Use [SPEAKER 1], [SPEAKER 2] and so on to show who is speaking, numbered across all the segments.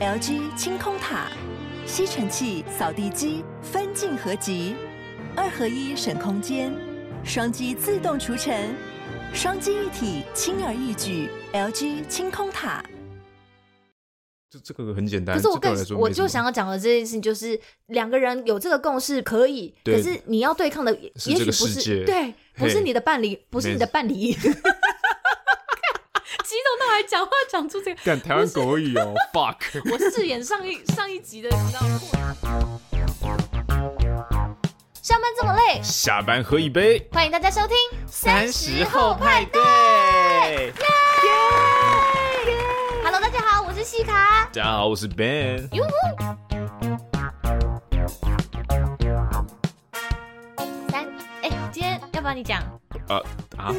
[SPEAKER 1] LG 清空塔、吸尘器、扫地机分镜合集，二合一省空间，双击自动除尘，双击一体轻而易举。LG 清空塔。
[SPEAKER 2] 这这个很简单。
[SPEAKER 3] 可是我
[SPEAKER 2] 这对
[SPEAKER 3] 更
[SPEAKER 2] 我来说
[SPEAKER 3] 我
[SPEAKER 2] 没什
[SPEAKER 3] 就
[SPEAKER 2] 么
[SPEAKER 3] 想要讲的这件事情就是，两个人有这个共识可以，
[SPEAKER 2] 对
[SPEAKER 3] 可是你要对抗的也
[SPEAKER 2] 是
[SPEAKER 3] 也
[SPEAKER 2] 这
[SPEAKER 3] 许
[SPEAKER 2] 个
[SPEAKER 3] 不
[SPEAKER 2] 世界
[SPEAKER 3] 是对，不是
[SPEAKER 2] 嘿
[SPEAKER 3] 你的伴侣，不是
[SPEAKER 2] 没
[SPEAKER 3] 你的 伴侣。激动到还讲话讲出这个，
[SPEAKER 2] 干台湾狗语哦 ，fuck！
[SPEAKER 3] 我饰演上一上一集的，你知道吗？上班这么累，
[SPEAKER 2] 下班喝一 杯，
[SPEAKER 3] 欢迎大家收听
[SPEAKER 2] 派对。
[SPEAKER 3] Hello，大家好，我是西卡。
[SPEAKER 2] 大家好，我是 Ben。
[SPEAKER 3] 哟三，哎、今天要不要你讲？
[SPEAKER 2] 啊啊，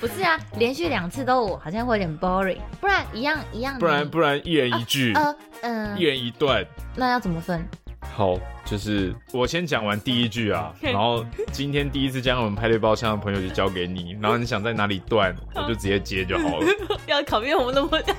[SPEAKER 3] 不是啊，连续两次都我好像会有点 boring，不然一样一样你。
[SPEAKER 2] 不然不然，一人一句，
[SPEAKER 3] 呃嗯、
[SPEAKER 2] 一人一段。
[SPEAKER 3] 那要怎么 分？
[SPEAKER 2] 好，就是我先讲完第一句啊，然后今天第一次加入我们派对包厢的朋友就交给你，然后你想在哪里断，我就直接接就好了，
[SPEAKER 3] 要考验我们那么 大？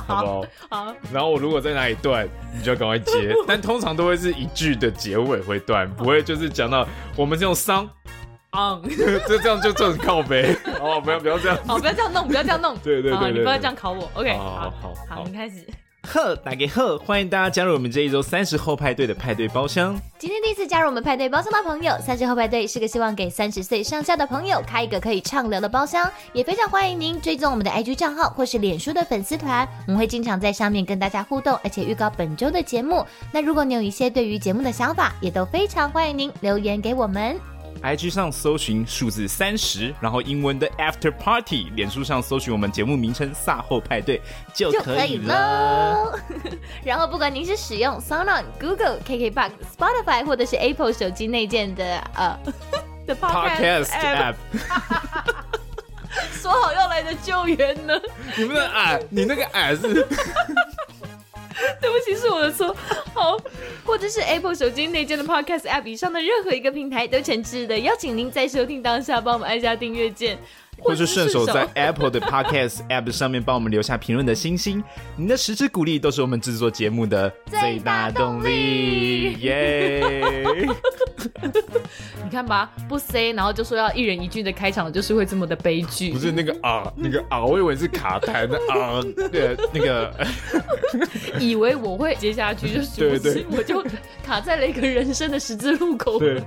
[SPEAKER 2] 好不 好？
[SPEAKER 3] 好，
[SPEAKER 2] 然后我如果在哪里断，你就要赶快 接，但通常都会是一句的结尾会断，不会就是讲到我们这种伤。
[SPEAKER 3] 昂，
[SPEAKER 2] 这这样就就很靠背 哦，不要不要这样。
[SPEAKER 3] 好，不要这样弄，不要这样弄。
[SPEAKER 2] 对对对
[SPEAKER 3] 好，
[SPEAKER 2] 对
[SPEAKER 3] 你不要这样考我。OK，
[SPEAKER 2] 好好好好
[SPEAKER 3] 好，你开始。
[SPEAKER 2] 呵，打给呵，欢迎大家加入我们这一周三十后派对的派对包厢。
[SPEAKER 3] 今天第一次加入我们派对包厢的朋友，三十后派对是个希望给三十岁上下的朋友开一个可以畅聊的包厢，也非常欢迎您追踪我们的 IG 账号或是脸书的粉丝团，我们会经常在上面跟大家互动，而且预告本周的节目。那如果你有一些对于节目的想法，也都非常欢迎您留言给我们。
[SPEAKER 2] IG 上搜寻数字三十，然后英文的 After Party，脸书上搜寻我们节目名称“萨后派对”就
[SPEAKER 3] 就
[SPEAKER 2] 可
[SPEAKER 3] 可
[SPEAKER 2] 以
[SPEAKER 3] 以
[SPEAKER 2] 了。
[SPEAKER 3] 喽。然后，不管您是使用 Sound、Google、KKBox、Spotify 或者是 Apple 手机内建的呃的
[SPEAKER 2] Podcast app，
[SPEAKER 3] 说好要来的救援呢？
[SPEAKER 2] 你们的矮，你那个矮是
[SPEAKER 3] 对不起，是我的错。好，或者是 Apple 手机内建的 Podcast App 以上的任何一个平台，都诚挚的邀请您在收听当下帮我们按下订阅键，
[SPEAKER 2] 或是顺手在 Apple 的 Podcast App 上面帮我们留下评论的星星，您的实质鼓励都是我们制作节目的最大动力，耶！
[SPEAKER 3] 你看吧，不 say，然后就说要一人一句的开场，就是会这么的悲 剧
[SPEAKER 2] 不。是那个啊，那个啊，我以为是卡痰的啊， 对，那 个
[SPEAKER 3] 以为我会接下去，就是
[SPEAKER 2] 对对
[SPEAKER 3] 是我就卡在了一个人生的十字路口。
[SPEAKER 2] 对，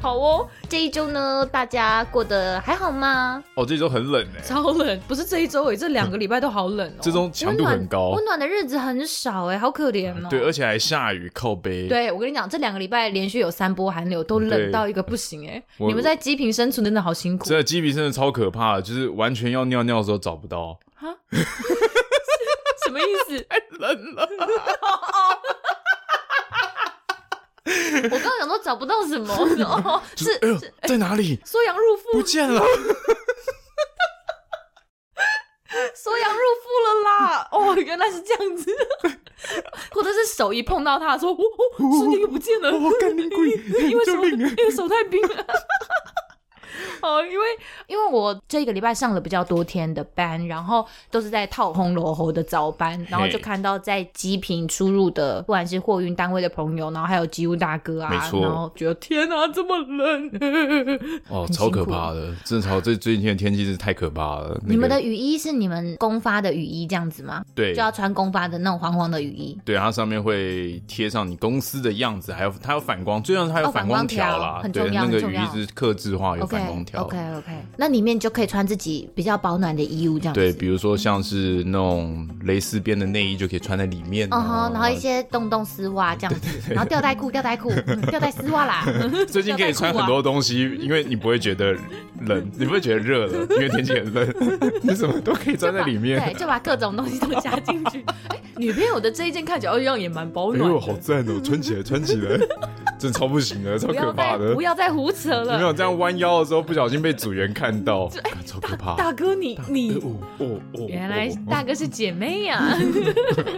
[SPEAKER 3] 好哦，这一周呢，大家过得还好吗？
[SPEAKER 2] 哦，这周很冷哎、
[SPEAKER 3] 超冷，不是这一周诶，欸这两个礼拜都好冷哦。
[SPEAKER 2] 这周强度很高
[SPEAKER 3] 温暖温暖的日子很少诶，好可怜哦。
[SPEAKER 2] 对，而且还下雨，靠背，，
[SPEAKER 3] 对我跟你讲，这两个礼拜连续有三波寒流，都冷到一个不行哎！
[SPEAKER 2] 我
[SPEAKER 3] 你们在基平生存真的好辛苦。
[SPEAKER 2] 真的鸡皮真的超可怕的，就是完全要尿尿的时候找不到，
[SPEAKER 3] 什么意思？
[SPEAKER 2] 哎冷了，
[SPEAKER 3] 我刚刚想说找不到什么， 哦，
[SPEAKER 2] 就是哎呦，在哪里？
[SPEAKER 3] 缩阳入腹
[SPEAKER 2] 不，见了，
[SPEAKER 3] 缩阳入腹了 啦！哦，原来是这样子， 或者是手一碰到它， 说哦，哦瞬间又不见了，
[SPEAKER 2] 我干你鬼，
[SPEAKER 3] 因为手
[SPEAKER 2] 救命啊！
[SPEAKER 3] 因为手太冰了。 哦，因为因为我这个礼拜上了比较多天的班，然后都是在套红罗侯的早班，然后就看到在机坪出入的，不管是货运单位的朋友，然后还有机务大哥啊
[SPEAKER 2] 没，错
[SPEAKER 3] 然后觉得天啊，这么冷！
[SPEAKER 2] 哦，
[SPEAKER 3] 很
[SPEAKER 2] 超
[SPEAKER 3] 辛
[SPEAKER 2] 可
[SPEAKER 3] 苦
[SPEAKER 2] 怕的，真的超这最近的天气是太可怕了。那
[SPEAKER 3] 你们
[SPEAKER 2] 个
[SPEAKER 3] 的雨衣是你们公发的雨衣这样子吗？
[SPEAKER 2] 对
[SPEAKER 3] 就要穿公发的那种黄黄的雨衣。
[SPEAKER 2] 对，它上面会贴上你公司的样子，还有它有反光，最重要是它有
[SPEAKER 3] 哦反
[SPEAKER 2] 光
[SPEAKER 3] 光条
[SPEAKER 2] 啦。
[SPEAKER 3] 很
[SPEAKER 2] 对，
[SPEAKER 3] 重要
[SPEAKER 2] 那个
[SPEAKER 3] 很重
[SPEAKER 2] 雨
[SPEAKER 3] 要
[SPEAKER 2] 衣是刻制化，有
[SPEAKER 3] OK
[SPEAKER 2] 反光条。
[SPEAKER 3] OK OK，那里面就可以穿自己比较保暖的衣物这样子。
[SPEAKER 2] 对，比如说像是那种蕾丝边的内衣就可以穿在里面、啊。
[SPEAKER 3] 嗯哼，然后一些洞洞丝袜这样子，然后吊带裤、吊带裤、 嗯吊带丝袜啦。
[SPEAKER 2] 最近可以穿很多东西，因为你不会觉得冷，你不会觉得热了，因为天气很冷，你什么都可以
[SPEAKER 3] 就
[SPEAKER 2] 穿在
[SPEAKER 3] 把
[SPEAKER 2] 里面。
[SPEAKER 3] 对，就把各种东 西都加进去。哎，女朋友的这一件看起来好像也蛮保
[SPEAKER 2] 哎
[SPEAKER 3] 暖
[SPEAKER 2] 呦，
[SPEAKER 3] 的，
[SPEAKER 2] 好赞哦！穿起来，穿起来，真的超不行的，超
[SPEAKER 3] 不
[SPEAKER 2] 可
[SPEAKER 3] 要
[SPEAKER 2] 怕
[SPEAKER 3] 再
[SPEAKER 2] 的
[SPEAKER 3] 不。要再胡扯
[SPEAKER 2] 有没
[SPEAKER 3] 了。
[SPEAKER 2] 有这样弯腰的时候不小心被组员看 到，
[SPEAKER 4] 哎
[SPEAKER 2] 超可怕。
[SPEAKER 3] 大哥你，你
[SPEAKER 2] 哎 哦哦哦，
[SPEAKER 3] 原来
[SPEAKER 2] 哦
[SPEAKER 3] 大哥是姐妹呀、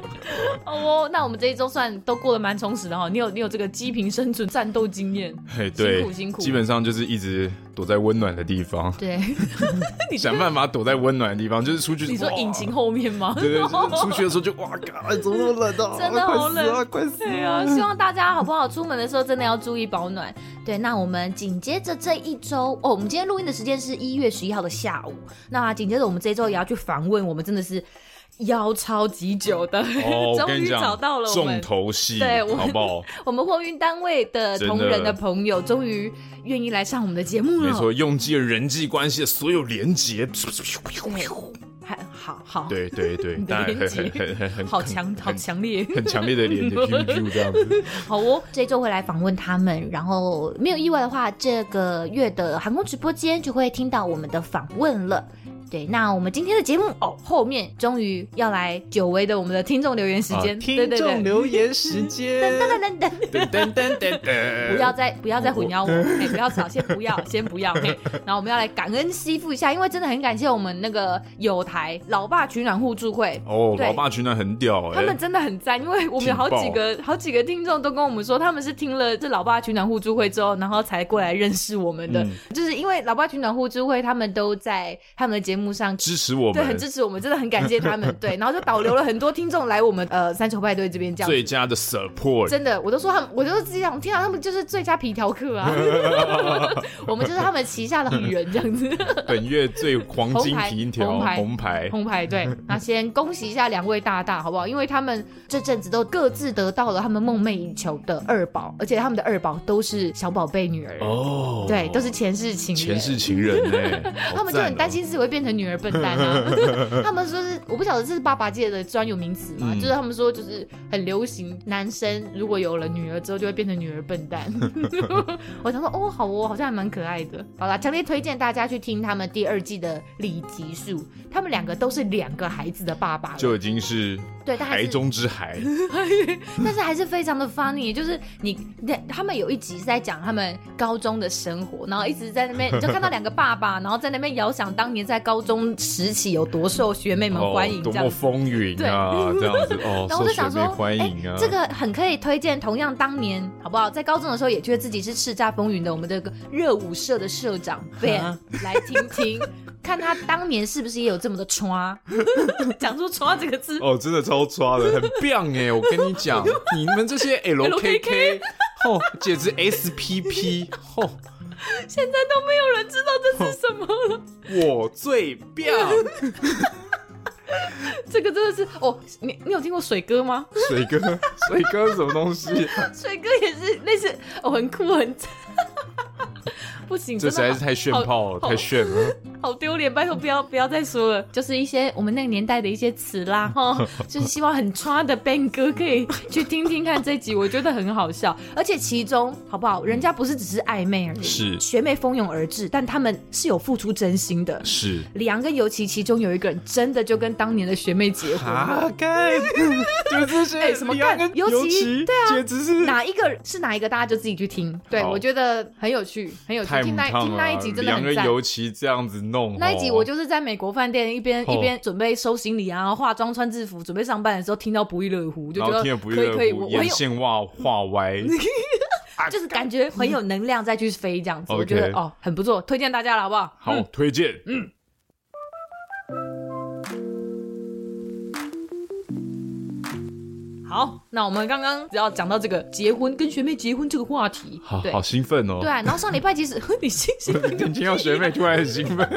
[SPEAKER 3] 哦哦，那我们这一周算都过得蛮 充实的哈、哦。你有你有这个积贫生存战斗经验，
[SPEAKER 2] 嘿，对，
[SPEAKER 3] 辛苦
[SPEAKER 2] 基本上就是一直躲在温暖的地方，
[SPEAKER 3] 对，
[SPEAKER 4] 你
[SPEAKER 2] 想办法躲在温暖的地方，就是出去。
[SPEAKER 4] 你说
[SPEAKER 2] 哇
[SPEAKER 4] 引擎后面吗？
[SPEAKER 2] 对对，就 是出去的时候就哇，嘎，怎么那么冷 啊？
[SPEAKER 3] 真的好冷
[SPEAKER 2] 快死啊，快死
[SPEAKER 4] 对
[SPEAKER 2] 啊！
[SPEAKER 4] 啊，希望大家好不好？
[SPEAKER 3] 出门的时候真的要注意保暖。对，那我们紧接着这一周哦，我们今天录音的时间是一月十一号的下午。那紧接着我们这一周也要去访问，我们真的是邀超级久的，
[SPEAKER 2] 哦，我
[SPEAKER 4] 啊终
[SPEAKER 2] 跟
[SPEAKER 4] 于
[SPEAKER 2] 你讲，
[SPEAKER 4] 找到了我们
[SPEAKER 2] 重头戏，
[SPEAKER 4] 对 我们
[SPEAKER 2] 好不好？
[SPEAKER 3] 我们货运单位的同仁的朋友，终于愿意来上我们的节目
[SPEAKER 2] 没
[SPEAKER 3] 了。
[SPEAKER 4] 嗯
[SPEAKER 2] 错，用尽了人际关系的所有连接。
[SPEAKER 4] 还好好，
[SPEAKER 2] 对对对，
[SPEAKER 4] 你的
[SPEAKER 2] 当然
[SPEAKER 4] 连
[SPEAKER 2] 很
[SPEAKER 4] 接
[SPEAKER 2] 很很很很
[SPEAKER 4] 好强好
[SPEAKER 2] 很
[SPEAKER 4] 强烈，
[SPEAKER 2] 很强烈的连接，啾啾这样子。
[SPEAKER 3] 好哦，这一周会来访问他们，然后没有意外的话，这个月的航空直播间就会听到我们的访问了。对，那我们今天的节目哦，后面终于要来久违的我们的听众留言时间，
[SPEAKER 2] 啊
[SPEAKER 3] 对对对，
[SPEAKER 2] 留言时间，
[SPEAKER 3] 噔噔噔噔，
[SPEAKER 2] 噔噔噔噔噔，
[SPEAKER 4] 不要再不要再混淆我，哎，不要吵，先不 要，先不要。嘿，然后我们要来感恩惜福一下，因为真的很感谢我们那个友台老爸取暖互助会。
[SPEAKER 2] 哦，
[SPEAKER 4] 对
[SPEAKER 2] 老爸取暖很屌
[SPEAKER 4] 他
[SPEAKER 2] 哎
[SPEAKER 4] 们，真的很赞，因为我们有好几个好几个听众都跟我们说，他们是听了这老爸取暖互助会之后，然后才过来认识我们的。
[SPEAKER 2] 嗯
[SPEAKER 4] 就是因为老爸取暖互助会，他们都在他们的节目上
[SPEAKER 2] 支持我
[SPEAKER 4] 对，很
[SPEAKER 2] 们
[SPEAKER 4] 支持我们，真的很感谢他们。对，然后就导流了很多听众来我们呃三球派对这边这样子。
[SPEAKER 2] 最佳的 support，
[SPEAKER 4] 真的，我都说他们，我就是自己想，天啊，他们就是最佳皮条 客啊， 我们就是他们旗下的女人这 样子。
[SPEAKER 2] 本月最黄金皮条
[SPEAKER 4] 红牌
[SPEAKER 2] 红牌，
[SPEAKER 4] 红牌对，那先恭喜一下两位大大好不好？因为他们这阵子都各自得到了他们梦寐以求的二宝，而且他们的二宝都是小宝贝女儿，
[SPEAKER 2] 哦，
[SPEAKER 4] 对，都是前世情人。
[SPEAKER 2] 前世情人哎，
[SPEAKER 4] 他们就很担心自己会变成女儿笨蛋啊！他们说是，我不晓得这是爸爸界的专有名词嘛，
[SPEAKER 2] 嗯
[SPEAKER 4] 就是他们说就是很流行，男生如果有了女儿之后就会变成女儿笨蛋。我想说哦，好哦，好像还蛮可爱的。好啦，强烈推荐大家去听他们第二季的李吉树，他们两个都是两个孩子的爸爸
[SPEAKER 2] 好赞哦，就
[SPEAKER 4] 了，
[SPEAKER 2] 已经是
[SPEAKER 4] 对，但还
[SPEAKER 2] 孩
[SPEAKER 4] 是
[SPEAKER 2] 中之 孩，
[SPEAKER 4] 但是还是非常的 funny，就是你他们有一集是在讲他们高中的生活，然后一直在那 边你就看到两个爸爸，然后在那边遥想当年在高中时期有多受学妹们
[SPEAKER 2] 哦
[SPEAKER 4] 欢迎，这
[SPEAKER 2] 多
[SPEAKER 4] 样
[SPEAKER 2] 么
[SPEAKER 4] 子。
[SPEAKER 2] 风云啊，这样子哦，
[SPEAKER 4] 然
[SPEAKER 2] 受
[SPEAKER 4] 后我就
[SPEAKER 2] 学
[SPEAKER 4] 想说
[SPEAKER 2] 妹，欢
[SPEAKER 4] 哎
[SPEAKER 2] 迎啊，，
[SPEAKER 4] 这个很可以推荐。同样当年，好不好？在高中的时候也觉得自己是叱咤风云的，我们这个热舞社的社 长 Ben 来听听，看他当年是不是也有这么的 抓，讲出“抓”这个字，
[SPEAKER 2] 哦，真的超抓的，很棒哎！我跟你讲，你们这 些 LKK，哦，简直 SPP，哦，
[SPEAKER 4] 现在都没有人知道这是什么了。
[SPEAKER 2] 我 最棒！
[SPEAKER 4] 这个真的是哦，你你有听过水哥吗？
[SPEAKER 2] 水哥，水哥是什么东西？
[SPEAKER 4] 水哥也是那是哦，很酷很， 不 行，
[SPEAKER 2] 这实
[SPEAKER 4] 真的
[SPEAKER 2] 在是太炫炮了，
[SPEAKER 4] 好
[SPEAKER 2] 太炫了！
[SPEAKER 4] 好好丢脸，拜托不要不要再说了，就是一些我们那个年代的一些词 啦哈，哦就是希望很穿的 Ben 哥可以去听听看这集，我觉得很好笑，而且其中好不好，人家不是只是暧昧而已，
[SPEAKER 2] 是
[SPEAKER 4] 学妹蜂拥而至，但他们是有付出真心的。
[SPEAKER 2] 是
[SPEAKER 4] 梁跟尤其其中有一个人真的就跟当年的学妹结婚了，
[SPEAKER 2] 啊，干， 就这些
[SPEAKER 4] 哎什么干
[SPEAKER 2] 两个
[SPEAKER 4] 尤其
[SPEAKER 2] 对啊，简直是
[SPEAKER 4] 哪一个是哪一个，大家就自己去听。对
[SPEAKER 2] 好
[SPEAKER 4] 我觉得很有趣，很有趣
[SPEAKER 2] 太。
[SPEAKER 4] 听
[SPEAKER 2] 母
[SPEAKER 4] 那
[SPEAKER 2] 汤
[SPEAKER 4] 听那一
[SPEAKER 2] 了
[SPEAKER 4] 集，真的
[SPEAKER 2] 两个
[SPEAKER 4] 很赞。
[SPEAKER 2] 尤其这样子弄，
[SPEAKER 4] 那一集我
[SPEAKER 2] 就
[SPEAKER 4] 就是在美国饭店一边、
[SPEAKER 2] 哦
[SPEAKER 4] 一边准备收行李啊，然后化妆穿制服准备上班的时候，听到不亦乐乎，就
[SPEAKER 2] 然后
[SPEAKER 4] 觉得
[SPEAKER 2] 哦听了不亦
[SPEAKER 4] 可以
[SPEAKER 2] 乐
[SPEAKER 4] 可以，
[SPEAKER 2] 乎，
[SPEAKER 4] 我我很
[SPEAKER 2] 眼
[SPEAKER 4] 有
[SPEAKER 2] 线画画 歪，
[SPEAKER 4] 就是感觉很有能量再去飞这样子，我觉得
[SPEAKER 2] OK
[SPEAKER 4] 哦很不错，推荐大家了好不好？
[SPEAKER 2] 好推荐，
[SPEAKER 4] 嗯好，那我们刚刚只要讲到这个结婚跟学妹结婚这个话题，
[SPEAKER 2] 好
[SPEAKER 4] 对
[SPEAKER 2] 好兴奋哦
[SPEAKER 4] 对，啊，然后上礼拜其实 你信不信？
[SPEAKER 2] 你听到学 妹突然很兴奋，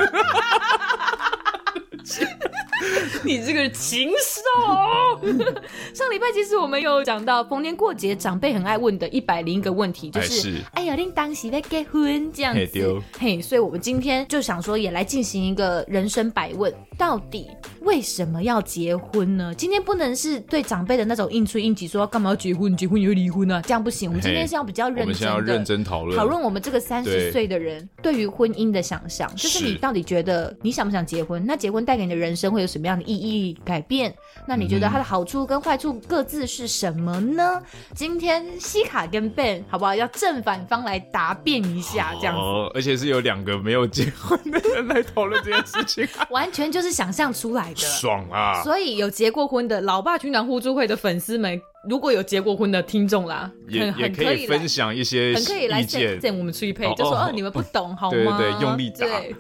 [SPEAKER 4] 你这个禽兽！哦 上礼拜其实我们有讲到逢年过节长辈很爱问的一百零一个问题，就
[SPEAKER 2] 哎
[SPEAKER 4] 是
[SPEAKER 2] 是
[SPEAKER 4] 哎呀，恁当时在结婚这样
[SPEAKER 2] 嘿对
[SPEAKER 4] 子
[SPEAKER 2] 哦，
[SPEAKER 4] 嘿，所以我们今天就想说也来进行一个人生百问，到底为什么要结婚呢？今天不能是对长辈的那种硬吹硬挤，说干嘛要结婚，结婚也会离婚啊，这样不行。我们今天
[SPEAKER 2] 嘿
[SPEAKER 4] 是要比较
[SPEAKER 2] 我
[SPEAKER 4] 认真的，
[SPEAKER 2] 们现在要认真讨论，
[SPEAKER 4] 讨论我们这个三十
[SPEAKER 2] 对
[SPEAKER 4] 岁的人对于婚姻的想象，就是
[SPEAKER 2] 是
[SPEAKER 4] 你到底觉得你想不想结婚？那结婚带给你的人生会有什么样的意义改变？那你觉
[SPEAKER 2] 嗯
[SPEAKER 4] 得它的好处跟坏处各自是什么呢？今天西卡跟 Ben 好不好？要正反方来答辩一下，这样子。
[SPEAKER 2] 哦，而且是有两个没有结婚的人来讨论这件事 情，
[SPEAKER 4] 完全就是想象出来的。
[SPEAKER 2] 爽啊！
[SPEAKER 4] 所以有结过婚的老爸取暖互助会的粉丝们，如果有结过婚的听众啦，
[SPEAKER 2] 也
[SPEAKER 4] 很
[SPEAKER 2] 也
[SPEAKER 4] 很
[SPEAKER 2] 可以
[SPEAKER 4] 来
[SPEAKER 2] 分享一些
[SPEAKER 4] 很可以来
[SPEAKER 2] 意见
[SPEAKER 4] send，我们去配
[SPEAKER 2] 哦，
[SPEAKER 4] 就说
[SPEAKER 2] 哦
[SPEAKER 4] 哦，你们不懂好吗？
[SPEAKER 2] 对对对用力打
[SPEAKER 4] 对，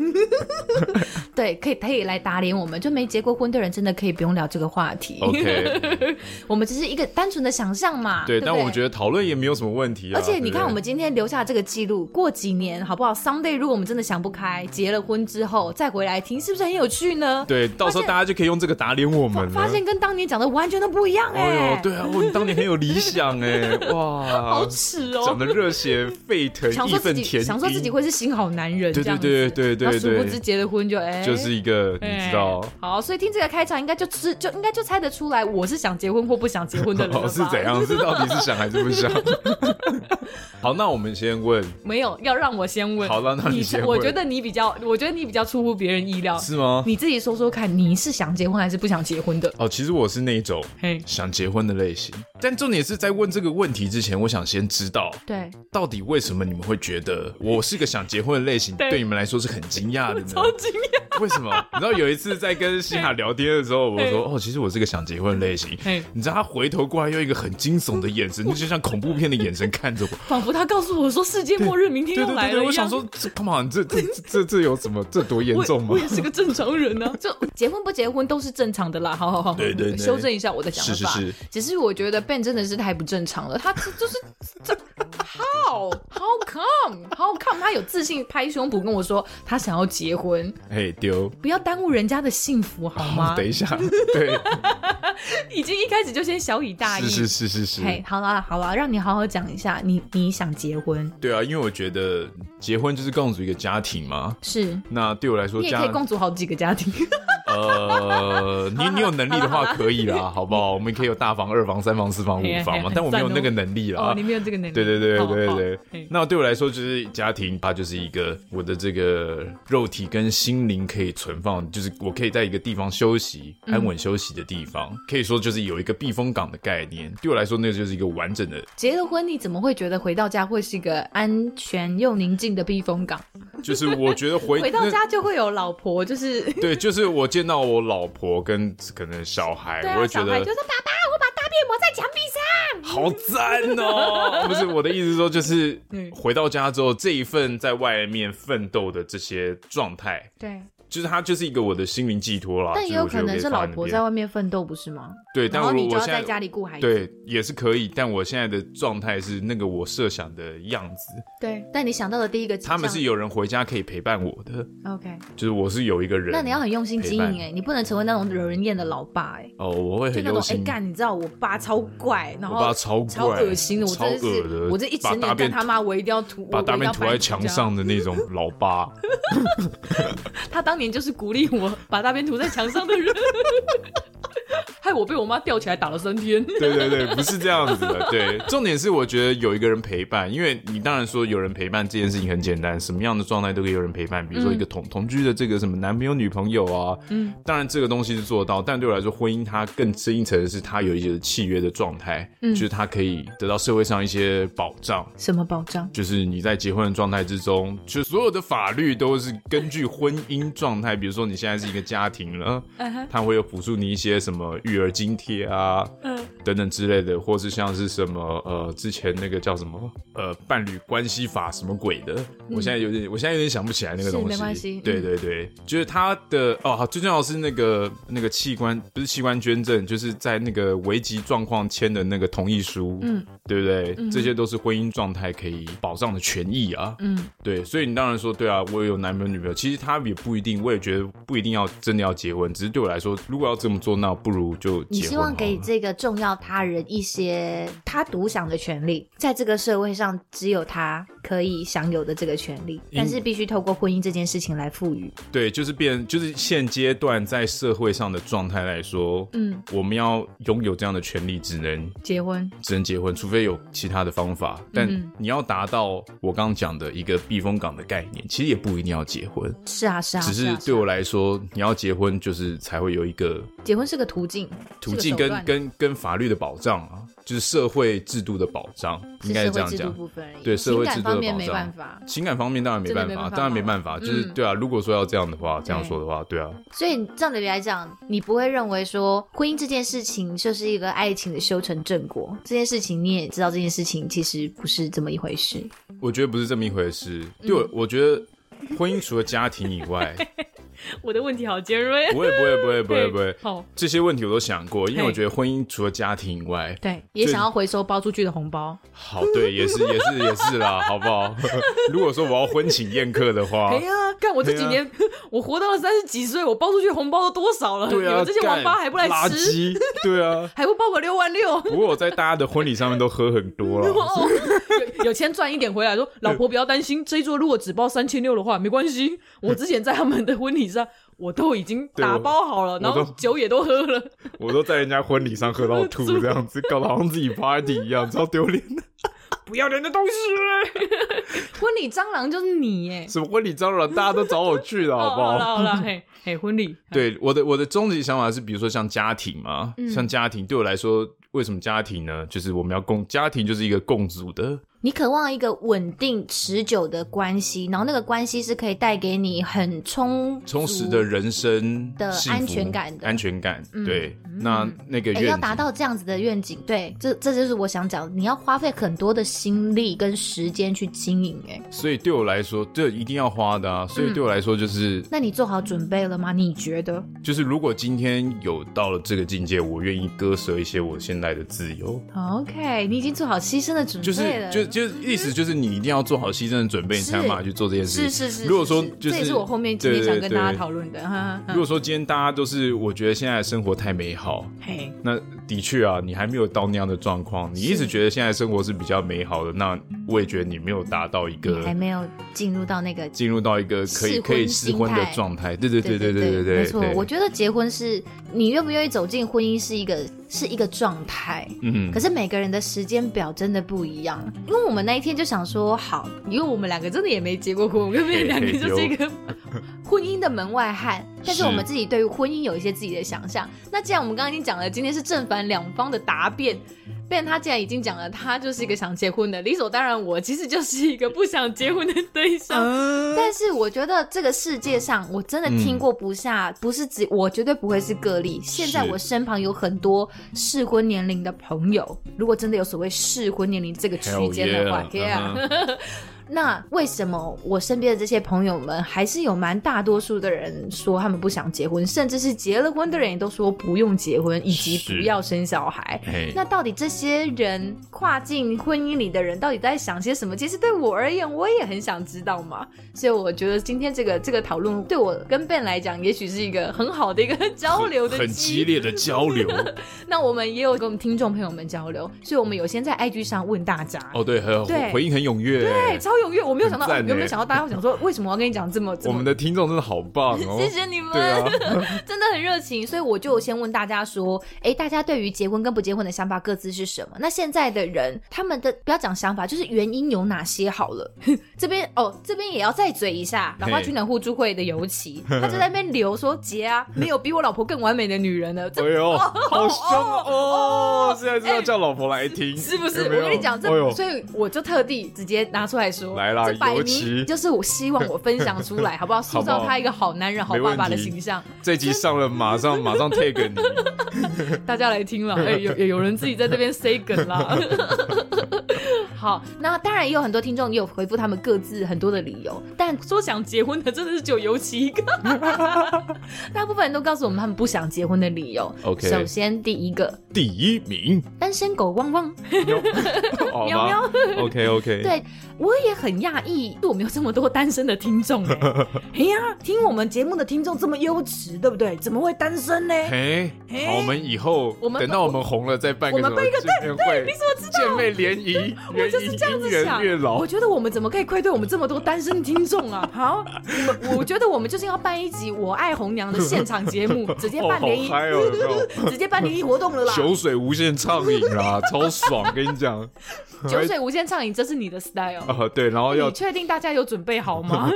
[SPEAKER 4] 对，可以可以来打脸我们，就没结过婚的人真的可以不用聊这个话题。
[SPEAKER 2] 哦 OK，
[SPEAKER 4] 我们只是一个单纯的想象嘛。
[SPEAKER 2] 对，
[SPEAKER 4] 不
[SPEAKER 2] 但我们觉得讨论也没有什么问题啊。
[SPEAKER 4] 而且你
[SPEAKER 2] 对
[SPEAKER 4] 看，
[SPEAKER 2] 不对
[SPEAKER 4] 我们今天留下这个记录，过几年好不好？someday 如果我们真的想不开，结了婚之后再回来听，是不是很有趣呢？
[SPEAKER 2] 对，到时候
[SPEAKER 4] 现
[SPEAKER 2] 大家就可以用这个打脸我们了。
[SPEAKER 4] 发现跟当年讲的完全都不一样
[SPEAKER 2] 哎
[SPEAKER 4] 哎、
[SPEAKER 2] 呦，对啊，我当年很有理想 哎，哇
[SPEAKER 4] 好，耻
[SPEAKER 2] 讲
[SPEAKER 4] 哦！
[SPEAKER 2] 的热血沸腾，
[SPEAKER 4] 想
[SPEAKER 2] 义
[SPEAKER 4] 说自
[SPEAKER 2] 愤
[SPEAKER 4] 己
[SPEAKER 2] 填膺，
[SPEAKER 4] 想说自己会是新好男人，
[SPEAKER 2] 对
[SPEAKER 4] 这样子
[SPEAKER 2] 对对对对
[SPEAKER 4] 那殊不
[SPEAKER 2] 对
[SPEAKER 4] 知结了婚就哎，
[SPEAKER 2] 就是一个你
[SPEAKER 4] 哎
[SPEAKER 2] 知道。
[SPEAKER 4] 好，所以听这个开场应该就知就应该就猜得出来，我是想结婚或不想结婚的人 了
[SPEAKER 2] 哦，
[SPEAKER 4] 吧？
[SPEAKER 2] 是怎？样？是到底是想还是不 想？好，那我们先问，
[SPEAKER 4] 没有，要让我先问。
[SPEAKER 2] 好了那你
[SPEAKER 4] 你
[SPEAKER 2] 先
[SPEAKER 4] 我
[SPEAKER 2] 问
[SPEAKER 4] 觉得你比较，我觉得你比较出乎别人意料。
[SPEAKER 2] 是吗？
[SPEAKER 4] 你自己说说看，你是想结婚还是不想结婚的？
[SPEAKER 2] 哦，其实我是那一种
[SPEAKER 4] 嘿，
[SPEAKER 2] 想结婚的类型，但重点是在问这个问题之前，我想先知道
[SPEAKER 4] 对，
[SPEAKER 2] 到底为什么你们会觉得我是个想结婚的类型，
[SPEAKER 4] 对
[SPEAKER 2] 对你们来说是很惊讶的呢？
[SPEAKER 4] 超惊讶。
[SPEAKER 2] 为什么？你知道有一次在跟西卡聊天的时候，我说哦，其实我是个想结婚的类型
[SPEAKER 4] 嘿。
[SPEAKER 2] 你知道他回头过来用一个很惊悚的眼神，就像恐怖片的眼神看着我。
[SPEAKER 4] 仿佛他告诉我说世界末日明天
[SPEAKER 2] 对
[SPEAKER 4] 要
[SPEAKER 2] 对
[SPEAKER 4] 来
[SPEAKER 2] 对
[SPEAKER 4] 了一
[SPEAKER 2] 对，
[SPEAKER 4] 样。
[SPEAKER 2] 我想说，这 come on，这这这这这有什么？这多严
[SPEAKER 4] 我
[SPEAKER 2] 重吗
[SPEAKER 4] 我？也是个正常人呢、啊， 就结婚不结婚都是正常的啦。好好好，
[SPEAKER 2] 对对对
[SPEAKER 4] 修正一下我的想法。
[SPEAKER 2] 是是是，
[SPEAKER 4] 只是我觉得 Ben 真的是太不正常了，他这就是这 how how come how come 他有自信拍胸脯跟我说他想要结婚，
[SPEAKER 2] 嘿，丢。
[SPEAKER 4] 不要耽误人家的幸福好吗？
[SPEAKER 2] 等一 下，对，
[SPEAKER 4] 已经一开始就先小以大意。
[SPEAKER 2] 是是是是
[SPEAKER 4] 嘿
[SPEAKER 2] 是，，
[SPEAKER 4] 好啦好啦，让你好好讲一下，你你想结婚
[SPEAKER 2] 对啊，因为我觉得结婚就是共组一个家庭嘛。
[SPEAKER 4] 是？
[SPEAKER 2] 那对我来说，
[SPEAKER 4] 你也
[SPEAKER 2] 家
[SPEAKER 4] 可以共组好几个 家庭，
[SPEAKER 2] 呃，你你有能力的话可以 啦，好不好？我们可以有大房、二房、三房、四房、
[SPEAKER 4] 嘿
[SPEAKER 2] 五
[SPEAKER 4] 嘿
[SPEAKER 2] 房嘛
[SPEAKER 4] 很，
[SPEAKER 2] 但我没有
[SPEAKER 4] 赞哦
[SPEAKER 2] 那个能力啦。
[SPEAKER 4] 哦，你没有这个能力。
[SPEAKER 2] 啊对对对
[SPEAKER 4] 好
[SPEAKER 2] 对
[SPEAKER 4] 好
[SPEAKER 2] 对
[SPEAKER 4] 嘿
[SPEAKER 2] 那对我来说，就是家庭，它就是一个我的这个肉体跟心灵可以存放，就是我可以在一个地方休息，安稳休息的地方，可以说就是有一个避风港的概念。对我来说，那就是一个完整 的，
[SPEAKER 4] 结了婚，你怎么会觉得回到家会是一个安全又宁静的避风港？
[SPEAKER 2] 就是我觉得回
[SPEAKER 4] 回到
[SPEAKER 2] 那
[SPEAKER 4] 家就会有老婆，就是
[SPEAKER 2] 对，就是我见到我老婆跟可能小孩，
[SPEAKER 4] 对
[SPEAKER 2] 哎我
[SPEAKER 4] 啊，
[SPEAKER 2] 会觉
[SPEAKER 4] 小孩
[SPEAKER 2] 得
[SPEAKER 4] 就是爸爸，我把大便抹在墙壁上。
[SPEAKER 2] 好赞哦！ 不是我的意思是说，就是
[SPEAKER 4] 嗯
[SPEAKER 2] 回到家之后，这一份在外面奋斗的这些状态，
[SPEAKER 4] 对，
[SPEAKER 2] 就是它就是一个我的心灵寄托啦。
[SPEAKER 4] 但也有可能是老婆在
[SPEAKER 2] 外
[SPEAKER 4] 外面奋斗，不是吗？
[SPEAKER 2] 对，但
[SPEAKER 4] 然
[SPEAKER 2] 我
[SPEAKER 4] 后你就
[SPEAKER 2] 我
[SPEAKER 4] 要
[SPEAKER 2] 现
[SPEAKER 4] 在家
[SPEAKER 2] 在
[SPEAKER 4] 里顾孩子。
[SPEAKER 2] 对也是可以，但我现在的状态是那个我设想的样子。
[SPEAKER 4] 对，但你想到的第一个，
[SPEAKER 2] 他们是有人回家可以陪伴我的，
[SPEAKER 4] OK，
[SPEAKER 2] 就是我是有一个人。
[SPEAKER 4] 那你要很用心经
[SPEAKER 2] 陪
[SPEAKER 4] 营
[SPEAKER 2] 伴
[SPEAKER 4] 哎，你不能成为那种惹人厌的老爸哎。
[SPEAKER 2] 哦，我会
[SPEAKER 4] 就
[SPEAKER 2] 很
[SPEAKER 4] 那
[SPEAKER 2] 用
[SPEAKER 4] 种哎
[SPEAKER 2] 心。
[SPEAKER 4] 干，你知道我爸超怪，然后
[SPEAKER 2] 我爸超怪
[SPEAKER 4] 超恶心的，我真的
[SPEAKER 2] 超恶的
[SPEAKER 4] 是，我这一
[SPEAKER 2] 把
[SPEAKER 4] 整
[SPEAKER 2] 大
[SPEAKER 4] 年
[SPEAKER 2] 便
[SPEAKER 4] 干他妈，我一定要涂，
[SPEAKER 2] 把
[SPEAKER 4] 我
[SPEAKER 2] 大便
[SPEAKER 4] 我一定
[SPEAKER 2] 涂在
[SPEAKER 4] 要搬出
[SPEAKER 2] 墙
[SPEAKER 4] 家
[SPEAKER 2] 上的那种老爸，
[SPEAKER 4] 他当年就是鼓励我把大便涂在墙上的 人，害我被我妈吊起来打了三 天。
[SPEAKER 2] 对对对，不是这样子的。对，重点是我觉得有一个人陪伴，因为你当然说有人陪伴这件事情很简单，什么样的状态都可以有人陪伴，比如说一个同、同居的这个什么男朋友、女朋友啊，嗯，当然这个东西是做得到，但对我来说，婚姻它更深一层的是它有一些契约的状态，嗯，就是它可以得到社会上一些保障。
[SPEAKER 4] 什么保障？
[SPEAKER 2] 就是你在结婚的状态之中，就所有的法律都是根据婚姻状态，比如说你现在是一个家庭了，他会有补助你一些什么育儿津贴啊，等等之类的，或是像是什么呃之前那个叫什么呃伴侣关系法什么鬼的，我现在有点我现在有点想不起来那个
[SPEAKER 4] 是
[SPEAKER 2] 东西，
[SPEAKER 4] 没关系
[SPEAKER 2] 对
[SPEAKER 4] 嗯
[SPEAKER 2] 对对，就是他的哦，好最重要的是那个那个器官不是器官捐赠，就是在那个危急状况签的那个同意书，嗯，对不对？这些都是婚姻状态可以保障的权益啊，嗯，对，所以你当然说对啊，我有男朋友女朋友，其实他也不一定，我也觉得不一定要真的要结婚，只是对我来说，如果要这么做，那不如就
[SPEAKER 3] 你
[SPEAKER 2] 结婚
[SPEAKER 3] 希望
[SPEAKER 2] 好
[SPEAKER 3] 给
[SPEAKER 2] 了
[SPEAKER 3] 这个重要他人一些他独享的权利，在这个社会上只有他可以享有的这个权利，但是必须透过婚姻这件事情来赋予。
[SPEAKER 2] 对，就是变，就是现阶段在社会上的状态来说，嗯，我们要拥有这样的权利，只能
[SPEAKER 4] 结婚？
[SPEAKER 2] 只能结婚，除非有其他的方法。但
[SPEAKER 4] 嗯
[SPEAKER 2] 你要达到我刚刚讲的一个避风港的概念，其实也不一定要结婚，
[SPEAKER 3] 是啊，是啊，
[SPEAKER 2] 只
[SPEAKER 3] 啊
[SPEAKER 2] 是
[SPEAKER 3] 啊
[SPEAKER 2] 对我来说，你要结婚就是才会有一个
[SPEAKER 4] 结婚是个途径，
[SPEAKER 2] 途
[SPEAKER 4] 是个
[SPEAKER 2] 径
[SPEAKER 4] 手
[SPEAKER 2] 跟
[SPEAKER 4] 段
[SPEAKER 2] 跟跟法律的保障啊，就是社会制度的保障，应该是这样
[SPEAKER 4] 是社会制
[SPEAKER 2] 讲
[SPEAKER 4] 度。部分而已。
[SPEAKER 2] 对社会
[SPEAKER 4] 情
[SPEAKER 2] 制
[SPEAKER 4] 感
[SPEAKER 2] 度的
[SPEAKER 4] 方面
[SPEAKER 2] 保
[SPEAKER 4] 没办
[SPEAKER 2] 障，
[SPEAKER 4] 法，
[SPEAKER 2] 情感方面当然没
[SPEAKER 4] 真的
[SPEAKER 2] 办
[SPEAKER 4] 没
[SPEAKER 2] 法，
[SPEAKER 4] 办法
[SPEAKER 2] 当然
[SPEAKER 4] 嘛
[SPEAKER 2] 没办法，就是
[SPEAKER 4] 嗯
[SPEAKER 2] 对啊。如果说要这样的话，这样说的话，对啊，
[SPEAKER 3] 所以照理来讲，你不会认为说婚姻这件事情就是一个爱情的修成正果，这件事情你也知道，这件事情其实不是这么一回事。
[SPEAKER 2] 我觉得不是这么一回事。
[SPEAKER 4] 嗯
[SPEAKER 2] 对我，我觉得婚姻除了家庭以 外，
[SPEAKER 4] 我的问题好尖锐。
[SPEAKER 2] 不会，不会，不会，不会，不会，
[SPEAKER 4] 好，
[SPEAKER 2] 这些问题我都想过，因为
[SPEAKER 4] 嘿
[SPEAKER 2] 我觉得婚姻除了家庭以外，
[SPEAKER 4] 对，也
[SPEAKER 2] 这
[SPEAKER 4] 想要回收包出去的红包，
[SPEAKER 2] 好， 对，也是，也是，也是啦，好不好？ 如果说我要婚请宴客的话
[SPEAKER 4] 哎，呀，干我这几年， 我活到了三十几岁，我包出去红包都多少了？
[SPEAKER 2] 对
[SPEAKER 4] 你
[SPEAKER 2] 啊，
[SPEAKER 4] 们这些
[SPEAKER 2] 干
[SPEAKER 4] 王八还不来
[SPEAKER 2] 垃
[SPEAKER 4] 吃，
[SPEAKER 2] 圾，哦对啊。
[SPEAKER 4] 还不包我六万 六？
[SPEAKER 2] 不过我在大家的婚礼上面都喝很多 了，
[SPEAKER 4] 哦，有有钱赚一点回来，说老婆不要担心，这一桌如果只包三千六的话，没关系。我之前在他们的婚礼上，我都已经
[SPEAKER 2] 对我
[SPEAKER 4] 打包好了，
[SPEAKER 2] 都
[SPEAKER 4] 然后酒也都喝了。
[SPEAKER 2] 我都在人家婚礼上喝到 吐，这样子搞得好像自己 party 一样，超丢脸的。
[SPEAKER 4] 不要人的东西。婚礼蟑螂就是你耶！
[SPEAKER 2] 什么婚礼蟑螂，大家都找我去了，好不
[SPEAKER 4] 哦好了好了，嘿嘿，婚礼，
[SPEAKER 3] 嗯
[SPEAKER 2] 对，我的我的终极想法是，比如说像家庭嘛，像家庭对我来说，为什么家庭呢？就是我们要共，家庭就是一个共组的，
[SPEAKER 3] 你渴望一个稳定持久的关系，然后那个关系是可以带给你很充
[SPEAKER 2] 充实
[SPEAKER 3] 足
[SPEAKER 2] 的人生
[SPEAKER 3] 的
[SPEAKER 2] 幸福
[SPEAKER 3] 安全感的嗯
[SPEAKER 2] 安全感。对，那那个
[SPEAKER 3] 哎，
[SPEAKER 2] 愿
[SPEAKER 3] 要
[SPEAKER 2] 景
[SPEAKER 3] 达到这样子的愿景，对，这这就是我想讲，你要花费很多的心力跟时间去经营。哎，
[SPEAKER 2] 所以对我来说，这一定要花的啊。
[SPEAKER 3] 嗯
[SPEAKER 2] 所以对我来说，就是、
[SPEAKER 3] 那你做好准备了吗？你觉得？
[SPEAKER 2] 就是，如果今天有到了这个境界，我愿意割舍一些我现在的自由。
[SPEAKER 3] OK，你已经做好牺牲的准
[SPEAKER 2] 就是
[SPEAKER 3] 备了。
[SPEAKER 2] 就就是意思就是你一定要做好牺牲的准备，你才有
[SPEAKER 3] 是
[SPEAKER 2] 办法去做这件事情。
[SPEAKER 3] 是是是
[SPEAKER 2] 如果说
[SPEAKER 3] 是是
[SPEAKER 2] 就是
[SPEAKER 4] 这也是我后面今天想跟大家讨论的。
[SPEAKER 3] 嗯
[SPEAKER 4] 哈
[SPEAKER 2] 对对对如果说今天大家都是我觉得现在的生活太美好，
[SPEAKER 4] 嘿，
[SPEAKER 2] 那的确啊，你还没有到那样的状况，你一直觉得现在生活是比较美好的，那我也觉得你没有达到一
[SPEAKER 3] 你还
[SPEAKER 2] 个
[SPEAKER 3] 没有进入到那个
[SPEAKER 2] 进入到一个可以
[SPEAKER 3] 适婚
[SPEAKER 2] 可以试婚
[SPEAKER 3] 心
[SPEAKER 2] 的
[SPEAKER 3] 态
[SPEAKER 2] 状态。对对对
[SPEAKER 3] 对
[SPEAKER 2] 对对对对，
[SPEAKER 3] 没错
[SPEAKER 2] 对。
[SPEAKER 3] 我觉得结婚是你愿不愿意走进婚姻是一个是一个状态。
[SPEAKER 2] 嗯
[SPEAKER 3] 可，是每个人的时间表真的不一样，因为我们那一天就想说好，因为我们两个真的也没结过婚，我跟别人两个就是一个 婚姻的门外汉，但是
[SPEAKER 2] 是
[SPEAKER 3] 我们自己对于婚姻有一些自己的想象。那既然我们刚刚已经讲了，今天是正反两方的答辩，辩他既然已经讲了，他就是一个想结婚的，理所当然我其实就是一个不想结婚的对象。但是我觉得这个世界上，我真的听过不下，不是只我绝对不会是个例。现在我身旁有很多适婚年龄的朋友，如果真的有所谓适婚年龄这个区
[SPEAKER 2] Hell
[SPEAKER 3] 间的话啊
[SPEAKER 2] yeah，
[SPEAKER 3] yeah
[SPEAKER 2] 嗯
[SPEAKER 3] 那为什么我身边的这些朋友们，还是有蛮大多数的人说他们不想结婚，甚至是结了婚的人也都说不用结婚，以及
[SPEAKER 2] 是
[SPEAKER 3] 不要生小孩。
[SPEAKER 2] 嘿
[SPEAKER 3] 那到底这些人跨进婚姻里的人到底在想些什么？其实对我而言，我也很想知道嘛。所以我觉得今天这个这个讨论对我跟 Ben 来讲，也许是一个很好的一个交流的
[SPEAKER 2] 很
[SPEAKER 3] 机
[SPEAKER 2] 激烈的交流。
[SPEAKER 3] 那我们也有跟我们听众朋友们交流，所以我们有先在 IG 上问大家。
[SPEAKER 2] 哦，对，很
[SPEAKER 3] 对
[SPEAKER 2] 回应很踊跃。
[SPEAKER 3] 对，超踊跃！我没有想到，
[SPEAKER 2] 很赞
[SPEAKER 3] 有没有
[SPEAKER 2] 欸
[SPEAKER 3] 想到大家会想说， 为什么我要跟你讲这么这
[SPEAKER 2] 我
[SPEAKER 3] 么
[SPEAKER 2] 们的听众真的好棒哦。
[SPEAKER 3] 谢谢你们，
[SPEAKER 2] 对啊，
[SPEAKER 3] 真的很热情。所以我就先问大家说，诶，大家对于结婚跟不结婚的想法各自是什么？那现在的人，他们的不要讲想法，就是原因有哪些好了。 这边哦，这边也要再嘴一下
[SPEAKER 2] 嘿
[SPEAKER 3] 老花取暖互助会的 尤其，他就在那边留说，结啊，没有比我老婆更完美的女人了。这
[SPEAKER 2] 哎 呦，好凶哦！现在是要叫老婆来听，
[SPEAKER 3] 是不是？
[SPEAKER 2] 有没有
[SPEAKER 3] 我跟你讲，这、
[SPEAKER 2] 哎呦
[SPEAKER 3] 所以我就特地直接拿出来说，
[SPEAKER 2] 来啦
[SPEAKER 3] 这摆
[SPEAKER 2] 尤其
[SPEAKER 3] 明就是我希望我分享出 来，好不好？塑
[SPEAKER 2] 好不
[SPEAKER 3] 造
[SPEAKER 2] 好
[SPEAKER 3] 他一个好男人、好爸爸
[SPEAKER 2] 没问
[SPEAKER 3] 的
[SPEAKER 2] 题
[SPEAKER 3] 形象。
[SPEAKER 2] 这集上了，马上马上 tag 你，
[SPEAKER 4] 大家 来听了，哎，有有人自己在这边 say 梗 啦。
[SPEAKER 3] 好，那当然也有很多听众也有回复他们各自很多的理由，但
[SPEAKER 4] 说想结婚的真的是只有尤其 一个，
[SPEAKER 3] 大部分人都告诉我们他们不想结婚的理由。
[SPEAKER 2] OK
[SPEAKER 3] 首先第一个，
[SPEAKER 2] 第一名，
[SPEAKER 3] 单身狗汪汪，
[SPEAKER 2] 好
[SPEAKER 3] 喵
[SPEAKER 2] 吗
[SPEAKER 3] 喵，
[SPEAKER 2] ？OK OK，
[SPEAKER 3] 对我也很讶异，我们有这么多单身的听众哎、
[SPEAKER 4] 哎呀，听我们节目的听众这么优质，对不对？怎么会单身呢？
[SPEAKER 2] 嘿，好，我们以后
[SPEAKER 3] 我们
[SPEAKER 2] 等到我们红了再办个
[SPEAKER 3] 我
[SPEAKER 2] 什
[SPEAKER 3] 们
[SPEAKER 2] 么
[SPEAKER 3] 办一
[SPEAKER 2] 见面会，
[SPEAKER 4] 你怎么知道？
[SPEAKER 2] 姐妹联谊，
[SPEAKER 4] 我
[SPEAKER 2] 联
[SPEAKER 4] 就
[SPEAKER 2] 谊
[SPEAKER 4] 是这样
[SPEAKER 2] 姻
[SPEAKER 4] 子
[SPEAKER 2] 缘
[SPEAKER 4] 想
[SPEAKER 2] 月，老
[SPEAKER 4] 我，觉得我们怎么可以愧对我们这么多单身听 众啊？好，
[SPEAKER 3] 我们我觉得我们就是要办一集《我爱红 娘》的现场节目，直接
[SPEAKER 2] 哦，
[SPEAKER 3] 办
[SPEAKER 2] 好
[SPEAKER 3] 联谊，
[SPEAKER 2] 嗨哦有没有，
[SPEAKER 3] 直接办联谊活动了啦。
[SPEAKER 2] 酒水无限畅饮，瘾啦，超爽，跟你讲。
[SPEAKER 4] 酒水无限畅饮，这是你 的 style。
[SPEAKER 2] 啊、对，然后
[SPEAKER 4] 你
[SPEAKER 2] 要
[SPEAKER 4] 确定大家有准备好吗？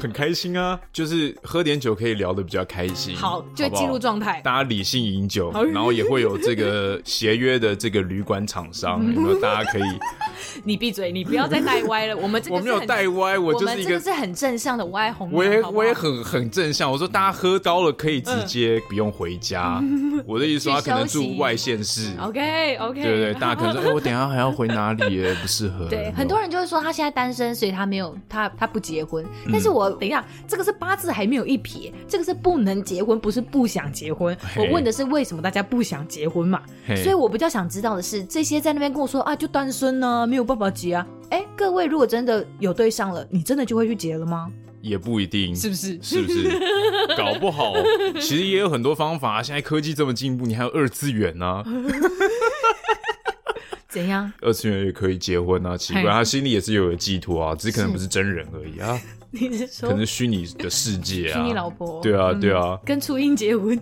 [SPEAKER 2] 很开心啊，就是喝点酒可以聊得比较开心。
[SPEAKER 4] 好，就
[SPEAKER 2] 不
[SPEAKER 4] 进入状态。
[SPEAKER 2] 大家理性饮酒
[SPEAKER 4] 好，
[SPEAKER 2] 然后也会有这个协约的这个旅馆厂 商，有没有？大家可以，
[SPEAKER 4] 你闭嘴，你不要再带歪了。我们这个
[SPEAKER 2] 我
[SPEAKER 4] 是
[SPEAKER 2] 没有
[SPEAKER 4] 很
[SPEAKER 2] 带，歪，我
[SPEAKER 4] 我
[SPEAKER 2] 就
[SPEAKER 4] 们
[SPEAKER 2] 是一
[SPEAKER 4] 这个
[SPEAKER 2] 个，
[SPEAKER 4] 是很正向的歪红。
[SPEAKER 2] 我也
[SPEAKER 4] 好不好嗯
[SPEAKER 2] 我也很很正向。我说大家喝高了可以直接不用回 家，我的意思说他
[SPEAKER 4] 去
[SPEAKER 2] 可能
[SPEAKER 4] 休息
[SPEAKER 2] 住外县市，
[SPEAKER 4] OK OK。
[SPEAKER 2] 对不对？大家可能说，哎，我等一下还要回哪里耶？不适合。
[SPEAKER 4] 对，
[SPEAKER 2] 有没有
[SPEAKER 4] 很多人就会说他现在单身，所以他没有他他不结婚。
[SPEAKER 2] 嗯
[SPEAKER 4] 但是我、等一下，这个是八字还没有一撇，这个是不能结婚，不是不想结婚。
[SPEAKER 2] 嘿
[SPEAKER 4] 我问的是为什么大家不想结婚嘛？
[SPEAKER 2] 嘿
[SPEAKER 4] 所以我比较想知道的是，这些在那边跟我说啊，就单身呢、没有办法结啊。哎，各位如果真的有对象了，你真的就会去结了吗？
[SPEAKER 2] 也不一定，
[SPEAKER 4] 是不是？
[SPEAKER 2] 是不是？搞不 好其实也有很多方法。啊现在科技这么进步，你还有二次元呢、
[SPEAKER 4] 怎样？
[SPEAKER 2] 二次元也可以结婚啊，奇怪，
[SPEAKER 4] 嘿
[SPEAKER 2] 他心里也是有有寄托啊，只是可能不是真人而已 啊，
[SPEAKER 4] 你是说
[SPEAKER 2] 可能虚拟的世界啊，
[SPEAKER 4] 虚拟老婆
[SPEAKER 2] 对啊，
[SPEAKER 4] 嗯
[SPEAKER 2] 对啊，
[SPEAKER 4] 跟初音结婚？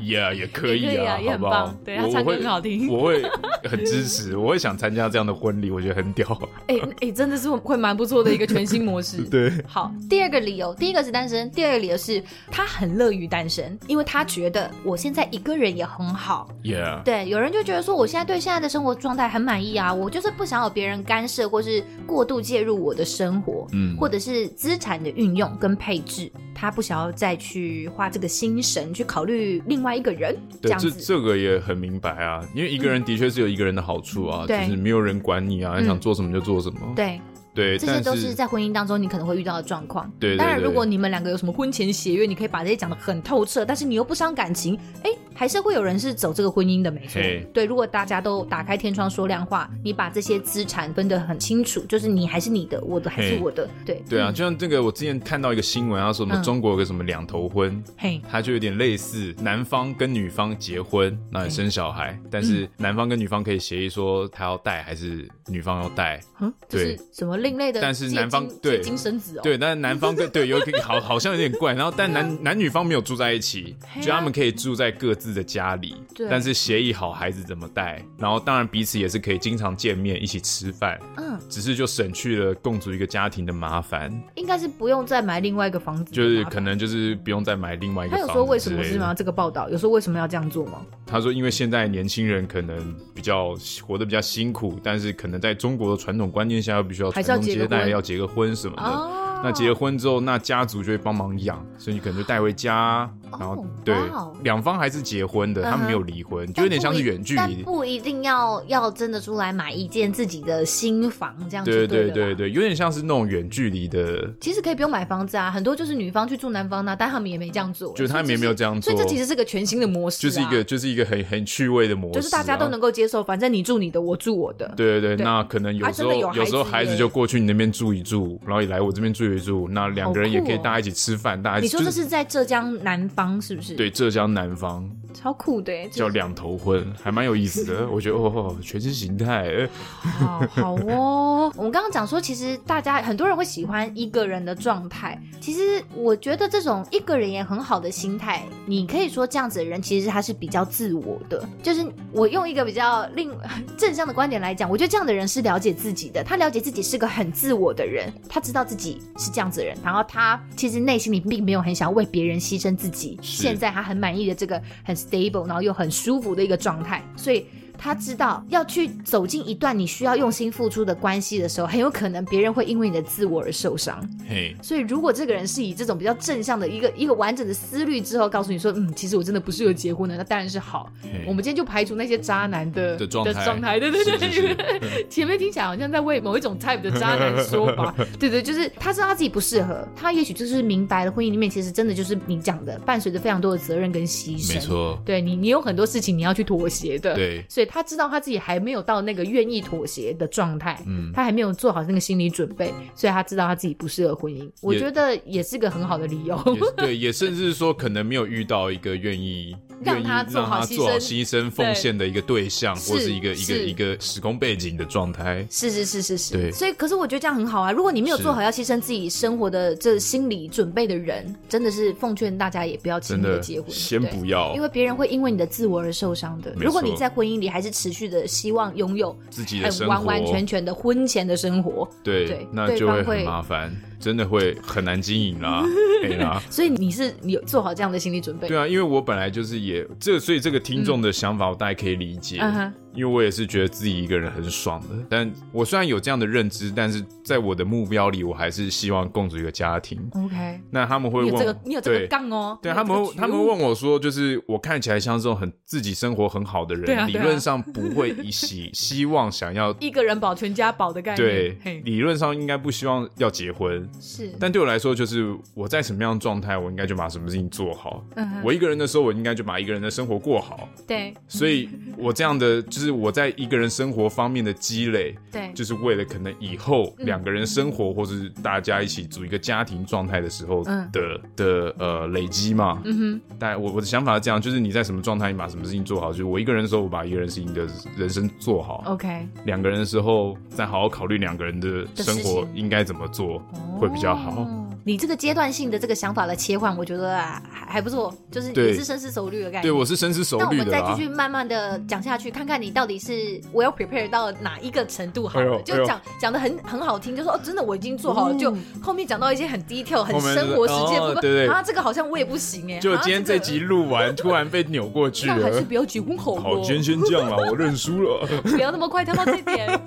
[SPEAKER 2] 也、也可以
[SPEAKER 4] 也可以啊也
[SPEAKER 2] 好
[SPEAKER 4] 很
[SPEAKER 2] 不
[SPEAKER 4] 棒
[SPEAKER 2] 好？
[SPEAKER 4] 对他
[SPEAKER 2] 我
[SPEAKER 4] 唱歌
[SPEAKER 2] 我会
[SPEAKER 4] 很好听
[SPEAKER 2] 我会很支持，我会想参加这样的婚礼，我觉得很屌。
[SPEAKER 4] 哎哎，真的是会蛮不错的一个全新模式。
[SPEAKER 2] 对，
[SPEAKER 4] 好，
[SPEAKER 3] 第二个理由，第一个是单身，第二个理由是
[SPEAKER 4] 他很乐于单身，
[SPEAKER 3] 因为他觉得我现在一个人也很好。
[SPEAKER 2] yeah，
[SPEAKER 3] 对，有人就觉得说我现在对现在的生活状态很满意啊，我就是不想有别人干涉或是过度介入我的生活，
[SPEAKER 2] 嗯
[SPEAKER 3] 或者是资产的运用跟配置，
[SPEAKER 4] 他不想要再去花这个心神去考虑另外一个人这
[SPEAKER 2] 对，
[SPEAKER 4] 样
[SPEAKER 2] 这
[SPEAKER 4] 子。嗯
[SPEAKER 2] 这个也很明白啊，因为一个人的确是有一个人的好处啊，
[SPEAKER 3] 对
[SPEAKER 2] 就是没有人管你啊，你想做什么就做什么。
[SPEAKER 3] 对，
[SPEAKER 2] 对，
[SPEAKER 3] 这些
[SPEAKER 2] 但
[SPEAKER 3] 都是在婚姻当中你可能会遇到的状况。
[SPEAKER 2] 对对
[SPEAKER 4] 当然，
[SPEAKER 2] 对
[SPEAKER 4] 如果你们两个有什么婚前协约，你可以把这些讲得很透彻，但是你又不伤感情，哎，还是会有人是走这个婚姻的，没错
[SPEAKER 2] 嘿。
[SPEAKER 4] 对，如果大家都打开天窗说亮话，你把这些资产分得很清楚，就是你还是你的，我的还是
[SPEAKER 2] 嘿
[SPEAKER 4] 我的，对
[SPEAKER 2] 对啊，就像这个，我之前看到一个新闻啊，说什么
[SPEAKER 4] 嗯
[SPEAKER 2] 中国有个什么两头婚，
[SPEAKER 4] 嘿，
[SPEAKER 2] 它就有点类似男方跟女方结婚，然后也生小孩，但
[SPEAKER 4] 嗯
[SPEAKER 2] 是男方跟女方可以协议说他要带还是女方要带，
[SPEAKER 4] 嗯，这
[SPEAKER 2] 对
[SPEAKER 4] 是什么另类的借精？
[SPEAKER 2] 但是男方对
[SPEAKER 4] 借精生子哦，
[SPEAKER 2] 对，但是男方跟对有一个好好像有点怪，然后但男男女方没有住在一起，
[SPEAKER 4] 嗯嘿啊
[SPEAKER 2] 就他们可以住在各自的家里
[SPEAKER 4] 对，
[SPEAKER 2] 但是协议好孩子怎么带，然后当然彼此也是可以经常见面一起吃饭，
[SPEAKER 4] 嗯，
[SPEAKER 2] 只是就省去了共组一个家庭的麻烦，
[SPEAKER 4] 应该是不用再买另外一个房子的吧，
[SPEAKER 2] 就是可能就是不用再买另外一个
[SPEAKER 4] 他
[SPEAKER 2] 房
[SPEAKER 4] 有
[SPEAKER 2] 子
[SPEAKER 4] 说为什么
[SPEAKER 2] 之类
[SPEAKER 4] 是
[SPEAKER 2] 的
[SPEAKER 4] 吗？？这个报道有说为什么要这样做吗？
[SPEAKER 2] 他说，因为现在年轻人可能比较活得比较辛苦，但是可能在中国的传统观念下，又必须要
[SPEAKER 4] 还
[SPEAKER 2] 传
[SPEAKER 4] 是要
[SPEAKER 2] 宗
[SPEAKER 4] 结个
[SPEAKER 2] 接代，
[SPEAKER 4] 婚
[SPEAKER 2] 要结个婚什么的。
[SPEAKER 4] 哦
[SPEAKER 2] 那结了婚之后，那家族就会帮忙养，所以你可能就带回家，然后、对
[SPEAKER 3] 哇哦
[SPEAKER 2] 两方还是结婚的，他们没有离婚，就有点像是远距
[SPEAKER 3] 但不一
[SPEAKER 2] 离
[SPEAKER 3] 但。不一定要要真的出来买一间自己的新房这样子
[SPEAKER 2] 对
[SPEAKER 3] 对
[SPEAKER 2] 对对
[SPEAKER 3] 对。。
[SPEAKER 2] 对，有点像是那种远距离的，
[SPEAKER 4] 其实可以不用买房子啊，很多就是女方去住男方那、但他们也没这样做、
[SPEAKER 2] 就是他们也没有这样做
[SPEAKER 4] 所以这其实是个全新的模式、啊，
[SPEAKER 2] 就是一个就是一个很很趣味的模式、啊，
[SPEAKER 4] 就是大家都能够接受，反正你住你的，我住我的，
[SPEAKER 2] 对对
[SPEAKER 4] 对
[SPEAKER 2] 对，那可能有
[SPEAKER 4] 啊
[SPEAKER 2] 时
[SPEAKER 4] 真
[SPEAKER 2] 候、
[SPEAKER 4] 的有孩子
[SPEAKER 2] 时候孩子
[SPEAKER 4] 耶
[SPEAKER 2] 就过去你那边住一住，然后也来我这边住一住，那两个人
[SPEAKER 4] 好
[SPEAKER 2] 也
[SPEAKER 4] 酷
[SPEAKER 2] 可以
[SPEAKER 4] 哦
[SPEAKER 2] 大家一起吃饭，大家一
[SPEAKER 4] 你
[SPEAKER 2] 起
[SPEAKER 4] 说
[SPEAKER 2] 就
[SPEAKER 4] 这是在浙江南方是不是？，
[SPEAKER 2] 对浙江南方
[SPEAKER 4] 超酷的耶，
[SPEAKER 2] 叫
[SPEAKER 4] 这
[SPEAKER 2] 两头婚，还蛮有意思的。我觉得哦，全新形态，呃
[SPEAKER 4] 好好哦
[SPEAKER 3] 我们刚刚讲说，其实大家很多人会喜欢一个人的状态。其实我觉得这种一个人也很好的心态，你可以说这样子的人其实他是比较自我的。就是我用一个比较另正向的观点来讲，我觉得这样的人是了解自己的，他了解自己是个很自我的人，他知道自己是这样子的人，然后他其实内心里并没有很想为别人牺牲自己。
[SPEAKER 2] 是
[SPEAKER 3] 现在他很满意的这个很 stable，然后又很舒服的一个状态，所以他知道要去走进一段你需要用心付出的关系的时候，很有可能别人会因为你的自我而受伤。
[SPEAKER 2] 嘿，
[SPEAKER 3] 所以，如果这个人是以这种比较正向的一个一个完整的思虑之后，告诉你说，嗯，其实我真的不适合结婚的，那当然是好。
[SPEAKER 2] 嘿
[SPEAKER 4] 我们今天就排除那些渣男的
[SPEAKER 2] 的状态
[SPEAKER 4] 状态，对对
[SPEAKER 2] 是
[SPEAKER 4] 对，
[SPEAKER 2] 是
[SPEAKER 4] 因为
[SPEAKER 2] 是
[SPEAKER 4] 前面听起来好像在为某一种 type 的渣男说法，
[SPEAKER 3] 对对，就是他知道他自己不适合，他也许就是明白了，婚姻里面其实真的就是你讲的，伴随着非常多的责任跟牺牲。
[SPEAKER 2] 没错，
[SPEAKER 4] 对你，你有很多事情你要去妥协的，
[SPEAKER 2] 对
[SPEAKER 4] 所以他知道他自己还没有到那个愿意妥协的状态，
[SPEAKER 2] 嗯
[SPEAKER 4] 他还没有做好那个心理准备，所以他知道他自己不适合婚姻， 我觉得也是个很好的理由。
[SPEAKER 2] 也对，也甚至说可能没有遇到一个愿意
[SPEAKER 4] 让
[SPEAKER 2] 愿意
[SPEAKER 4] 他
[SPEAKER 2] 让
[SPEAKER 4] 做好
[SPEAKER 2] 他
[SPEAKER 4] 牺
[SPEAKER 2] 做好
[SPEAKER 4] 牲
[SPEAKER 2] 牺牲奉献的一个对象，或
[SPEAKER 4] 是
[SPEAKER 2] 是一个一个
[SPEAKER 4] 是
[SPEAKER 2] 一个时空背景的状态。
[SPEAKER 4] 是是是是是，
[SPEAKER 2] 对
[SPEAKER 3] 所以，可是我觉得这样很好啊。如果你没有
[SPEAKER 2] 是
[SPEAKER 3] 做好要牺牲自己生活的这心理准备的人，真的是奉劝大家也不要轻
[SPEAKER 2] 真
[SPEAKER 3] 易地
[SPEAKER 2] 的，
[SPEAKER 3] 结婚，
[SPEAKER 2] 先
[SPEAKER 3] 对
[SPEAKER 2] 不要
[SPEAKER 3] 因为别人会因为你的自我而受伤的。
[SPEAKER 2] 没
[SPEAKER 3] 如果
[SPEAKER 2] 错
[SPEAKER 3] 你在婚姻里还是持续的希望拥有
[SPEAKER 2] 自
[SPEAKER 4] 哎
[SPEAKER 2] 己的
[SPEAKER 3] 很
[SPEAKER 2] 生
[SPEAKER 3] 完
[SPEAKER 2] 活，
[SPEAKER 3] 完全全的婚前的生活，对
[SPEAKER 2] 对，那
[SPEAKER 3] 对
[SPEAKER 2] 就
[SPEAKER 3] 方
[SPEAKER 2] 会
[SPEAKER 3] 会
[SPEAKER 2] 很麻烦，真的会很难经营啦， 对啦。
[SPEAKER 3] 所以你是你有做好这样的心理准备。
[SPEAKER 2] 对啊，因为我本来就是也这，所以这个听众的想法我大概可以理解，
[SPEAKER 4] 嗯哼
[SPEAKER 2] 因为我也是觉得自己一个人很爽的。但我虽然有这样的认知，但是在我的目标里，我还是希望共组一个家庭。
[SPEAKER 4] ，OK，
[SPEAKER 2] 那他们会问
[SPEAKER 4] 你
[SPEAKER 2] 我，
[SPEAKER 4] 有这个你有这个
[SPEAKER 2] 对
[SPEAKER 4] 杠哦，
[SPEAKER 2] 对
[SPEAKER 4] 你
[SPEAKER 2] 他
[SPEAKER 4] 有
[SPEAKER 2] 们
[SPEAKER 4] 这个
[SPEAKER 2] 会，
[SPEAKER 4] 觉悟
[SPEAKER 2] 他们会问我说，就是我看起来像这种很自己生活很好的人，
[SPEAKER 4] 对啊
[SPEAKER 2] 理
[SPEAKER 4] 对啊
[SPEAKER 2] 论上不会以希希望想 要
[SPEAKER 4] 一个人保全家保的概念，
[SPEAKER 2] 对
[SPEAKER 4] 嘿，
[SPEAKER 2] 理论上应该不希望要结婚，
[SPEAKER 3] 是，
[SPEAKER 2] 但对我来说，就是我在什么样的状态，我应该就把什么事情做好。
[SPEAKER 4] 嗯哼
[SPEAKER 2] 我一个人的时候，我应该就把一个人的生活过好。
[SPEAKER 4] 对
[SPEAKER 2] 所以，我这样的就是我在一个人生活方面的积累，
[SPEAKER 4] 对，
[SPEAKER 2] 就是为了可能以后两个人生活，或是大家一起组一个家庭状态的时候
[SPEAKER 4] 嗯
[SPEAKER 2] 的的呃累积嘛。
[SPEAKER 4] 嗯哼，
[SPEAKER 2] 但我我的想法是这样，就是你在什么状态，你把什么事情做好。就是我一个人的时候，我把一个人事情的人生做好；
[SPEAKER 4] ，OK，
[SPEAKER 2] 两个人的时候，再好好考虑两个人的
[SPEAKER 4] 的
[SPEAKER 2] 生
[SPEAKER 4] 事
[SPEAKER 2] 活
[SPEAKER 4] 情
[SPEAKER 2] 应该怎么做会比较好。
[SPEAKER 4] 哦
[SPEAKER 3] 你这个阶段性的这个想法的切换，我觉得啊还还不错，就是
[SPEAKER 2] 对
[SPEAKER 3] 也是深思熟虑的概念。
[SPEAKER 2] 对，我是深思熟
[SPEAKER 3] 那我
[SPEAKER 2] 虑
[SPEAKER 3] 们
[SPEAKER 2] 的啊
[SPEAKER 3] 再
[SPEAKER 2] 啦。
[SPEAKER 3] 继续慢慢的讲下去，看看你到底是我要 prepare 到哪一个程度好
[SPEAKER 2] 哎
[SPEAKER 3] 了，
[SPEAKER 2] 呦哎
[SPEAKER 3] 就
[SPEAKER 2] 呦
[SPEAKER 3] 讲讲的很很好听，就说哦，真的我已经做好了，就后面讲到一些很 detail、很
[SPEAKER 2] 后面
[SPEAKER 3] 生活实际的部
[SPEAKER 2] 哦
[SPEAKER 3] 分，
[SPEAKER 2] 对对
[SPEAKER 3] 啊，这个好像我也不行哎、
[SPEAKER 2] 就
[SPEAKER 3] 啊
[SPEAKER 2] 今天这
[SPEAKER 3] 个
[SPEAKER 2] 集录 完，突然被扭过去
[SPEAKER 3] 那还是
[SPEAKER 2] 了。
[SPEAKER 3] 不要结婚好了，
[SPEAKER 2] 好，今天先这样 了，我认输了。
[SPEAKER 3] 不要那么快跳到这点。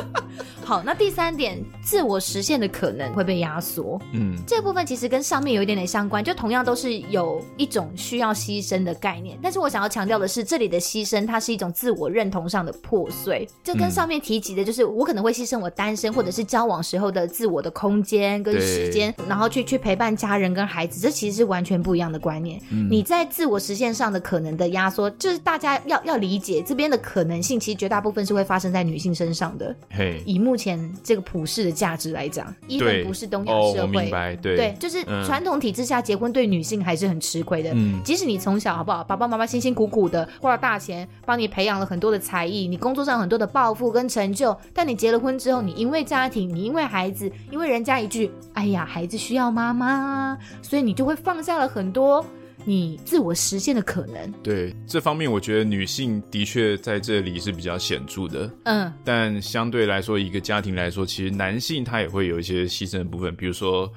[SPEAKER 3] 好，那第三点，自我实现的可能会被压缩。
[SPEAKER 2] 嗯，
[SPEAKER 3] 这部分其实跟上面有一点点相关，就同样都是有一种需要牺牲的概念。但是我想要强调的是，这里的牺牲它是一种自我认同上的破碎，就跟
[SPEAKER 2] 嗯
[SPEAKER 3] 上面提及的，就是我可能会牺牲我单身或者是交往时候的自我的空间跟时间，然后去去陪伴家人跟孩子，这其实是完全不一样的观念。你在自我实现上的可能的压缩，就是大家要要理解这边的可能性，其实绝大部分是会发生在女性身上的。
[SPEAKER 2] 嘿，
[SPEAKER 3] 以目前这个普世的价值来讲，依
[SPEAKER 2] 对，
[SPEAKER 3] 然不是东亚
[SPEAKER 2] 哦，
[SPEAKER 3] 社
[SPEAKER 2] 我明
[SPEAKER 3] 会。
[SPEAKER 2] 白，
[SPEAKER 3] 对
[SPEAKER 2] 对，，
[SPEAKER 3] 就是
[SPEAKER 2] 嗯
[SPEAKER 3] 传统体制下结婚对女性还是很吃亏的。
[SPEAKER 2] 嗯
[SPEAKER 3] 即使你从小好不好，爸爸妈妈辛辛苦苦的花了大钱，帮你培养了很多的才艺，你工作上有很多的抱负跟成就，但你结了婚之后，你因为家庭，你因为孩子，因为人家一句“哎呀，孩子需要妈妈”，所以你就会放下了很多你自我实现的可能。
[SPEAKER 2] 对，这方面我觉得女性的确在这里是比较显著的，
[SPEAKER 3] 嗯，
[SPEAKER 2] 但相对来说，一个家庭来说，其实男性他也会有一些牺牲的部分，比如说，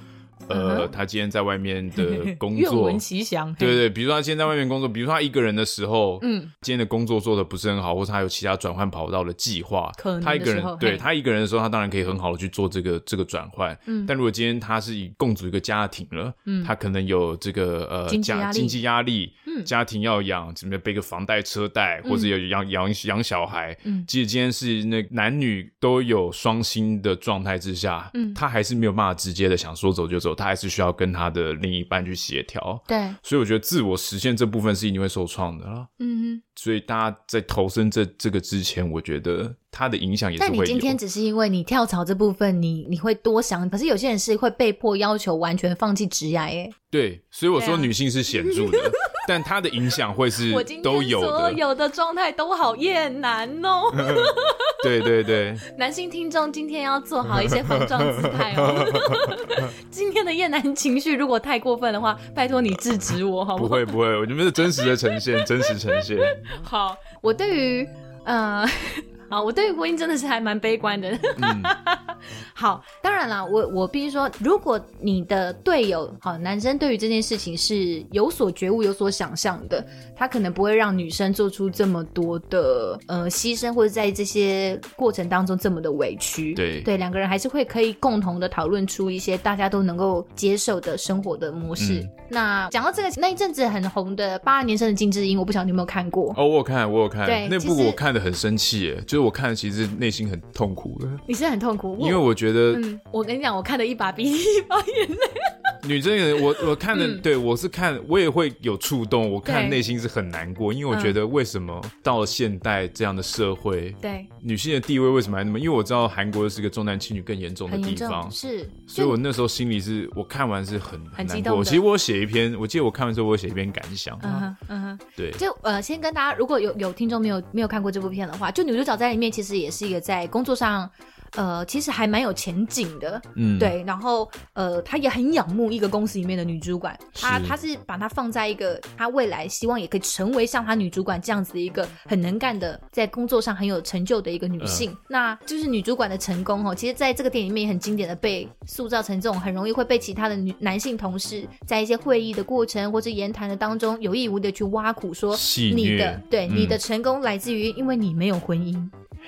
[SPEAKER 3] 嗯
[SPEAKER 2] 呃，他今天在外面的 工
[SPEAKER 4] 愿
[SPEAKER 2] 作
[SPEAKER 4] 闻。其详，嘿
[SPEAKER 2] 对对，比如说他今天在外面工作，比如说他一个人的时候，
[SPEAKER 4] 嗯，
[SPEAKER 2] 今天的工作做的不是很好，或是他有其他转换跑道的计划，
[SPEAKER 4] 可能的
[SPEAKER 2] 他一个
[SPEAKER 4] 时候
[SPEAKER 2] 人对
[SPEAKER 4] 嘿
[SPEAKER 2] 他一个人的时候，他当然可以很好的去做这个这个转换。嗯，但如果今天他是以共组一个家庭了，嗯，他可能有这个呃
[SPEAKER 4] 经济
[SPEAKER 2] 家
[SPEAKER 4] 压力
[SPEAKER 2] 经济压力，嗯，家庭要养，怎么样背个房贷车贷，
[SPEAKER 4] 嗯
[SPEAKER 2] 或者有养养养小孩，嗯，即使今天是那男女都有双薪的状态之下，嗯，他还是没有办法直接的想说走就走，他还是需要跟他的另一半去协调。
[SPEAKER 3] 对，
[SPEAKER 2] 所以我觉得自我实现这部分是一定会受创的啦。
[SPEAKER 3] 嗯。
[SPEAKER 2] 所以大家在投身这这个之前，我觉得它的影响也是
[SPEAKER 3] 但
[SPEAKER 2] 会
[SPEAKER 3] 你
[SPEAKER 2] 有。
[SPEAKER 3] 今天只是因为你跳槽这部分，你你会多想，可是有些人是会被迫要求完全放弃职涯，哎，
[SPEAKER 2] 对，所以我
[SPEAKER 4] 对
[SPEAKER 2] 说
[SPEAKER 4] 啊
[SPEAKER 2] 女性是显著的，但它的影响会是
[SPEAKER 4] 我今
[SPEAKER 2] 都
[SPEAKER 4] 天
[SPEAKER 2] 有
[SPEAKER 4] 所
[SPEAKER 2] 的。
[SPEAKER 4] 有的状态都好厌难哦。
[SPEAKER 2] 对对对，
[SPEAKER 3] 男性听众今天要做好一些防撞姿态哦。
[SPEAKER 4] 今天的厌男情绪如果太过分的话，拜托你制止我好
[SPEAKER 2] 不
[SPEAKER 4] 不
[SPEAKER 2] 会不会，我觉得是真实的呈现，真实呈现。
[SPEAKER 4] 好？
[SPEAKER 3] 我对于，呃，
[SPEAKER 4] 好，我对于婚姻真的是还蛮悲观的。
[SPEAKER 2] 嗯
[SPEAKER 3] 好，当然啦，我呃我必须说，如果你的队友，好男生对于这件事情是有所觉悟、有所想象的，他可能不会让女生做出这么多的呃牺牲，或者在这些过程当中这么的委屈。
[SPEAKER 2] 对
[SPEAKER 3] 对，两个人还是会可以共同的讨论出一些大家都能够接受的生活的模式。
[SPEAKER 2] 嗯
[SPEAKER 3] 那讲到这个，那一阵子很红的八二年生的金智英，我不晓得你有没有看过？
[SPEAKER 2] 哦，我有看，我有看
[SPEAKER 3] 对
[SPEAKER 2] 那
[SPEAKER 3] 其
[SPEAKER 2] 部，
[SPEAKER 3] 实
[SPEAKER 2] 我看的很生气耶，就是我看其实内心很痛苦的，
[SPEAKER 3] 你是很痛苦，嗯
[SPEAKER 2] 因为我觉得
[SPEAKER 3] 嗯，我跟你讲，我看了一把鼻涕一把眼泪。
[SPEAKER 2] 女真人， 我我看的，
[SPEAKER 4] 嗯
[SPEAKER 2] 对我是看，我也会有触动，我看
[SPEAKER 4] 对
[SPEAKER 2] 内心是很难过，因为我觉得为什么到了现代这样的社会，
[SPEAKER 4] 对，
[SPEAKER 2] 女性的地位为什么还那么？因为我知道韩国是一个重男轻女更严重的
[SPEAKER 3] 很
[SPEAKER 2] 地
[SPEAKER 3] 严重，
[SPEAKER 2] 方，
[SPEAKER 3] 是
[SPEAKER 2] 所以我那时候心里是我看完是很
[SPEAKER 4] 很激
[SPEAKER 2] 难
[SPEAKER 4] 动
[SPEAKER 2] 过。
[SPEAKER 4] 的
[SPEAKER 2] 其实我有写一篇，我记得我看完之后我有写一篇感想，
[SPEAKER 4] 嗯哼嗯哼，
[SPEAKER 2] 对，
[SPEAKER 3] 就呃，先跟大家，如果有有听众没有没有看过这部片的话，就女主角在里面其实也是一个在工作上，呃，其实还蛮有前景的，
[SPEAKER 2] 嗯，
[SPEAKER 3] 对。然后呃，她也很仰慕一个公司里面的女主管，她
[SPEAKER 2] 是
[SPEAKER 3] 她是把她放在一个她未来希望也可以成为像她女主管这样子的一个很能干的，在工作上很有成就的一个女性。
[SPEAKER 2] 嗯
[SPEAKER 3] 那就是女主管的成功哦，其实在这个电影里面也很经典的被塑造成这种很容易会被其他的女男性同事在一些会议的过程或者言谈的当中有意无意的去挖苦说。
[SPEAKER 2] 戏
[SPEAKER 3] 你的
[SPEAKER 2] 虐，
[SPEAKER 3] 对、
[SPEAKER 2] 嗯
[SPEAKER 3] 你的成功来自于，因为你没有婚姻，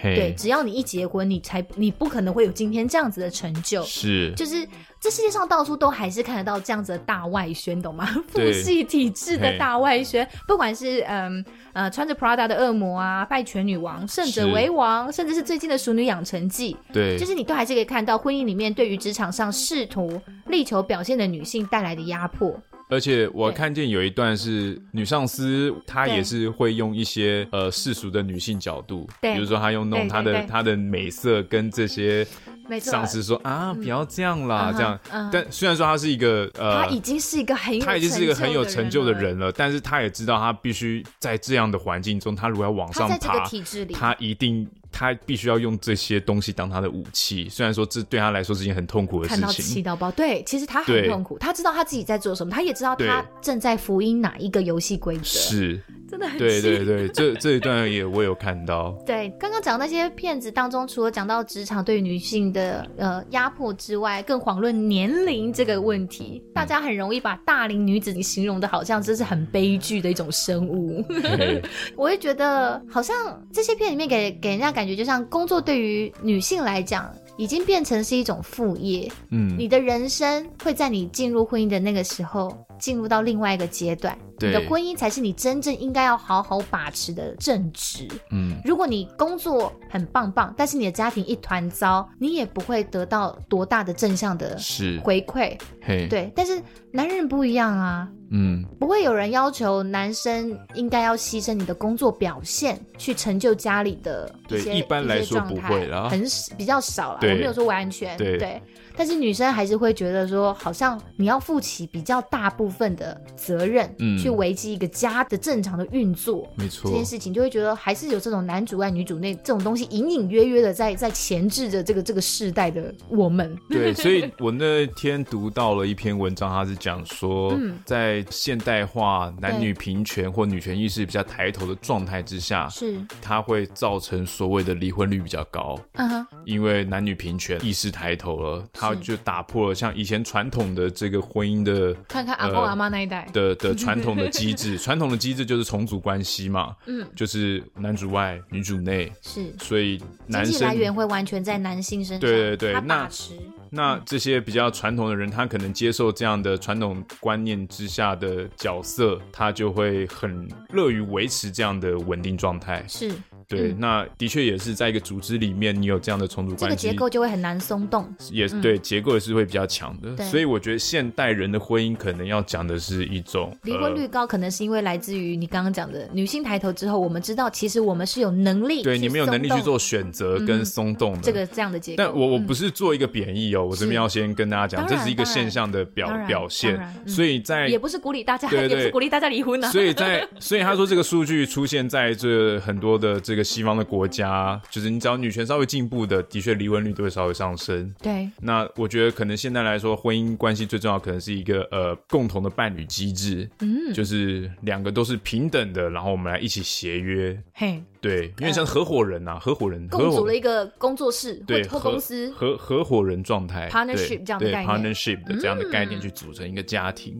[SPEAKER 3] 对，
[SPEAKER 2] 嘿，
[SPEAKER 3] 只要你一结婚，你才你不可能会有今天这样子的成就。
[SPEAKER 2] 是，
[SPEAKER 3] 就是这世界上到处都还是看得到这样子的大外宣，懂吗？ 父
[SPEAKER 2] 对
[SPEAKER 3] 系体制的
[SPEAKER 2] 嘿
[SPEAKER 3] 大外宣，不管是嗯呃穿着 Prada 的恶魔啊，拜权女王，胜者
[SPEAKER 2] 是
[SPEAKER 3] 为王，甚至是最近的《熟女养成记》，
[SPEAKER 2] 对，
[SPEAKER 3] 就是你都还是可以看到婚姻里面对于职场上试图力求表现的女性带来的压迫。
[SPEAKER 2] 而且我
[SPEAKER 3] 对
[SPEAKER 2] 看见有一段是女上司，她
[SPEAKER 3] 对
[SPEAKER 2] 也是会用一些呃世俗的女性角度，
[SPEAKER 3] 对
[SPEAKER 2] 比如说她用
[SPEAKER 3] 对
[SPEAKER 2] 弄
[SPEAKER 3] 对
[SPEAKER 2] 她的
[SPEAKER 3] 对
[SPEAKER 2] 她的美色跟这些
[SPEAKER 3] 没错，
[SPEAKER 2] 上司说啊，不要这样啦，
[SPEAKER 3] 嗯哼
[SPEAKER 2] 这样
[SPEAKER 3] 嗯哼。
[SPEAKER 2] 但虽然说她是一个呃，
[SPEAKER 3] 她已经是一个很有
[SPEAKER 2] 她已经是一个很有成就的
[SPEAKER 3] 人了，
[SPEAKER 2] 人了，但是她也知道她必须在这样的环境中，她如果要往
[SPEAKER 3] 她
[SPEAKER 2] 上
[SPEAKER 3] 在这个
[SPEAKER 2] 爬，
[SPEAKER 3] 体制里，
[SPEAKER 2] 她一定她必须要用这些东西当她的武器。虽然说这对她来说是一件很痛苦的
[SPEAKER 3] 看
[SPEAKER 2] 事
[SPEAKER 3] 到气
[SPEAKER 2] 情，
[SPEAKER 3] 到爆，对，其实他很
[SPEAKER 2] 对
[SPEAKER 3] 痛苦，他知道他自己在做什么，他也知道
[SPEAKER 2] 对
[SPEAKER 3] 他正在福音哪一个游戏规则，
[SPEAKER 2] 是，
[SPEAKER 3] 真 的很
[SPEAKER 2] 对
[SPEAKER 3] 气
[SPEAKER 2] 对对，这这一段也我有看到。
[SPEAKER 3] 对，刚刚讲那些片子当中，除了讲到职场对于女性的呃压迫之外，更遑论年龄这个问题。大家很容易把大龄女子形容的好像这是很悲剧的一种生物。
[SPEAKER 2] 嘿
[SPEAKER 3] 我会觉得，好像这些片里面给给人家感觉，就像工作对于女性来讲，已经变成是一种副业。
[SPEAKER 2] 嗯，
[SPEAKER 3] 你的人生会在你进入婚姻的那个时候，进入到另外一个阶段。你的
[SPEAKER 2] 对
[SPEAKER 3] 婚姻才是你真正应该要好好把持的正职。
[SPEAKER 2] 嗯，
[SPEAKER 3] 如果你工作很棒棒，但是你的家庭一团糟，你也不会得到多大的正向的
[SPEAKER 2] 是，嗯
[SPEAKER 3] 回馈。
[SPEAKER 2] 嘿，，
[SPEAKER 3] 对，但是男人不一样啊，
[SPEAKER 2] 嗯，
[SPEAKER 3] 不会有人要求男生应该要牺牲你的工作表现去成就家里的一
[SPEAKER 2] 对
[SPEAKER 3] 些
[SPEAKER 2] 一般来说不会啦
[SPEAKER 3] 一些状态很少比较少啊啦。我
[SPEAKER 2] 对
[SPEAKER 3] 没有说完全
[SPEAKER 2] 对
[SPEAKER 3] 但是女生还是会觉得说，好像你要负起比较大部分的责任，
[SPEAKER 2] 嗯
[SPEAKER 3] 去维系一个家的正常的运作。
[SPEAKER 2] 没
[SPEAKER 3] 这
[SPEAKER 2] 错
[SPEAKER 3] 件，事情，就会觉得还是有这种男主外女主内这种东西，隐隐约约的在在钳制着这个这个世代的我们。
[SPEAKER 2] 对，所以我那天读到了一篇文章，它是讲说，
[SPEAKER 3] 嗯
[SPEAKER 2] 在现代化、男女平权或女权意识比较抬头的状态之下，
[SPEAKER 3] 是，
[SPEAKER 2] 它会造成所谓的离婚率比较高，
[SPEAKER 3] 嗯哼，
[SPEAKER 2] 因为男女平权意识抬头了，它
[SPEAKER 3] 是
[SPEAKER 2] 就打破了像以前传统的这个婚姻的
[SPEAKER 4] 看看阿公
[SPEAKER 2] 呃
[SPEAKER 4] 阿妈那一代，
[SPEAKER 2] 的的传统的机制， 传统的机制就是重组关系嘛，
[SPEAKER 3] 嗯，
[SPEAKER 2] 就是男主外女主内，
[SPEAKER 3] 是。
[SPEAKER 2] 所以
[SPEAKER 3] 经
[SPEAKER 2] 男
[SPEAKER 3] 济
[SPEAKER 2] 生
[SPEAKER 3] 来源会完全在男性身上，
[SPEAKER 2] 对对对
[SPEAKER 3] 他
[SPEAKER 2] 那
[SPEAKER 3] 把持，
[SPEAKER 2] 那这些比较传统的人，他可能接受这样的传统观念之下的角色，他就会很乐于维持这样的稳定状态。
[SPEAKER 3] 是
[SPEAKER 2] 对，
[SPEAKER 3] 嗯
[SPEAKER 2] 那的确也是在一个组织里面，你有这样的重组
[SPEAKER 3] 这个
[SPEAKER 2] 关系，
[SPEAKER 3] 结构就会很难松动，
[SPEAKER 2] 也对结构也是会比较强的
[SPEAKER 3] 嗯对。
[SPEAKER 2] 所以我觉得现代人的婚姻可能要讲的是一种
[SPEAKER 3] 离婚率
[SPEAKER 2] 呃
[SPEAKER 3] 高，可能是因为来自于你刚刚讲的女性抬头之后，我们知道其实我们是有能力，
[SPEAKER 2] 对你没有能力去做选择跟松动的。
[SPEAKER 3] 嗯这个这样的结嗯构。
[SPEAKER 2] 但我我不是做一个贬义哦，我这边要先跟大家讲，
[SPEAKER 3] 当
[SPEAKER 2] 这
[SPEAKER 3] 然
[SPEAKER 2] 是一个
[SPEAKER 3] 当然
[SPEAKER 2] 现象的表
[SPEAKER 3] 当然
[SPEAKER 2] 表现
[SPEAKER 3] 当然，嗯
[SPEAKER 2] 所以在
[SPEAKER 3] 也不是鼓励大家，
[SPEAKER 2] 对对
[SPEAKER 3] 也不是鼓励大家离婚啊。
[SPEAKER 2] 所以在，所以他说这个数据出现在这很多的这个西方的国家，就是你只要女权稍微进步的，的确离婚率都会稍微上升。
[SPEAKER 3] 对，
[SPEAKER 2] 那我觉得可能现在来说，婚姻关系最重要可能是一个呃共同的伴侣机制，嗯，就是两个都是平等的，然后我们来一起协约，
[SPEAKER 4] 嘿，
[SPEAKER 2] 对，因为像合伙人啊，合伙人，合
[SPEAKER 3] 共组
[SPEAKER 2] 伙
[SPEAKER 3] 了一个工作室
[SPEAKER 2] 对
[SPEAKER 3] 或或
[SPEAKER 2] 合
[SPEAKER 3] 公司，
[SPEAKER 2] 合合伙人状态
[SPEAKER 3] Partnership
[SPEAKER 2] 对
[SPEAKER 3] 这样的
[SPEAKER 2] 对
[SPEAKER 3] 概念
[SPEAKER 2] partnership 的这样的概念去组成一个家庭，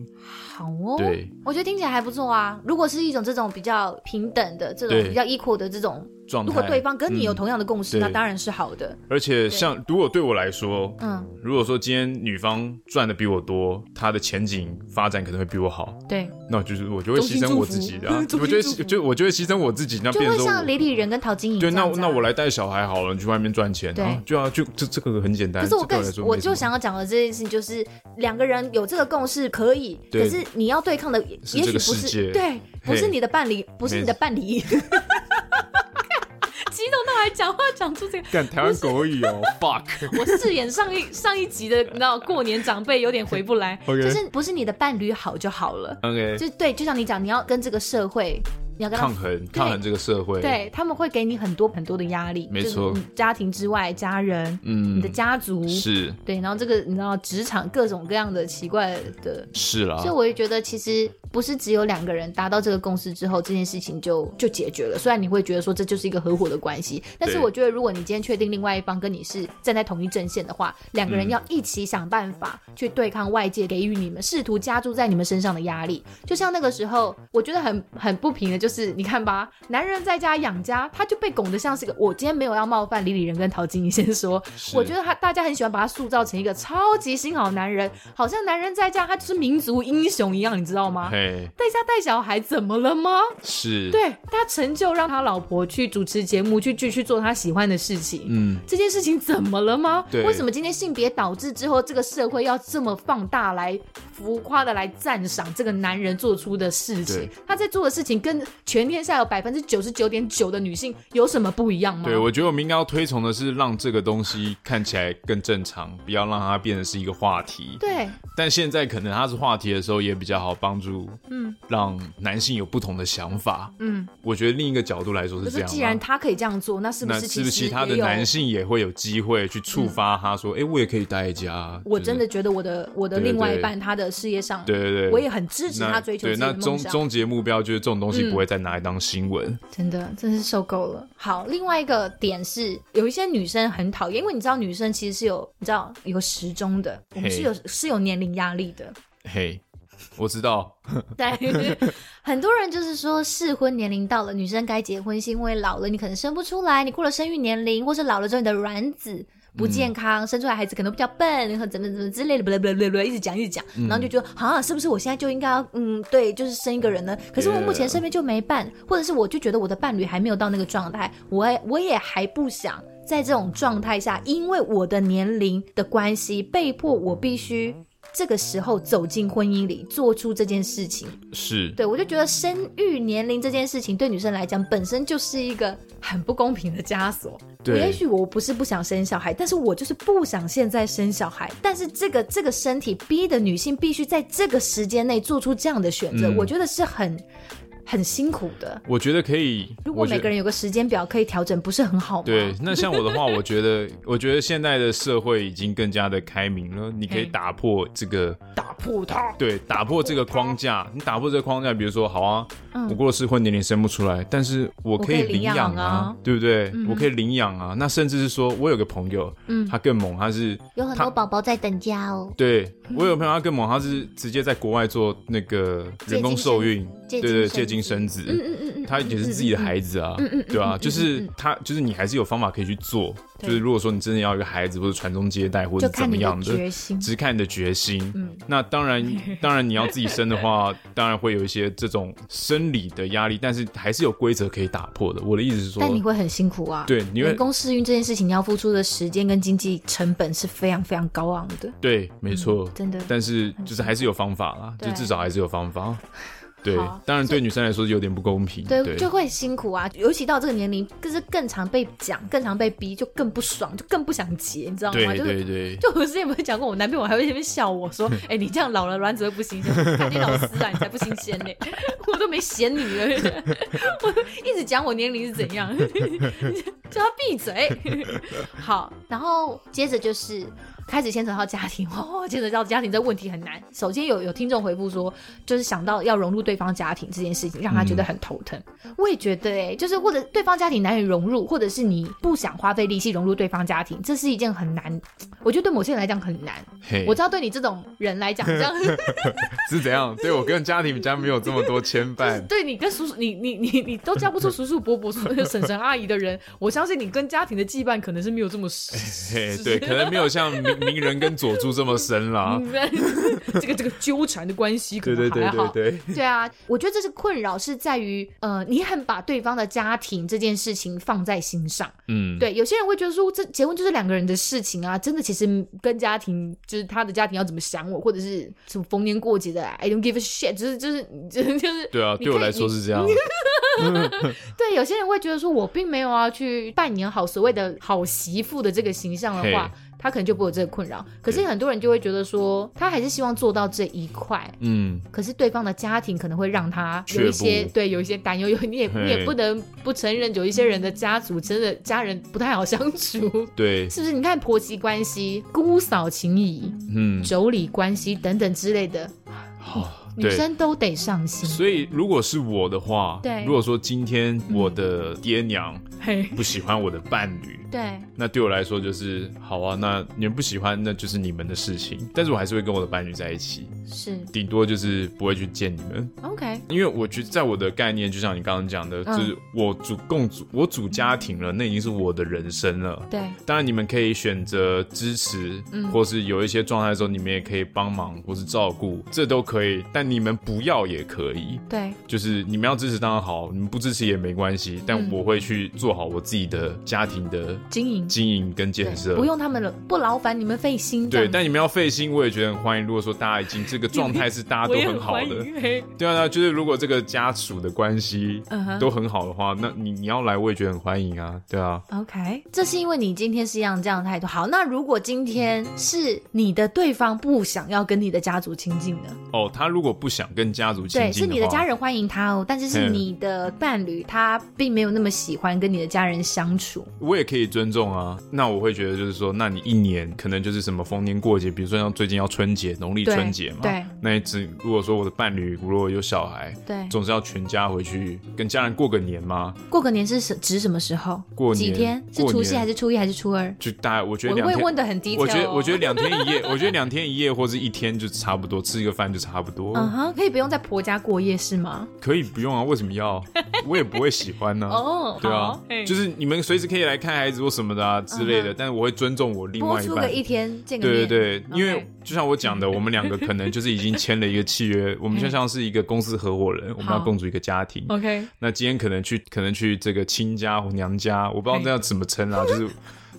[SPEAKER 3] 好哦。
[SPEAKER 2] 对，
[SPEAKER 3] 我觉得听起来还不错啊。如果是一种这种比较平等的、这种
[SPEAKER 2] 对
[SPEAKER 3] 比较 equal 的这种
[SPEAKER 2] 状态。
[SPEAKER 4] 如果对方跟你有同样的共识，
[SPEAKER 2] 嗯
[SPEAKER 4] 那
[SPEAKER 2] 对
[SPEAKER 4] 当然是好的。
[SPEAKER 2] 而且像如果对我来说，
[SPEAKER 4] 嗯，
[SPEAKER 2] 如果说今天女方赚的比我多，她的前景发展可能会比我好，
[SPEAKER 4] 对，
[SPEAKER 2] 那我就是我就会牺牲我自己的、啊，
[SPEAKER 4] 衷
[SPEAKER 2] 我
[SPEAKER 4] 心祝福
[SPEAKER 2] 就会
[SPEAKER 4] 衷心祝福
[SPEAKER 2] 牺就我就会牺牲我自己，那
[SPEAKER 3] 就
[SPEAKER 2] 变
[SPEAKER 3] 会
[SPEAKER 2] 成说
[SPEAKER 3] 像
[SPEAKER 2] 我
[SPEAKER 3] 李李人跟陶晶莹
[SPEAKER 2] 对，
[SPEAKER 3] 这
[SPEAKER 2] 那
[SPEAKER 3] 样子啊
[SPEAKER 2] 那我来带小孩好了，你去外面赚钱，
[SPEAKER 4] 对
[SPEAKER 2] 啊，就啊，就这这个很简单。
[SPEAKER 3] 可是我
[SPEAKER 2] 这对
[SPEAKER 3] 更
[SPEAKER 2] 来说
[SPEAKER 3] 我
[SPEAKER 2] 没什么
[SPEAKER 3] 就想要讲的这件事情，就是两个人有这个共识可以，
[SPEAKER 2] 对
[SPEAKER 3] 可是你要对抗的也
[SPEAKER 2] 是
[SPEAKER 3] 也
[SPEAKER 2] 这个
[SPEAKER 3] 许不
[SPEAKER 2] 世界
[SPEAKER 3] 是对，不是你的伴侣，不是你的伴 侣。
[SPEAKER 4] 激动到还讲话讲出这个，
[SPEAKER 2] 干台湾狗语哦，fuck，
[SPEAKER 4] 我饰演上一上一集的，你知道过年长辈有点回不来。
[SPEAKER 2] OK 嗯
[SPEAKER 3] 就是不是你的伴侣好就好了，
[SPEAKER 2] OK，
[SPEAKER 3] 就对，就像你讲，你要跟这个社会，你要跟他
[SPEAKER 2] 抗衡抗衡这个社会，，
[SPEAKER 4] 对他们会给你很多很多的压力，
[SPEAKER 2] 没
[SPEAKER 4] 就是
[SPEAKER 2] 错
[SPEAKER 4] 你家庭之外，家人，
[SPEAKER 2] 嗯
[SPEAKER 4] 你的家族，
[SPEAKER 2] 是
[SPEAKER 4] 对，然后这个你知道职场各种各样的奇怪的，
[SPEAKER 2] 是啦
[SPEAKER 3] 所以，我也觉得，其实不是只有两个人达到这个共识之后，这件事情就就解决了。虽然你会觉得说这就是一个合伙的关系，但是
[SPEAKER 2] 对
[SPEAKER 3] 我觉得，如果你今天确定另外一方跟你是站在同一阵线的话，两个人要一起想办法去对抗外界给予你们试图加注在你们身上的压力。就像那个时候，我觉得很 很不平的，就是你看吧，男人在家养家，他就被拱得像是个我今天没有要冒犯李李仁跟陶晶莹先说，
[SPEAKER 2] 是
[SPEAKER 3] 我觉得他大家很喜欢把他塑造成一个超级新好男人，好像男人在家他就是民族英雄一样，你知道吗？
[SPEAKER 2] 嘿
[SPEAKER 4] 在家带小孩怎么了吗？
[SPEAKER 2] 是，
[SPEAKER 4] 对他成就让他老婆去主持节目，去继续做他喜欢的事情。
[SPEAKER 2] 嗯，
[SPEAKER 4] 这件事情怎么了吗？
[SPEAKER 2] 对
[SPEAKER 4] 为什么今天性别导致之后，这个社会要这么放大来浮夸的来赞赏这个男人做出的事情
[SPEAKER 2] 对？
[SPEAKER 4] 他在做的事情跟全天下有百分之九十九点九的女性有什么不一样吗？
[SPEAKER 2] 对，我觉得我们应该要推崇的是让这个东西看起来更正常，不要让它变成是一个话题。
[SPEAKER 4] 对
[SPEAKER 2] 但现在可能它是话题的时候，也比较好帮助，嗯，让男性有不同的想法。
[SPEAKER 4] 嗯，
[SPEAKER 2] 我觉得另一个角度来说
[SPEAKER 4] 可
[SPEAKER 2] 是这
[SPEAKER 4] 是
[SPEAKER 2] 样吗。
[SPEAKER 4] 既然他可以这样做，那是不
[SPEAKER 2] 那
[SPEAKER 4] 是
[SPEAKER 2] 是
[SPEAKER 4] 其
[SPEAKER 2] 不
[SPEAKER 4] 实
[SPEAKER 2] 是其他的
[SPEAKER 4] 也有嗯
[SPEAKER 2] 男性也会有机会去触发他说：“哎、我也可以待在家。”
[SPEAKER 4] 我
[SPEAKER 2] 就是
[SPEAKER 4] 真的觉得我的我的
[SPEAKER 2] 对对
[SPEAKER 4] 另外一半，他的事业上，
[SPEAKER 2] 对对对，
[SPEAKER 4] 我也很支持他
[SPEAKER 2] 那
[SPEAKER 4] 追求自
[SPEAKER 2] 对，
[SPEAKER 4] 己的
[SPEAKER 2] 那
[SPEAKER 4] 梦
[SPEAKER 2] 终
[SPEAKER 4] 想。嗯
[SPEAKER 2] 终极的目标就是这种东西不会再拿来当新闻。
[SPEAKER 4] 真的，真是受够了。
[SPEAKER 3] 好，另外一个点是，
[SPEAKER 4] 有一些女生很讨厌，因为你知道女生其实是有，你知道有时钟的，我们
[SPEAKER 2] 嘿
[SPEAKER 4] 是有是有年龄压力的。
[SPEAKER 2] 嘿，我知道，
[SPEAKER 4] 对，
[SPEAKER 3] 很多人就是说适婚年龄到了，女生该结婚，是因为老了你可能生不出来，你过了生育年龄，或是老了之后你的卵子。不健嗯康，生出来孩子可能比较笨，或怎么怎么之类的，不不不不，一直讲一直讲，然后就觉得啊，是不是我现在就应该要嗯，对，就是生一个人呢？可是我目前
[SPEAKER 2] Yeah
[SPEAKER 3] 身边就没伴，或者是我就觉得我的伴侣还没有到那个状态，我也我也还不想在这种状态下，因为我的年龄的关系，被迫我必须这个时候走进婚姻里，做出这件事情。
[SPEAKER 2] 是
[SPEAKER 3] 对，我就觉得生育年龄这件事情对女生来讲本身就是一个
[SPEAKER 4] 很不公平的枷锁。
[SPEAKER 2] 对
[SPEAKER 4] 也许我不是不想生小孩，但是我就是不想现在生小孩。
[SPEAKER 3] 但是这个这个身体逼的女性必须在这个时间内做出这样的选择，
[SPEAKER 2] 嗯
[SPEAKER 3] 我觉得是很很辛苦的。
[SPEAKER 2] 我觉得可以。
[SPEAKER 4] 如果
[SPEAKER 2] 我觉
[SPEAKER 4] 每个人有个时间表可以调整，不是很好吗？
[SPEAKER 2] 对，那像我的话，我觉得，我觉得现在的社会已经更加的开明了，你可以
[SPEAKER 4] 嗯
[SPEAKER 2] 打破这个
[SPEAKER 4] 打破它。
[SPEAKER 2] 对，打破这个框架，你打破这个框架，比如说，好啊，我过了适婚年龄生不出来，但是我可以领
[SPEAKER 4] 我可以领养
[SPEAKER 2] 养
[SPEAKER 4] 啊
[SPEAKER 2] 啊，对不对？我可以领养啊。那甚至是说我有个朋友，他更猛，他是
[SPEAKER 3] 有很
[SPEAKER 2] 他
[SPEAKER 3] 多宝宝在等家哦，
[SPEAKER 2] 对我有朋友，他更猛，他是直接在国外做那个人工受孕，
[SPEAKER 3] 借
[SPEAKER 2] 对
[SPEAKER 3] 精
[SPEAKER 2] 对，
[SPEAKER 3] 生
[SPEAKER 2] 借精生子，
[SPEAKER 3] 嗯嗯嗯，
[SPEAKER 2] 他也是自己的孩子啊，
[SPEAKER 4] 嗯
[SPEAKER 2] 对啊，就是他，就是你还是有方法可以去做，就是如果说你真的要一个孩子或者传宗接代或者
[SPEAKER 4] 就
[SPEAKER 2] 怎
[SPEAKER 4] 看
[SPEAKER 2] 么
[SPEAKER 4] 你的
[SPEAKER 2] 样的，
[SPEAKER 4] 决心。嗯
[SPEAKER 2] 只看你的决心。那当 然，当然你要自己生的话，当然会有一些这种生理的压力，但是还是有规则可以打破的。我的意思是说，
[SPEAKER 4] 但你会很辛苦啊。
[SPEAKER 2] 对你会
[SPEAKER 4] 人工试孕这件事情，你要付出的时间跟经济成本是非常非常高昂的。
[SPEAKER 2] 对，没错、
[SPEAKER 4] 嗯真的
[SPEAKER 2] 但是就是还是有方法啦，
[SPEAKER 4] 对
[SPEAKER 2] 就至少还是有方法。啊 对
[SPEAKER 4] 好，
[SPEAKER 2] 当然对女生来说有点不公平。
[SPEAKER 3] 对，
[SPEAKER 2] 对，
[SPEAKER 3] 就会辛苦啊。尤其到这个年龄，就是更常被讲，更常被逼，就更不爽，就更不想结，你知道吗？
[SPEAKER 2] 对
[SPEAKER 3] 就
[SPEAKER 2] 对
[SPEAKER 3] 是
[SPEAKER 2] 对
[SPEAKER 4] 就我之前不是讲过，我男朋友还会在那边笑我说：“哎、你这样老了，卵子会不新鲜。”我说看你老师啊，你才不新 鲜呢、我都没嫌你了，我一直讲我年龄是怎 样，叫他闭嘴。好，
[SPEAKER 3] 然后接着就是开始牵扯到家庭，哦，牵扯到家庭这问题很难。首先有有听众回复说，就是想到要融入对方家庭这件事情，让他觉得很头疼。我也觉得、欸，哎，就是或者对方家庭难以融入，或者是你不想花费力气融入对方家庭，这是一件很难。我觉得对某些人来讲很难。
[SPEAKER 2] 嘿
[SPEAKER 3] 我知道对你这种 人来讲，这样
[SPEAKER 2] 是怎样？对我跟家庭比较没有这么多牵 绊。
[SPEAKER 3] 对你跟叔叔，你你你你都叫不出叔叔伯伯、婶婶阿姨的人，我相信你跟家庭的羁绊可能是没有这么
[SPEAKER 2] 嘿，
[SPEAKER 3] 深。
[SPEAKER 2] 对，可能没有像名 名人跟佐助这么深啦。
[SPEAKER 3] 这 个这个纠缠的关系可
[SPEAKER 2] 对对
[SPEAKER 3] 能
[SPEAKER 2] 对
[SPEAKER 3] 嗯还好。
[SPEAKER 2] 对对，
[SPEAKER 3] 对啊，我觉得这是困扰，是在于呃，你很把对方的家庭这件事情放在心上。
[SPEAKER 2] 嗯，
[SPEAKER 3] 对，有些人会觉得说，这结婚就是两个人的事情啊，真的其实跟家庭，就是他的家庭要怎么想我，或者是什么逢年过节的，I don't give a shit，就是就是就是就是，
[SPEAKER 2] 对啊，
[SPEAKER 3] 你
[SPEAKER 2] 对我
[SPEAKER 3] 可以
[SPEAKER 2] 来说
[SPEAKER 3] 你
[SPEAKER 2] 是 这样。
[SPEAKER 3] 对，有些人会觉得说，我并没有要去扮演好所谓的好媳妇的这个形象的话
[SPEAKER 2] 嘿，
[SPEAKER 3] 他可能就不会有这个困扰。可是
[SPEAKER 2] 对
[SPEAKER 3] 很多人就会觉得说，他还是希望做到这一块。
[SPEAKER 2] 嗯，
[SPEAKER 3] 可是对方的家庭可能会让他
[SPEAKER 2] 却
[SPEAKER 3] 有一些
[SPEAKER 2] 步
[SPEAKER 3] 对有一些担忧，有你也
[SPEAKER 2] 嘿
[SPEAKER 3] 你也不能不承认，有一些人的家族真的家人不太好相处，
[SPEAKER 2] 对，
[SPEAKER 3] 是不是？你看婆媳关系、姑嫂情谊、
[SPEAKER 2] 嗯，
[SPEAKER 3] 妯娌关系等等之类的，
[SPEAKER 2] 好，
[SPEAKER 3] 女
[SPEAKER 2] 对。
[SPEAKER 3] 生都得上心。
[SPEAKER 2] 所以，如果是我的话，
[SPEAKER 3] 对嗯
[SPEAKER 2] 如果说今天我的爹娘
[SPEAKER 3] 嘿，
[SPEAKER 2] 不喜欢我的伴侣，
[SPEAKER 3] 对，
[SPEAKER 2] 那对我来说就是好啊，那你们不喜欢，那就是你们的事情。但是我还是会跟我的伴侣在一起，
[SPEAKER 3] 是
[SPEAKER 2] 顶多就是不会去见你们，
[SPEAKER 3] OK，
[SPEAKER 2] 因为我觉得在我的概念，就像你刚刚讲的，
[SPEAKER 3] 嗯
[SPEAKER 2] 就是我主共主我主家庭了，那已经是我的人生了。
[SPEAKER 3] 对，
[SPEAKER 2] 当然，你们可以选择支持，
[SPEAKER 3] 嗯
[SPEAKER 2] 或是有一些状态的时候，你们也可以帮忙或是照顾，这都可以。但你们不要也可以，
[SPEAKER 3] 对，
[SPEAKER 2] 就是你们要支持当然好，你们不支持也没关系。但
[SPEAKER 3] 嗯
[SPEAKER 2] 我会去做好我自己的家庭的
[SPEAKER 3] 经营
[SPEAKER 2] 经营跟建设，
[SPEAKER 3] 对不用他们了，不劳烦你们费心。
[SPEAKER 2] 对，
[SPEAKER 3] 这样
[SPEAKER 2] 但你们要费心，我也觉得很欢迎。如果说大家已经这个状态是大家
[SPEAKER 3] 我
[SPEAKER 2] 都
[SPEAKER 3] 也
[SPEAKER 2] 很好
[SPEAKER 3] 欢
[SPEAKER 2] 的，
[SPEAKER 3] 迎 嘿
[SPEAKER 2] 对啊，对啊就是如果这个家属的关系
[SPEAKER 3] 嗯哼
[SPEAKER 2] 都很好的话，那你你要来我也觉得很欢迎啊，对啊，
[SPEAKER 3] OK，这是因为你今天是一样这样的态度。好，那如果今天是你的对方不想要跟你的家族亲近的，
[SPEAKER 2] 哦，他如果不想跟家族亲
[SPEAKER 3] 对，
[SPEAKER 2] 近
[SPEAKER 3] 是
[SPEAKER 2] 的话，
[SPEAKER 3] 你的家人欢迎他哦，但是是
[SPEAKER 2] 嗯
[SPEAKER 3] 你的伴侣他并没有那么喜欢跟你的家人相处。
[SPEAKER 2] 我也可以尊重啊。那我会觉得就是说，那你一年可能就是什么逢年过节，比如说像最近要春节，农历
[SPEAKER 3] 对
[SPEAKER 2] 春节嘛，
[SPEAKER 3] 对
[SPEAKER 2] 那一直如果说我的伴侣如果有小孩，
[SPEAKER 3] 对，
[SPEAKER 2] 总是要全家回去跟家人过个年嘛，
[SPEAKER 3] 过个年是什指什么时候？
[SPEAKER 2] 过年
[SPEAKER 3] 几天？是
[SPEAKER 2] 过
[SPEAKER 3] 除夕
[SPEAKER 2] 年
[SPEAKER 3] 还是初一还是初二？
[SPEAKER 2] 就大概我觉
[SPEAKER 3] 我
[SPEAKER 2] 得两
[SPEAKER 3] 会
[SPEAKER 2] 天。
[SPEAKER 3] 问的很哦低调、
[SPEAKER 2] 我觉得，我觉得两天一夜， 我觉得两天一夜或是一天就差不多，吃一个饭就差不多，
[SPEAKER 3] 嗯哼，可以不用在婆家过夜是吗？
[SPEAKER 2] 可以不用啊，为什么要？我也不会喜欢呢、
[SPEAKER 3] 哦，
[SPEAKER 2] 对啊
[SPEAKER 3] 好，嘿嗯
[SPEAKER 2] 就是你们随时可以来看孩子或什么的啊之类的，但是我会尊重我另
[SPEAKER 3] 播
[SPEAKER 2] 外一
[SPEAKER 3] 出
[SPEAKER 2] 半
[SPEAKER 3] 个。一天见个
[SPEAKER 2] 对
[SPEAKER 3] 面。
[SPEAKER 2] 对对，因为
[SPEAKER 3] OK
[SPEAKER 2] 就像我讲的，我们两个可能就是已经签了一个契约，我们就像是一个公司合伙人，我们要
[SPEAKER 3] 嗯好哦
[SPEAKER 2] 共组一个家庭。
[SPEAKER 3] OK，
[SPEAKER 2] 那今天可能去可能去这个亲家或娘家，我不知道
[SPEAKER 3] 嘿嗯
[SPEAKER 2] 这要怎么称啦，就是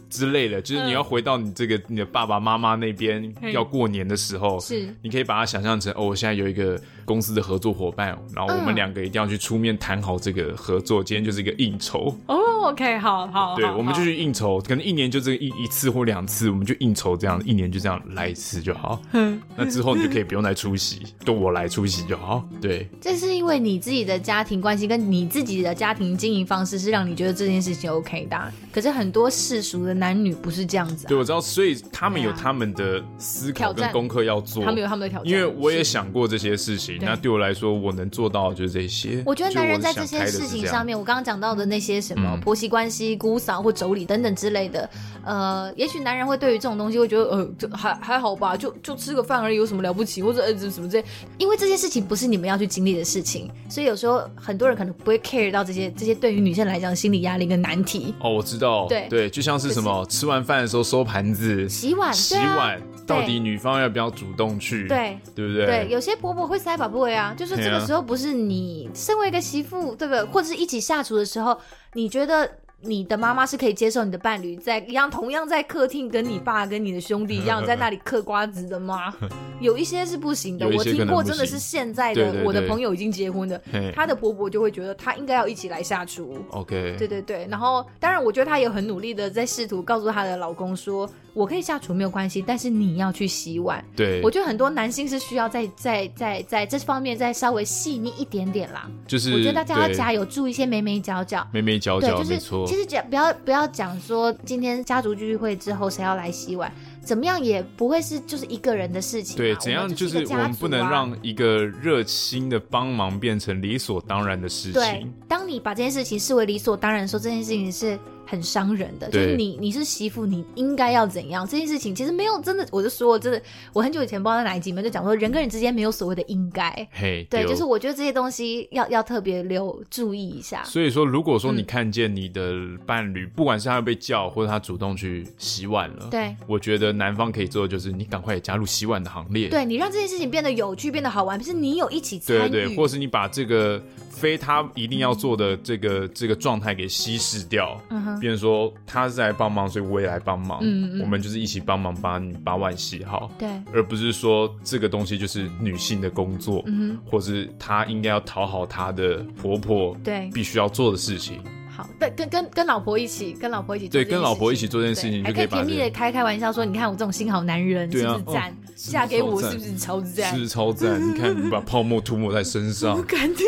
[SPEAKER 2] 之类的，就是你要回到你这个你的爸爸妈妈那边
[SPEAKER 3] 嘿
[SPEAKER 2] 要过年的时候，
[SPEAKER 3] 是
[SPEAKER 2] 你可以把它想象成哦，我现在有一个公司的合作伙伴，然后我们
[SPEAKER 3] 嗯
[SPEAKER 2] 两个一定要去出面谈好这个合作，今天就是一个应酬，
[SPEAKER 3] 哦，OK，好好，
[SPEAKER 2] 对，
[SPEAKER 3] 好
[SPEAKER 2] 我们就
[SPEAKER 3] 好
[SPEAKER 2] 去应酬，可能一年就这个一一次或两次，我们就应酬这样，一年就这样来一次就好。 那之后你就可以不用来出席，都我来出席就好。对，
[SPEAKER 3] 这是因为你自己的家庭关系跟你自己的家庭经营方式是让你觉得这件事情 OK 的啊、可是很多世俗的男女不是这样子啊、
[SPEAKER 2] 对我知道，所以他们有
[SPEAKER 3] 对啊
[SPEAKER 2] 他们的思考
[SPEAKER 3] 挑
[SPEAKER 2] 跟
[SPEAKER 3] 战
[SPEAKER 2] 功课要做
[SPEAKER 3] 他。们有他们的啊挑战。
[SPEAKER 2] 因为我也
[SPEAKER 3] 是，
[SPEAKER 2] 想过这些事情，
[SPEAKER 3] 对
[SPEAKER 2] 那对我来说，我能做到的就是这些。
[SPEAKER 3] 我觉得
[SPEAKER 2] 就
[SPEAKER 3] 男人
[SPEAKER 2] 是
[SPEAKER 3] 在
[SPEAKER 2] 想
[SPEAKER 3] 这些
[SPEAKER 2] 开的
[SPEAKER 3] 事
[SPEAKER 2] 是
[SPEAKER 3] 情
[SPEAKER 2] 这样
[SPEAKER 3] 上面，我刚刚讲到的那些什么
[SPEAKER 2] 嗯
[SPEAKER 3] 婆媳关系、姑嫂或妯娌等等之类的，呃，也许男人会对于这种东西会觉得，呃，这还还好吧，就就吃个饭而已，有什么了不起，或者呃这什么这，因为这些事情不是你们要去经历的事情，所以有时候很多人可能不会 care 到这些这些对于女生来讲心理压力跟难题。
[SPEAKER 2] 哦，我知道，
[SPEAKER 3] 对
[SPEAKER 2] 就像是什么吃完饭的时候收盘子、
[SPEAKER 3] 洗碗，
[SPEAKER 2] 洗
[SPEAKER 3] 对啊
[SPEAKER 2] 碗，到底女方要不要主动去？
[SPEAKER 3] 对
[SPEAKER 2] 对不对？
[SPEAKER 3] 对，有些婆婆会塞把位啊，就是这
[SPEAKER 2] 对
[SPEAKER 3] 个
[SPEAKER 2] 啊
[SPEAKER 3] 时候不是你身为一个媳妇，对不对？或者是一起下厨的时候，你觉得你的妈妈是可以接受你的伴侣在一样同样在客厅跟你爸跟你的兄弟一样在那里嗑瓜子 的吗？有一些是不行的，
[SPEAKER 2] 有一
[SPEAKER 3] 我
[SPEAKER 2] 些
[SPEAKER 3] 听
[SPEAKER 2] 可能
[SPEAKER 3] 过
[SPEAKER 2] 不
[SPEAKER 3] 真的
[SPEAKER 2] 行
[SPEAKER 3] 是现在
[SPEAKER 2] 对
[SPEAKER 3] 的
[SPEAKER 2] 对
[SPEAKER 3] 我的
[SPEAKER 2] 对
[SPEAKER 3] 朋友已经结婚的
[SPEAKER 2] 嘿，哦
[SPEAKER 3] 她的婆婆就会觉得她应该要一起来下厨。
[SPEAKER 2] OK，
[SPEAKER 3] 对对对，然后当然，我觉得她也很努力的在试图告诉她的老公说，我可以下厨没有关系，但是你要去洗碗，
[SPEAKER 2] 对，
[SPEAKER 3] 我觉得很多男性是需要在在在在这方面再稍微细腻一点点啦。
[SPEAKER 2] 就是
[SPEAKER 3] 我觉得大家要
[SPEAKER 2] 对
[SPEAKER 3] 加油，注意一些眉眉角角。
[SPEAKER 2] 眉眉角
[SPEAKER 3] 对，
[SPEAKER 2] 角，
[SPEAKER 3] 就是
[SPEAKER 2] 没错
[SPEAKER 3] 其。实讲不要不要讲说今天家族聚会之后谁要来洗碗，怎么样也不会是就是一个人的事情嘛。啊
[SPEAKER 2] 对，
[SPEAKER 3] 我们
[SPEAKER 2] 怎样
[SPEAKER 3] 就是一个
[SPEAKER 2] 我
[SPEAKER 3] 家
[SPEAKER 2] 们不能
[SPEAKER 3] 族啊
[SPEAKER 2] 让一个热心的帮忙变成理所当然的事
[SPEAKER 3] 对
[SPEAKER 2] 情。，
[SPEAKER 3] 当你把这件事情视为理所当然的时候，这件事情是很伤人的。就
[SPEAKER 2] 对
[SPEAKER 3] 是你你是媳妇，你应该要怎样？这件事情其实没有真的，我就说真的，我很久以前不知道在哪一集里面就讲说，人跟人之间没有所谓的应该。
[SPEAKER 2] 嘿，
[SPEAKER 3] 对，
[SPEAKER 2] 丢
[SPEAKER 3] 就是我觉得这些东西要要特别留注意一下。
[SPEAKER 2] 所以说，如果说你
[SPEAKER 3] 嗯
[SPEAKER 2] 看见你的伴侣，不管是他被叫，或者他主动去洗碗了，，
[SPEAKER 3] 对，
[SPEAKER 2] 我觉得男方可以做的就是，你赶快也加入洗碗的行列，
[SPEAKER 3] 对你让这件事情变得有趣，变得好玩，是你有一起参
[SPEAKER 2] 对
[SPEAKER 3] 与，
[SPEAKER 2] 对对，或是你把这个非他一定要做的这个这个状态给稀释掉，
[SPEAKER 3] 嗯哼，
[SPEAKER 2] 变成说他是来帮忙，所以我也来帮忙，
[SPEAKER 4] 嗯嗯
[SPEAKER 2] 我们就是一起帮忙把你把碗洗好，
[SPEAKER 3] 对，
[SPEAKER 2] 而不是说这个东西就是女性的工作，
[SPEAKER 3] 嗯
[SPEAKER 2] 或是她应该要讨好她的婆婆
[SPEAKER 3] 哼，对，
[SPEAKER 2] 必须要做的事情。
[SPEAKER 4] 好，但跟跟跟老婆一起，跟老婆一起做
[SPEAKER 2] 对
[SPEAKER 4] 这件
[SPEAKER 2] 跟老婆
[SPEAKER 4] 事
[SPEAKER 2] 一起做这件事情就
[SPEAKER 4] 对
[SPEAKER 3] 还
[SPEAKER 2] 可以
[SPEAKER 3] 以
[SPEAKER 2] 把
[SPEAKER 3] 甜蜜
[SPEAKER 2] 这
[SPEAKER 3] 的
[SPEAKER 2] 个
[SPEAKER 3] 开开玩笑说，你看我这种新好男人
[SPEAKER 2] 对
[SPEAKER 3] 是
[SPEAKER 2] 啊
[SPEAKER 3] 不是赞？
[SPEAKER 2] 是
[SPEAKER 3] 嫁给我
[SPEAKER 2] 超
[SPEAKER 3] 是
[SPEAKER 2] 赞
[SPEAKER 3] 不是超赞？
[SPEAKER 2] 是超赞！你看，你把泡沫涂抹在身 上，
[SPEAKER 4] 肯定。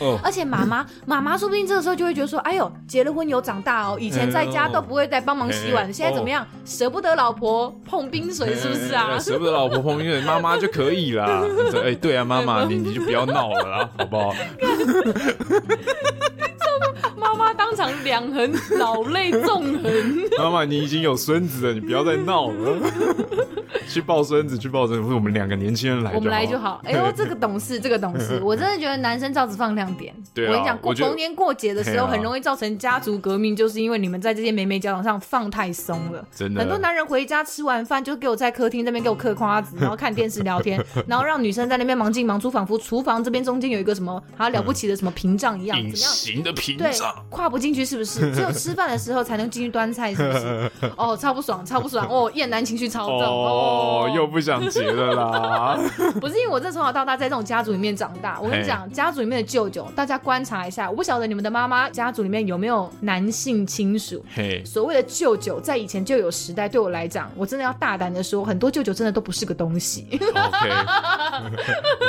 [SPEAKER 2] 哦，
[SPEAKER 3] 而且妈妈，妈妈说不定这个时候就会觉得说，哎呦，结了婚有长大哦，以前在
[SPEAKER 2] 嗯
[SPEAKER 3] 家都不会再帮忙洗碗，
[SPEAKER 2] 哎
[SPEAKER 3] 现在怎么样，舍不得老婆碰冰水是不是啊
[SPEAKER 2] 哎？舍不得老婆碰因为妈妈就可以啦。对哎，对啊，妈 妈，你你就不要闹了啦，好不好？
[SPEAKER 4] 妈妈当场两横，老泪纵 横。
[SPEAKER 2] 妈妈，你已经有孙子了，你不要再闹了。 去抱孙子，去抱孙子，或者我们两个年轻人来，
[SPEAKER 4] 我们来就。好。哎呦，这个 懂事，这个懂事，我真的觉得男生照子放亮点。
[SPEAKER 2] 对啊
[SPEAKER 4] 我跟你讲，过
[SPEAKER 2] 我觉得
[SPEAKER 4] 逢年过节的时候，
[SPEAKER 2] 嘿啊
[SPEAKER 4] 很容易造成家族革命，就是因为你们在这些美美家长上放太松了。
[SPEAKER 2] 真的
[SPEAKER 4] 很多男人回家吃完饭就给我在客厅那边给我嗑瓜子，然后看电视聊 天，然后让女生在那边忙进忙出，仿佛厨房这边中间有一个什么好像了不起的什么屏障一样，
[SPEAKER 2] 隐
[SPEAKER 4] 怎么样？
[SPEAKER 2] 形的屏
[SPEAKER 4] 对
[SPEAKER 2] 障，，
[SPEAKER 4] 跨不进去是 不是？只有吃饭的时候才能进去端菜，是不是？哦，超不爽，超不爽！哦，厌男情绪超重
[SPEAKER 2] 哦，又不想结了啦。
[SPEAKER 4] 不是因为我这从小到大在这种家族里面长大，我跟你讲，家族里面的舅舅，大家观察一下，我不晓得你们的妈妈家族里面有没有男性亲属。
[SPEAKER 2] 嘿，
[SPEAKER 4] 所谓的舅舅，在以前就有时代，对我来讲，我真的要大胆的说，很多舅舅真的都不是个东西。
[SPEAKER 2] OK，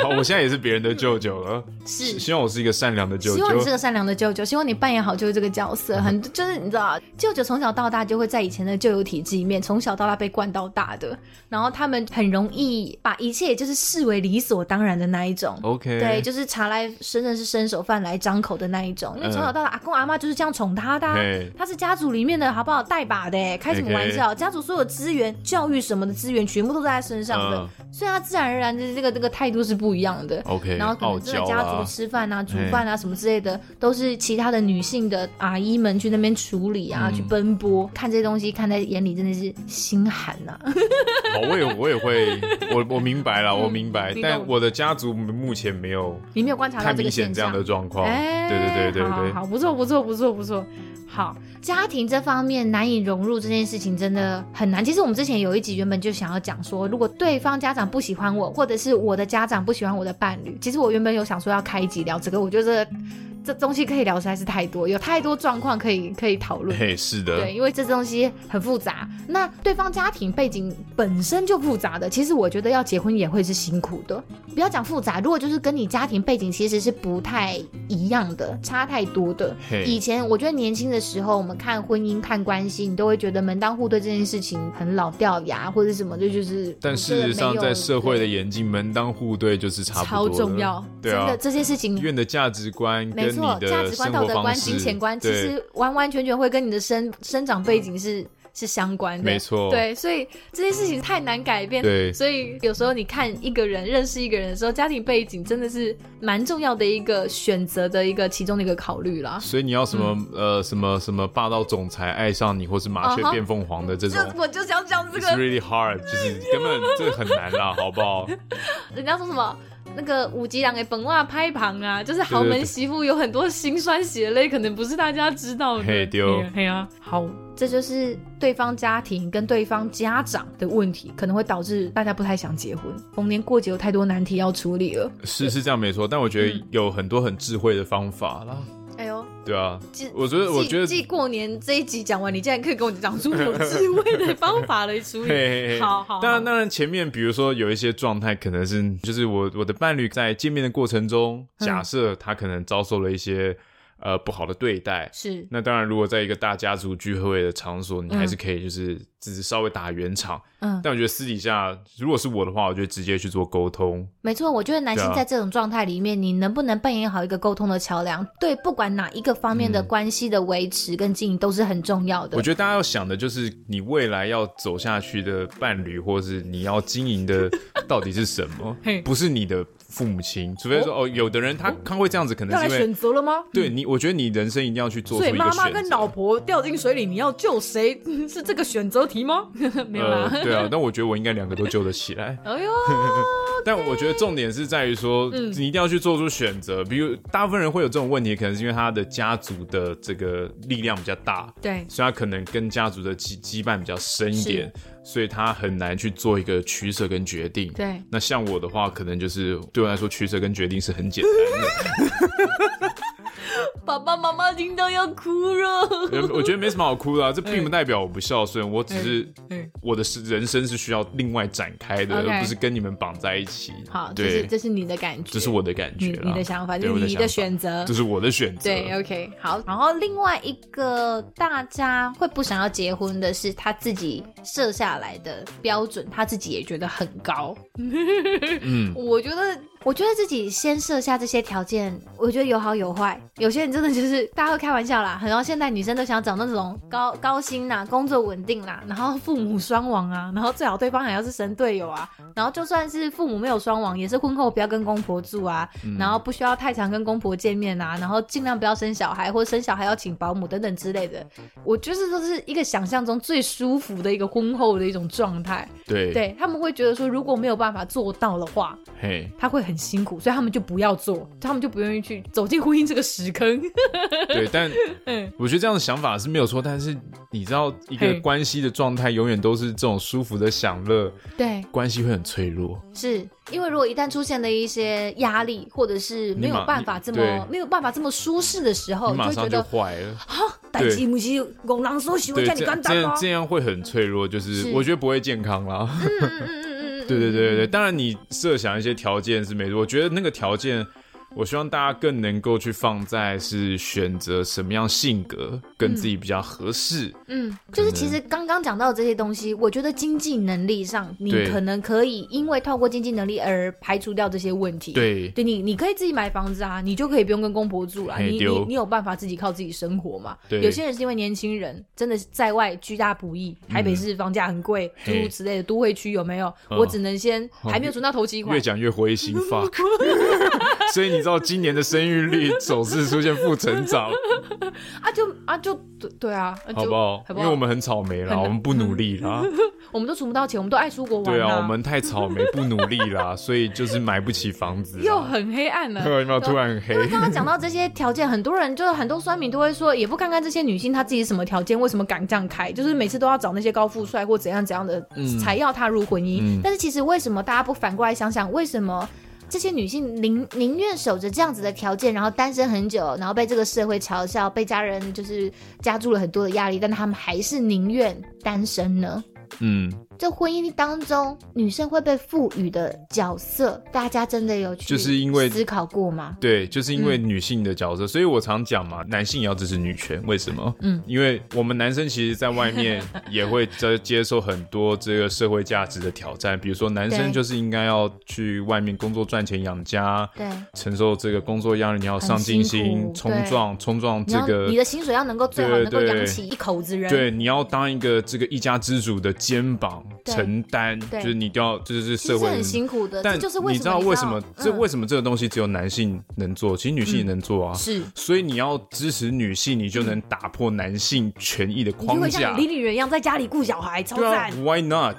[SPEAKER 2] 好， 我现在也是别人的舅舅了，
[SPEAKER 4] 是
[SPEAKER 2] 希望我是一个善良的舅
[SPEAKER 4] 希望你是
[SPEAKER 2] 舅。
[SPEAKER 4] 个善良的舅舅，希望你扮演好舅舅这个角色。很就是你知道，舅舅从小到大就会在以前的旧有体制里面，从小到大被惯到大的，然后他们很容易把一切就是视为理所当然的那一种。
[SPEAKER 2] OK，
[SPEAKER 4] 对，就是茶来真的是伸手饭来张口的那一种，因为
[SPEAKER 2] 嗯
[SPEAKER 4] 从小到大阿公阿妈就是这样宠他的啊、
[SPEAKER 2] 嘿
[SPEAKER 4] 他是家族里面的好不好带把的欸，开什么
[SPEAKER 2] OK
[SPEAKER 4] 玩笑？家族所有资源、教育什么的资源全部都在他身上
[SPEAKER 2] 嗯
[SPEAKER 4] 的，所以他自然而然的这个这个态度是不一样的。
[SPEAKER 2] OK，
[SPEAKER 4] 然后可
[SPEAKER 2] 傲
[SPEAKER 4] 能真的
[SPEAKER 2] 娇
[SPEAKER 4] 家族
[SPEAKER 2] 啊，
[SPEAKER 4] 吃饭啊、煮饭啊什么之类的，都是其他的女性的阿姨们去那边处理啊、
[SPEAKER 2] 嗯
[SPEAKER 4] 去奔波，看这些东西看在眼里真的是心寒啊呐、
[SPEAKER 2] 好，哦我也我也会，我我明白了，我明白
[SPEAKER 4] 嗯你，懂
[SPEAKER 2] 但我的家族目前没有
[SPEAKER 4] 你没有观察到
[SPEAKER 2] 太
[SPEAKER 4] 这个
[SPEAKER 2] 明
[SPEAKER 4] 现
[SPEAKER 2] 显这
[SPEAKER 4] 象
[SPEAKER 2] 样的状况。
[SPEAKER 4] 哎，
[SPEAKER 2] 对对对
[SPEAKER 4] 好
[SPEAKER 2] 对
[SPEAKER 4] 好
[SPEAKER 2] 对，
[SPEAKER 4] 好，不错不错不错不错，好，
[SPEAKER 3] 家庭这方面难以融入这件事情真的很难。其实我们之前有一集原本就想要讲说，如果对方家长不喜欢我，或者是我的家长不喜欢我的伴侣，其实我原本有想说要开一集聊这个，我觉得这这东西可以聊实在是太多，有太多状况可以可以讨论。
[SPEAKER 2] 嘿，是的
[SPEAKER 3] 对，，因为这东西很复杂。那对方家庭背景
[SPEAKER 4] 本身就复杂的，其实我觉得要结婚也会是辛苦的，
[SPEAKER 3] 不要讲复杂，如果就是跟你家庭背景其实是不太一样的，差太多的。
[SPEAKER 2] 嘿
[SPEAKER 3] 以前我觉得年轻的时候，我们看婚姻、看关系，你都会觉得门当户对这件事情很老掉牙，或者什么，这就是。
[SPEAKER 2] 但事实上，在社会的眼睛，门当户对就是差不
[SPEAKER 4] 超
[SPEAKER 2] 多的
[SPEAKER 4] 重。要。
[SPEAKER 2] 对
[SPEAKER 3] 真
[SPEAKER 2] 啊
[SPEAKER 3] 的，这些事情
[SPEAKER 2] 因为你的价值观跟
[SPEAKER 3] 没
[SPEAKER 2] 你
[SPEAKER 3] 错，
[SPEAKER 2] 的
[SPEAKER 3] 价值观、
[SPEAKER 2] 生
[SPEAKER 3] 道
[SPEAKER 2] 活
[SPEAKER 3] 德
[SPEAKER 2] 方
[SPEAKER 3] 观、
[SPEAKER 2] 式，
[SPEAKER 3] 金钱观，其
[SPEAKER 2] 对嗯
[SPEAKER 3] 实完完全全会跟你的生生长背景是是相关的。
[SPEAKER 2] 没错，
[SPEAKER 4] 对，所以这件事情太难改变。
[SPEAKER 2] 对
[SPEAKER 4] 所以有时候你看一个人、认识一个人的时候，家庭背景真的是蛮重要的一个选择的一个其中的一个考虑啦。
[SPEAKER 2] 所以你要什么、
[SPEAKER 4] 嗯
[SPEAKER 2] 呃什么什么霸道总裁爱上你，或是麻雀
[SPEAKER 4] 啊哈
[SPEAKER 2] 变凤凰的这
[SPEAKER 4] 就
[SPEAKER 2] 种。
[SPEAKER 4] 我就想讲这
[SPEAKER 2] It's
[SPEAKER 4] 个，
[SPEAKER 2] really hard，就是根 本这很难啦，好不好？
[SPEAKER 4] 人家说什么？那个五级郎给本袜拍旁啊，就是豪
[SPEAKER 2] 对对
[SPEAKER 4] 门
[SPEAKER 2] 对
[SPEAKER 4] 媳妇有很多辛酸血泪，可能不是大家知道的。
[SPEAKER 2] 嘿对哦
[SPEAKER 4] 嘿啊，好，这就是对方家庭跟对方家长的问题，可能会导致大家不太想结婚。逢年过节有太多难题要处理了。
[SPEAKER 2] 是是这样没错，但我觉得有很多很智慧的方法啦，
[SPEAKER 4] 嗯哎呦，
[SPEAKER 2] 对啊
[SPEAKER 4] 既。
[SPEAKER 2] 我觉得，我觉
[SPEAKER 4] 既
[SPEAKER 2] 得，
[SPEAKER 4] 既过年这一集讲完，你竟然可以跟我讲出有智慧的方法来处理。
[SPEAKER 2] 嘿嘿
[SPEAKER 4] 好好
[SPEAKER 2] 当然，当然，前面比如说有一些状态，可能
[SPEAKER 4] 嗯
[SPEAKER 2] 是就是我我的伴侣在见面的过程中，假设他可能遭受了一些。呃不好的对待。
[SPEAKER 4] 是
[SPEAKER 2] 那当然，如果在一个大家族聚会的场所，你还是可以就是只是稍微打圆场。
[SPEAKER 4] 嗯
[SPEAKER 2] 但我觉得私底下，如果是我的话，我就直接去做沟通。
[SPEAKER 4] 没错，我觉得男性
[SPEAKER 2] 对啊
[SPEAKER 4] 在这种状态里面，你能不能扮演好一个沟通的桥梁，对不管哪一个方面的
[SPEAKER 2] 嗯
[SPEAKER 4] 关系的维持跟经营都是很重要的。
[SPEAKER 2] 我觉得大家要想的就是，你未来要走下去的伴侣，或是你要经营的到底是什么
[SPEAKER 4] 嘿，
[SPEAKER 2] 不是你的父母亲。除非说哦，有的人他他会这样子，可能
[SPEAKER 4] 要来
[SPEAKER 2] 是因为
[SPEAKER 4] 选择了吗？
[SPEAKER 2] 对你，我觉得你人生一定要去做出
[SPEAKER 4] 所
[SPEAKER 2] 一个
[SPEAKER 4] 以妈妈
[SPEAKER 2] 选
[SPEAKER 4] 跟
[SPEAKER 2] 择
[SPEAKER 4] 老婆掉进水里，你要救谁？是这个选择题吗？ 没有啦。
[SPEAKER 2] 呃，对啊，但我觉得我应该两个都救得起 来。
[SPEAKER 4] 哎呦，
[SPEAKER 2] 但我觉得重点是在于说，
[SPEAKER 4] 嗯
[SPEAKER 2] 你一定要去做出选择。比如，大部分人会有这种问题，可能是因为他的家族的这个力量比较大，
[SPEAKER 4] 对，
[SPEAKER 2] 所以他可能跟家族的羁羁绊比较深一点，所以他很难去做一个取舍跟决定。
[SPEAKER 4] 对
[SPEAKER 2] 那像我的话，可能就是对我来说，取舍跟决定是很简单的。
[SPEAKER 4] 爸爸妈妈听到要哭了。
[SPEAKER 2] 呃我觉得没什么好哭的、啊，这并不代表我不孝顺，我只是
[SPEAKER 4] 嗯，
[SPEAKER 2] 我的是人生是需要另外展开的，
[SPEAKER 4] OK
[SPEAKER 2] 而不是跟你们绑在一起。
[SPEAKER 4] 好，这
[SPEAKER 2] 对
[SPEAKER 4] 是，这是你的感觉，
[SPEAKER 2] 这是我的感觉
[SPEAKER 4] 你
[SPEAKER 2] 啦
[SPEAKER 4] 你的想法，
[SPEAKER 2] 对
[SPEAKER 4] 就是
[SPEAKER 2] 我的
[SPEAKER 4] 你
[SPEAKER 2] 想法
[SPEAKER 4] 的选择
[SPEAKER 2] 这。是我的选择。
[SPEAKER 4] 对，OK，好。然后另外一个大家会不想要结婚的是他自己设下来的标准，他自己也觉得很高。
[SPEAKER 2] 嗯，
[SPEAKER 4] 我觉得，我觉得自己先设下这些条件，我觉得有好有坏。有些人真的就是大家会开玩笑啦，很多现在女生都想找那种高高薪啦、工作稳定啦，啊然后父母双亡啊，然后最好对方还要是神队友啊，然后就算是父母没有双亡，也是婚后不要跟公婆住啊，
[SPEAKER 2] 嗯
[SPEAKER 4] 然后不需要太常跟公婆见面啊，然后尽量不要生小孩，或生小孩要请保姆等等之类的。我觉得这都是一个想象中最舒服的一个婚后的一种状态。
[SPEAKER 2] 对，
[SPEAKER 4] 对他们会觉得说，如果没有办法做到的话，
[SPEAKER 2] 嘿，
[SPEAKER 4] 他会很辛苦，所以他们就不要做，他们就不愿意去走进婚姻这个屎坑。
[SPEAKER 2] 对，但
[SPEAKER 4] 嗯
[SPEAKER 2] 我觉得这样的想法是没有错，但是你知道，一个
[SPEAKER 4] 嘿
[SPEAKER 2] 关系的状态永远都是这种舒服的享乐，
[SPEAKER 4] 对，
[SPEAKER 2] 关系会很脆弱。
[SPEAKER 4] 是因为如果一旦出现了一些压力，或者是没有
[SPEAKER 2] 你马
[SPEAKER 4] 办法这
[SPEAKER 2] 你
[SPEAKER 4] 么
[SPEAKER 2] 对
[SPEAKER 4] 没有办法这么舒适的时候，
[SPEAKER 2] 你
[SPEAKER 4] 哦
[SPEAKER 2] 马
[SPEAKER 4] 你就会觉
[SPEAKER 2] 上就
[SPEAKER 4] 得
[SPEAKER 2] 坏了，
[SPEAKER 4] 代
[SPEAKER 2] 对
[SPEAKER 4] 志母是戆人所想，
[SPEAKER 2] 对，
[SPEAKER 4] 叫
[SPEAKER 2] 这
[SPEAKER 4] 你
[SPEAKER 2] 样
[SPEAKER 4] 敢
[SPEAKER 2] 这
[SPEAKER 4] 担吗
[SPEAKER 2] 样？这样会很脆弱，就是
[SPEAKER 4] 是
[SPEAKER 2] 我觉得不会健康啦。
[SPEAKER 4] 嗯嗯嗯嗯 嗯，
[SPEAKER 2] 对对对对对，当然你设想一些条件是没错，我觉得那个条件，我希望大家更能够去放在是选择什么样性格跟自己比较合适。
[SPEAKER 4] 嗯，就是
[SPEAKER 2] 可能
[SPEAKER 4] 其实刚刚讲到的这些东西，我觉得经济能力上，你
[SPEAKER 2] 对
[SPEAKER 4] 可能可以因为透过经济能力而排除掉这些问题。。
[SPEAKER 2] 对，
[SPEAKER 4] 对 你，你可以自己买房子啊，你就可以不用跟公婆住啦。
[SPEAKER 2] 嘿
[SPEAKER 4] 你你
[SPEAKER 2] 丢
[SPEAKER 4] 你有办法自己靠自己生活嘛？
[SPEAKER 2] 对
[SPEAKER 4] 有些人是因为年轻人真的是在外居家不易，台北市房价很贵，诸
[SPEAKER 2] 嘿
[SPEAKER 4] 如此类的，都会区有没有？
[SPEAKER 2] 嗯
[SPEAKER 4] 我只能先
[SPEAKER 2] 哦
[SPEAKER 4] 还没有存到头期款
[SPEAKER 2] 越，讲越灰心 fuck。所以你知道今年的生育率首次出现负成 长，
[SPEAKER 4] 啊就啊就对对啊，啊就
[SPEAKER 2] 好不好？因为我们很草莓
[SPEAKER 4] 很嗯
[SPEAKER 2] 啦，我们不努力啦。
[SPEAKER 4] 我们都存不到钱，我们都爱出国玩、
[SPEAKER 2] 对啊，我们太草莓不努力啦，所以就是买不起房子啦。
[SPEAKER 4] 又很黑暗了。
[SPEAKER 2] 有没有突然黑
[SPEAKER 4] 因？为刚刚讲到这些条件，很多人就是很多酸民都会说，也不看看这些女性她自己什么条件，为什么敢这样开，就是每次都要找那些高富帅或怎样怎样的、才要踏入婚姻。
[SPEAKER 2] 嗯
[SPEAKER 4] 但是其实为什么大家不反过来想想，为什么？这些女性宁宁愿守着这样子的条件，然后单身很久，然后被这个社会嘲笑，被家人就是加注了很多的压力，但她们还是宁愿单身呢？
[SPEAKER 2] 嗯，
[SPEAKER 3] 这婚姻当中，女生会被赋予的角色，大家真的有去
[SPEAKER 2] 就是因为
[SPEAKER 3] 思考过吗？
[SPEAKER 2] 对，就是因为
[SPEAKER 3] 嗯
[SPEAKER 2] 女性的角色，所以我常讲嘛，男性也要支持女权。为什么？嗯，因为我们男生其实，在外 面也会接接受很多这个社会价值的挑战，比如说男
[SPEAKER 3] 对
[SPEAKER 2] 生就是应该要去外面工作赚钱养家，
[SPEAKER 3] 对，
[SPEAKER 2] 承受这个工作压力，你要有上进心，冲撞冲撞
[SPEAKER 4] 你
[SPEAKER 2] 这
[SPEAKER 4] 要、
[SPEAKER 2] 个
[SPEAKER 4] 你。的薪水要能够最好
[SPEAKER 2] 对
[SPEAKER 4] 能够
[SPEAKER 2] 对
[SPEAKER 4] 养起一口子人，
[SPEAKER 2] 对，你要当一个这个一家之主的肩膀
[SPEAKER 3] 对
[SPEAKER 2] 承担，
[SPEAKER 3] 对
[SPEAKER 2] 就是你都要，这就是
[SPEAKER 3] 其实
[SPEAKER 2] 社
[SPEAKER 3] 是
[SPEAKER 2] 会
[SPEAKER 3] 很辛苦的，这
[SPEAKER 2] 但
[SPEAKER 3] 就是为
[SPEAKER 2] 你
[SPEAKER 3] 什
[SPEAKER 2] 知
[SPEAKER 3] 么
[SPEAKER 2] 道为什么这
[SPEAKER 3] 嗯
[SPEAKER 2] 为什么这个东西只有男性能做，其实女性也能做啊。
[SPEAKER 4] 嗯是
[SPEAKER 2] 所以你要支持女性，你就能打破男性权益的
[SPEAKER 4] 你就
[SPEAKER 2] 框
[SPEAKER 4] 会像
[SPEAKER 2] 架。
[SPEAKER 4] 李女人一样在家里顾小孩，超
[SPEAKER 2] 对啊
[SPEAKER 4] 赞。
[SPEAKER 2] ，Why not？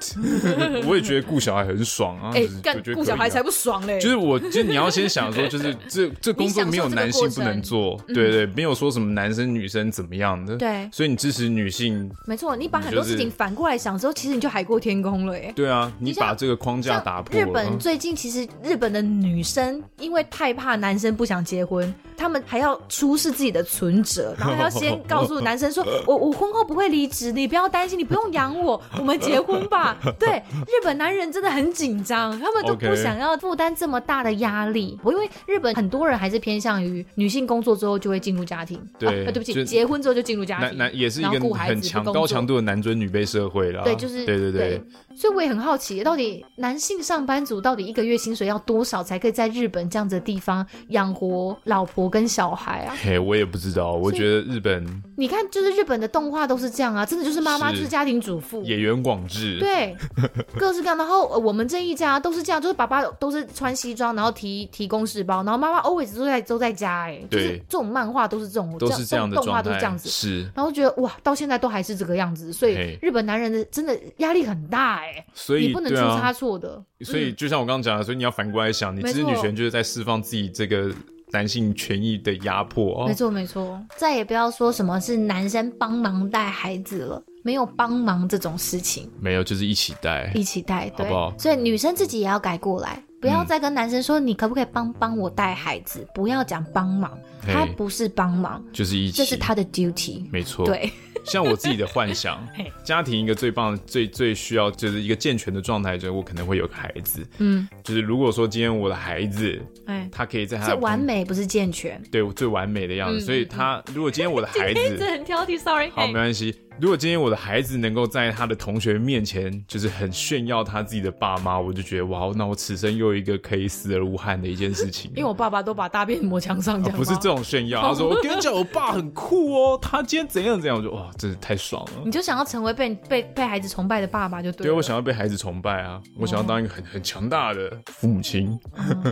[SPEAKER 2] 我也觉得顾小孩很爽啊，
[SPEAKER 4] 哎
[SPEAKER 2] 就是，
[SPEAKER 4] 干
[SPEAKER 2] 我觉得
[SPEAKER 4] 顾
[SPEAKER 2] 可以
[SPEAKER 4] 小孩
[SPEAKER 2] 啊
[SPEAKER 4] 才不爽嘞！
[SPEAKER 2] 就是我，就是你要先想说，就是这这工作没有男性不能做，对对，没有说什么男生女生怎么样的，
[SPEAKER 4] 嗯对
[SPEAKER 2] 所以你支持女性，
[SPEAKER 4] 没错，你把很多
[SPEAKER 2] 你就是
[SPEAKER 4] 事情反过来想之后，其实你就海阔天空了耶。
[SPEAKER 2] 对啊，你把这个框架
[SPEAKER 4] 像
[SPEAKER 2] 打破
[SPEAKER 4] 日本
[SPEAKER 2] 了，啊
[SPEAKER 4] 最近其实日本的女生因为太怕男生不想结婚，他们还要出示自己的存折，然后还要先告诉 男生说，我我婚后不会离职，你不要担心，你不用养我，我们结 婚吧。对，日本男人真的很紧张，他们都不
[SPEAKER 2] OK
[SPEAKER 4] 想要负担这么大的压力。我因为日本很多人还是偏向于女性工作之后就会进入家庭，
[SPEAKER 2] 对
[SPEAKER 4] 啊对不起，
[SPEAKER 2] 就
[SPEAKER 4] 结婚之后就进入家
[SPEAKER 2] 男
[SPEAKER 4] 庭，
[SPEAKER 2] 男也是一
[SPEAKER 4] 然后
[SPEAKER 2] 个
[SPEAKER 4] 顾孩子
[SPEAKER 2] 很强
[SPEAKER 4] 不工
[SPEAKER 2] 高
[SPEAKER 4] 作
[SPEAKER 2] 强度的男尊女卑社会啦。
[SPEAKER 4] 对，就是
[SPEAKER 2] 啊对对对，
[SPEAKER 4] 所以我也很好奇，到底男性上班族到底一个月薪水要多少才可以在日本这样子的地方养活老婆跟小孩啊？
[SPEAKER 2] 嘿，我也不知道，我
[SPEAKER 4] 所以
[SPEAKER 2] 觉得日本
[SPEAKER 4] 你看，就是日本的动画都是这样啊，真的就是妈妈
[SPEAKER 2] 是
[SPEAKER 4] 就是家庭主妇。
[SPEAKER 2] 野原广志，
[SPEAKER 4] 对，啊各式各样。然后呃我们这一家都是这样，就是爸爸都是穿西装，然后提提公事包，然后妈妈 always 都在都在家、哎，就是
[SPEAKER 2] 对
[SPEAKER 4] 这种漫画都是这种，
[SPEAKER 2] 都是这样的
[SPEAKER 4] 动动画
[SPEAKER 2] 状态，
[SPEAKER 4] 都是这样子。
[SPEAKER 2] 是，
[SPEAKER 4] 然后觉得哇，到现在都还是这个样子，所以
[SPEAKER 2] 嘿
[SPEAKER 4] 日本男人的真的压力很大哎、
[SPEAKER 2] 所以
[SPEAKER 4] 你不能
[SPEAKER 2] 对
[SPEAKER 4] 出差
[SPEAKER 2] 啊，
[SPEAKER 4] 错的。
[SPEAKER 2] 所以就像我刚刚讲的，所以你要反过来想，你
[SPEAKER 4] 没
[SPEAKER 2] 知识
[SPEAKER 4] 错
[SPEAKER 2] 女权就是在释放自己这个男性权益的压迫
[SPEAKER 4] 没
[SPEAKER 2] 哦。
[SPEAKER 4] 错没错，
[SPEAKER 5] 再也不要说什么是男生帮忙带孩子了，
[SPEAKER 4] 没有帮忙这种事情
[SPEAKER 2] 没有，就是一起带，
[SPEAKER 4] 一起带，
[SPEAKER 2] 好
[SPEAKER 4] 对
[SPEAKER 2] 不好？嗯
[SPEAKER 5] 所以女生自己也要改过来，不要再跟男生说你可不可以帮帮我带孩子，不要讲帮忙，
[SPEAKER 2] 嘿
[SPEAKER 5] 他不是帮忙，
[SPEAKER 2] 就是一起，
[SPEAKER 5] 这是他的 duty。
[SPEAKER 2] 没错，
[SPEAKER 5] 对，
[SPEAKER 2] 像我自己的幻 想，家庭一个最棒、最最需要就是一个健全的状态，就是我可能会有个孩子。
[SPEAKER 4] 嗯，
[SPEAKER 2] 就是如果说今天我的孩子，
[SPEAKER 4] 哎，
[SPEAKER 2] 他可以在他
[SPEAKER 5] 是
[SPEAKER 2] 的
[SPEAKER 5] 完，美不是健全，
[SPEAKER 2] 对我最完美的
[SPEAKER 4] 嗯
[SPEAKER 2] 样子，所以他如果今天我的 孩
[SPEAKER 4] 这
[SPEAKER 2] 子，
[SPEAKER 4] 很挑剔，sorry。
[SPEAKER 2] 好，没关系。如果今天我的孩子能够在他的同学面前，就是很炫耀他自己的爸妈，我就觉得哇，那我此生又一个可以死而无憾的一件事情。
[SPEAKER 4] 因为我爸爸都把大便抹墙上，
[SPEAKER 2] 啊
[SPEAKER 4] 讲、
[SPEAKER 2] 不是这，种炫耀， 他说我跟你讲，我爸很酷哦，他今天怎样怎样，我就哇，真是太爽了。
[SPEAKER 4] 你就想要成为被被被孩子崇拜的爸爸就对
[SPEAKER 2] 对啊
[SPEAKER 4] 了。哦
[SPEAKER 2] 我想要被孩子崇拜啊，我想要当一个很很强大的父母亲。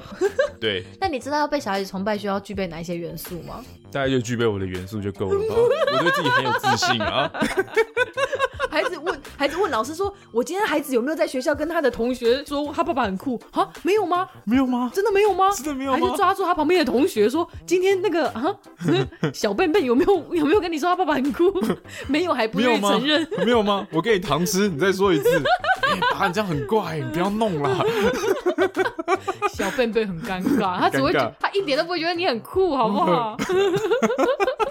[SPEAKER 2] 对，
[SPEAKER 4] 那你知道要被小孩子崇拜需要具备哪一些元素吗？
[SPEAKER 2] 大概就具备我的元素就够了吧。 我对自己很有自信啊。
[SPEAKER 4] 孩子问孩子问老师说：“我今天孩子有没有在学校跟他的同学说他爸爸很酷？”啊，没有吗？
[SPEAKER 2] 没有吗？
[SPEAKER 4] 真的没有吗？
[SPEAKER 2] 真的没有
[SPEAKER 4] 还
[SPEAKER 2] 吗
[SPEAKER 4] 是抓住他旁边的同学说：“今天那个啊， 小笨笨有没有有没有跟你说他爸爸很酷？ 没有还不
[SPEAKER 2] 没有
[SPEAKER 4] 愿意
[SPEAKER 2] 吗
[SPEAKER 4] 承认。？
[SPEAKER 2] 没有吗？我给你糖吃，你再说一次。 哎爸，你这样很怪，你不要弄啦。
[SPEAKER 4] 嗯小笨笨很尴 尬，他只会觉
[SPEAKER 2] 尴尬
[SPEAKER 4] 他一点都不会觉得你很酷，好不好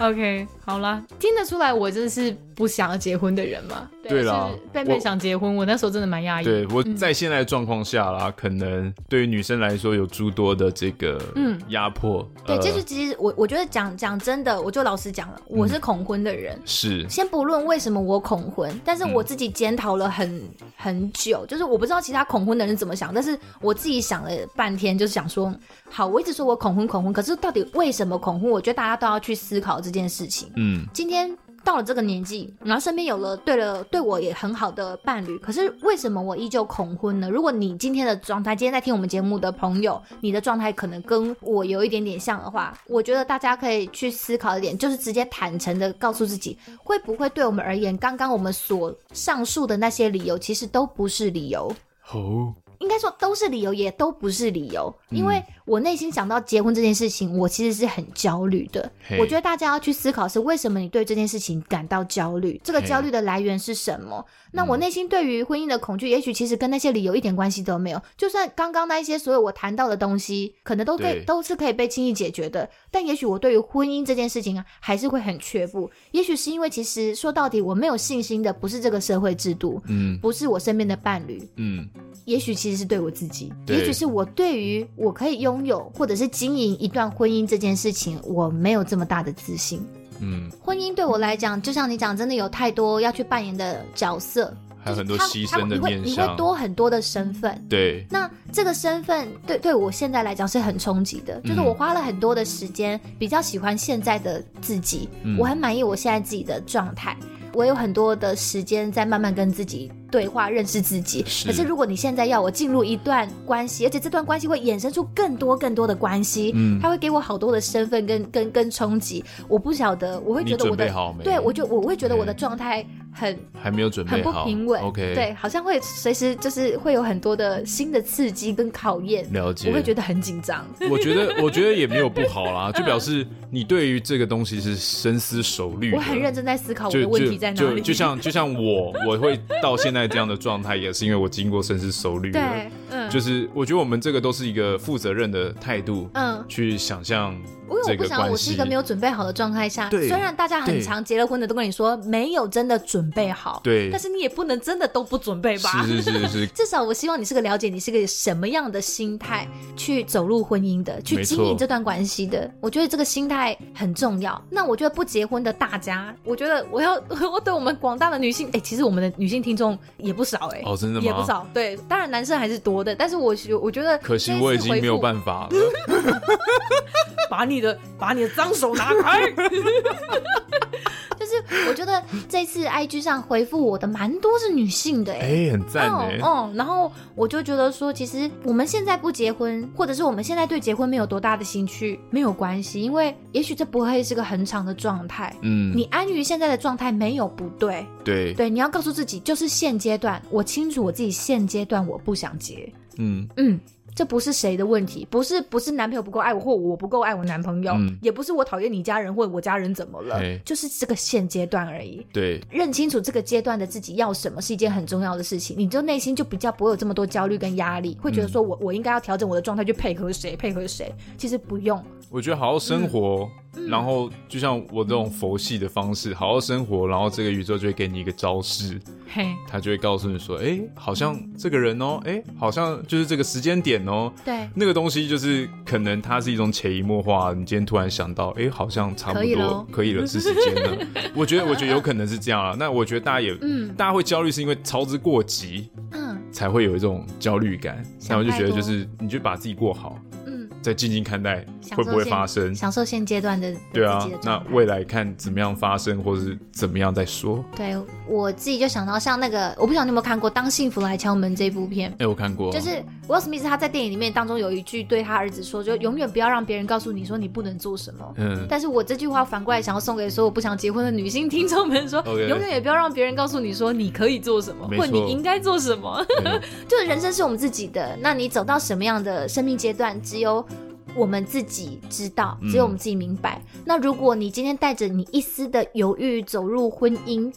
[SPEAKER 4] ？OK，好啦，听得出来我真的是不想要结婚的人嘛。
[SPEAKER 2] 对啦
[SPEAKER 4] 就是笨笨
[SPEAKER 2] 我
[SPEAKER 4] 想结婚，我那时候真的蛮压抑。
[SPEAKER 2] 对，我在现在的状况下啦，可能对于女生来说有诸多的这个
[SPEAKER 4] 嗯
[SPEAKER 2] 压迫。
[SPEAKER 5] 对，
[SPEAKER 2] 呃嗯
[SPEAKER 5] 这就是其实我我觉得讲讲真的，我就老实讲了，我是恐婚的人。
[SPEAKER 2] 是
[SPEAKER 5] 先不论为什么我恐婚，但是我自己检讨了很、很久，就是我不知道其他恐婚的人怎么想，但是我自己想了半天，就是想说，好，我一直说我恐婚恐婚，可是到底为什么恐婚？我觉得大家都要去思考这件事情。
[SPEAKER 2] 嗯，
[SPEAKER 5] 今天到了这个年纪，然后身边有了对了对我也很好的伴侣，可是为什么我依旧恐婚呢？如果你今天的状态，今天在听我们节目的朋友，你的状态可能跟我有一点点像的话，我觉得大家可以去思考一点，就是直接坦诚的告诉自己，会不会对我们而言，刚刚我们所上述的那些理由，其实都不是理由。
[SPEAKER 2] 哦，
[SPEAKER 5] 应该说都是理由，也都不是理由。
[SPEAKER 2] 嗯
[SPEAKER 5] 因为我内心想到结婚这件事情，我其实是很焦虑的。
[SPEAKER 2] 嘿
[SPEAKER 5] 我觉得大家要去思考是为什么你对这件事情感到焦虑，这个
[SPEAKER 2] 嘿嗯
[SPEAKER 5] 焦虑的来源是什么？那我内心对于婚姻的恐惧，也许其实跟那些理由一点关系都没有。就算刚刚那一些所有我谈到的东西，可能都可以
[SPEAKER 2] 对
[SPEAKER 5] 都是可以被轻易解决的，但也许我对于婚姻这件事情啊，还是会很却步。也许是因为其实说到底，我没有信心的不是这个社会制度，
[SPEAKER 2] 嗯
[SPEAKER 5] 不是我身边的伴侣，
[SPEAKER 2] 嗯，
[SPEAKER 5] 也许其实是对我自己，
[SPEAKER 2] 对
[SPEAKER 5] 也许是我对于我可以拥有或者是经营一段婚姻这件事情，我没有这么大的自信。
[SPEAKER 2] 嗯，
[SPEAKER 5] 婚姻对我来讲，就像你讲，真的有太多要去扮演的角色，
[SPEAKER 2] 还有很多
[SPEAKER 5] 就是
[SPEAKER 2] 牺
[SPEAKER 5] 它它
[SPEAKER 2] 牲的面
[SPEAKER 5] 你会你会
[SPEAKER 2] 向。
[SPEAKER 5] 多很多的身份。
[SPEAKER 2] 对，
[SPEAKER 5] 那这个身份对对我现在来讲是很冲击的，
[SPEAKER 2] 嗯
[SPEAKER 5] 就是我花了很多的时间，比较喜欢现在的自己，
[SPEAKER 2] 嗯
[SPEAKER 5] 我很满意我现在自己的状态。我有很多的时间在慢慢跟自己对话，认识自己。
[SPEAKER 2] 是
[SPEAKER 5] 可是如果你现在要我进入一段关系，而且这段关系会衍生出更多更多的关系，
[SPEAKER 2] 嗯
[SPEAKER 5] 它会给我好多的身份跟跟跟冲击。我不晓得，我会觉
[SPEAKER 2] 你
[SPEAKER 5] 得我
[SPEAKER 2] 准备
[SPEAKER 5] 的
[SPEAKER 2] 好没
[SPEAKER 5] 对我就我会觉得我的
[SPEAKER 2] 嗯
[SPEAKER 5] 状态很
[SPEAKER 2] 还没有准备好，
[SPEAKER 5] 很不平稳
[SPEAKER 2] OK，
[SPEAKER 5] 对，，好像会随时就是会有很多的新的刺激跟考验，
[SPEAKER 2] 了解。
[SPEAKER 5] 我会觉得很紧张。
[SPEAKER 2] 我觉得，我觉得也没有不好啦，就表示你对于这个东西是深思熟虑的。
[SPEAKER 5] 我很认真在思考我
[SPEAKER 2] 就
[SPEAKER 5] 的
[SPEAKER 2] 就
[SPEAKER 5] 问题在哪
[SPEAKER 2] 就
[SPEAKER 5] 里。
[SPEAKER 2] 就像就像我，我会到现在这样的状态，也是因为我经过深思熟虑了。
[SPEAKER 5] 对，嗯，
[SPEAKER 2] 就是我觉得我们这个都是一个负责任的态度
[SPEAKER 5] 嗯，
[SPEAKER 2] 去想象
[SPEAKER 5] 因为我
[SPEAKER 2] 这
[SPEAKER 5] 不
[SPEAKER 2] 个
[SPEAKER 5] 想
[SPEAKER 2] 关
[SPEAKER 5] 我是一
[SPEAKER 2] 系
[SPEAKER 5] 个。没有准备好的状态下，
[SPEAKER 2] 对
[SPEAKER 5] 虽然大家很
[SPEAKER 2] 对
[SPEAKER 5] 常结了婚的都跟你说没有真的准备好，
[SPEAKER 2] 对
[SPEAKER 5] 但是你也不能真的都不准备吧？
[SPEAKER 2] 是是是 是，
[SPEAKER 5] 至少我希望你是个了解你是个什么样的心态去走入婚姻的，去
[SPEAKER 2] 没
[SPEAKER 5] 经
[SPEAKER 2] 错
[SPEAKER 5] 营这段关系的。我觉得这个心态很重要。那我觉得不结婚的大家，我觉得我要 我对我们广大的女性，哎、其实我们的女性听众也不少哎、
[SPEAKER 2] 哦，真的吗？
[SPEAKER 5] 也不少，对，当然男生还是多的，但是我觉我觉得
[SPEAKER 2] 可惜
[SPEAKER 5] 这一次
[SPEAKER 2] 我已经
[SPEAKER 5] 回
[SPEAKER 2] 没有
[SPEAKER 5] 复
[SPEAKER 2] 办法了。
[SPEAKER 4] 把你的把你的脏手拿 开。
[SPEAKER 5] 就是我觉得这次 IG 上回复我的蛮多是女性的哎、
[SPEAKER 2] 哎，很赞
[SPEAKER 5] 嗯
[SPEAKER 2] 哎，
[SPEAKER 5] 嗯，然后我就觉得说，其实我们现在不结婚，或者是我们现在对结婚没有多大的兴趣，没有关系，因为也许这不会是个很长的状态。
[SPEAKER 2] 嗯，
[SPEAKER 5] 你安于现在的状态没有不对，
[SPEAKER 2] 对，
[SPEAKER 5] 对，你要告诉自己，就是现阶段，我清楚我自己现阶段我不想结，
[SPEAKER 2] 嗯，
[SPEAKER 5] 嗯，这不是谁的问题，不是不是男朋友不够爱我，或我不够爱我男朋友，
[SPEAKER 2] 嗯
[SPEAKER 5] 也不是我讨厌你家人或我家人怎么了
[SPEAKER 2] 嘿，
[SPEAKER 5] 就是这个现阶段而已。
[SPEAKER 2] 对，
[SPEAKER 5] 认清楚这个阶段的自己要什么是一件很重要的事情，你就内心就比较不会有这么多焦虑跟压力，会
[SPEAKER 2] 嗯
[SPEAKER 5] 觉得说我、我应该要调整我的状态去配合谁配合谁，其实不用，
[SPEAKER 2] 我觉得好好生活，
[SPEAKER 5] 嗯
[SPEAKER 2] 然后就像我这种佛系的方式，好好生活，然后这个宇宙就会给你一个招式，
[SPEAKER 4] 嘿，
[SPEAKER 2] 他就会告诉你说，哎，好像这个人哦，哎，好像就是这个时间点哦。
[SPEAKER 5] 对，
[SPEAKER 2] 那个东西就是可能它是一种潜移默化，你今天突然想到，哎，好像差不
[SPEAKER 5] 可以
[SPEAKER 2] 多
[SPEAKER 5] 咯
[SPEAKER 2] 可以了，是时间了。我觉得，我觉得有可能是这样啊。那我觉得大家也，
[SPEAKER 5] 嗯
[SPEAKER 2] 大家会焦虑是因为操之过急，
[SPEAKER 5] 嗯
[SPEAKER 2] 才会有这种焦虑感。然
[SPEAKER 5] 想
[SPEAKER 2] 后就觉得
[SPEAKER 5] 太多
[SPEAKER 2] 就是，你就把自己过好，
[SPEAKER 5] 嗯，
[SPEAKER 2] 再静静看待
[SPEAKER 5] 享
[SPEAKER 2] 会
[SPEAKER 5] 受
[SPEAKER 2] 不会
[SPEAKER 5] 现
[SPEAKER 2] 发生。
[SPEAKER 5] 享受现阶段的
[SPEAKER 2] 嗯对
[SPEAKER 5] 自
[SPEAKER 2] 啊
[SPEAKER 5] 己的，状
[SPEAKER 2] 那
[SPEAKER 5] 态
[SPEAKER 2] 未来看怎么样发生，或是怎么样再说。
[SPEAKER 5] 对我自己就想到像那个，我不晓得你有没有看过《当幸福来敲门》这部片，
[SPEAKER 2] 哎、我看过，
[SPEAKER 5] 就是 Will Smith 他在电影里面当中有一句对他儿子说，就永远不要让别人告诉你说你不能做什么。
[SPEAKER 2] 嗯，
[SPEAKER 5] 但是我这句话反过来想要送给所有不想结婚的女性听众们说
[SPEAKER 2] OK
[SPEAKER 5] 永远也不要让别人告诉你说你可以做什么，
[SPEAKER 2] 没
[SPEAKER 5] 或你
[SPEAKER 2] 错嗯
[SPEAKER 5] 应该做什么。
[SPEAKER 2] 对
[SPEAKER 5] 就是人生是我们自己的，那你走到什么样的生命阶段，只有我们自己知道，
[SPEAKER 2] 嗯
[SPEAKER 5] 只有我们自己明白。那如果你今天带着你一丝的犹豫走入婚姻，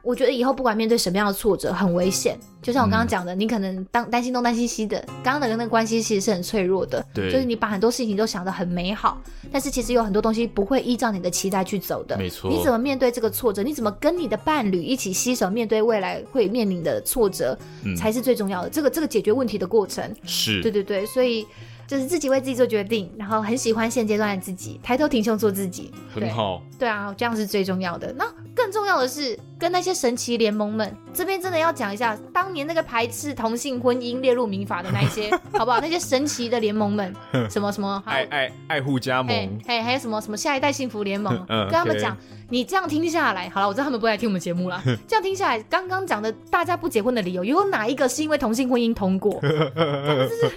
[SPEAKER 5] 我觉得以后不管面对什么样的挫折，很危险。就像我
[SPEAKER 2] 嗯
[SPEAKER 5] 刚刚讲的，你可能当担心东担心西的，刚刚的那个关系其实是很脆弱的，
[SPEAKER 2] 对
[SPEAKER 5] 就是你把很多事情都想得很美好，但是其实有很多东西不会依照你的期待去走的，
[SPEAKER 2] 没错
[SPEAKER 5] 你怎么面对这个挫折？你怎么跟你的伴侣一起携手面对未来会面临的挫折，
[SPEAKER 2] 嗯
[SPEAKER 5] 才是最重要的。这个这个解决问题的过程，
[SPEAKER 2] 是
[SPEAKER 5] 对对对，所以就是自己为自己做决定，然后很喜欢现阶段的自己，抬头挺胸做自己，
[SPEAKER 2] 很好，
[SPEAKER 5] 对。对啊，这样是最重要的。那更重要的是，跟那些神奇联盟们这边真的要讲一下，当年那个排斥同性婚姻列入民法的那一些，好不好？那些神奇的联盟们，什么什么，还
[SPEAKER 2] 爱
[SPEAKER 5] 有
[SPEAKER 2] 爱爱护加
[SPEAKER 5] 哎
[SPEAKER 2] 盟，
[SPEAKER 5] 哎，还有什么什么下一代幸福联盟，
[SPEAKER 2] 嗯
[SPEAKER 5] 跟他们
[SPEAKER 2] OK
[SPEAKER 5] 讲，你这样听下来，好了，我知道他们不会来听我们节目了。这样听下来，刚刚讲的大家不结婚的理由，有哪一个是因为同性婚姻通过？真的是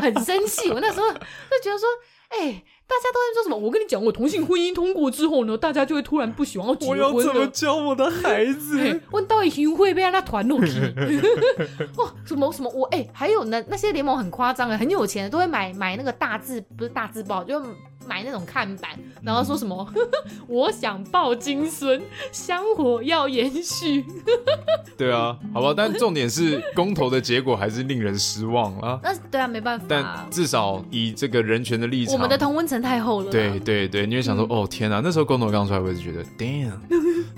[SPEAKER 5] 很生气，我那时候就觉得说，哎、大家都在说什么？我跟你讲，我同性婚姻通过之后呢，大家就会突然不喜欢结婚了。哎
[SPEAKER 2] 教我的孩
[SPEAKER 4] 嘿
[SPEAKER 2] 子？
[SPEAKER 4] 我到底会被他团落去？
[SPEAKER 5] 哇，什么什么我哎、还有呢，那些联盟很夸
[SPEAKER 3] 啊
[SPEAKER 5] 张的，很有钱的都会买买那个大字，不是大字报，就买那种看板，然后说什 么、我想抱金孙，香火要延续。
[SPEAKER 2] 对啊，好吧，但重点是公投的结果还是令人失望 啊。
[SPEAKER 5] 那对啊，没办法、
[SPEAKER 2] 但至少以这个人权的立场，
[SPEAKER 5] 我们的同啊嗯温层太厚了。
[SPEAKER 2] 对，对对，你会想说，哦天啊，那时候公投刚出来，我也是觉得，damn，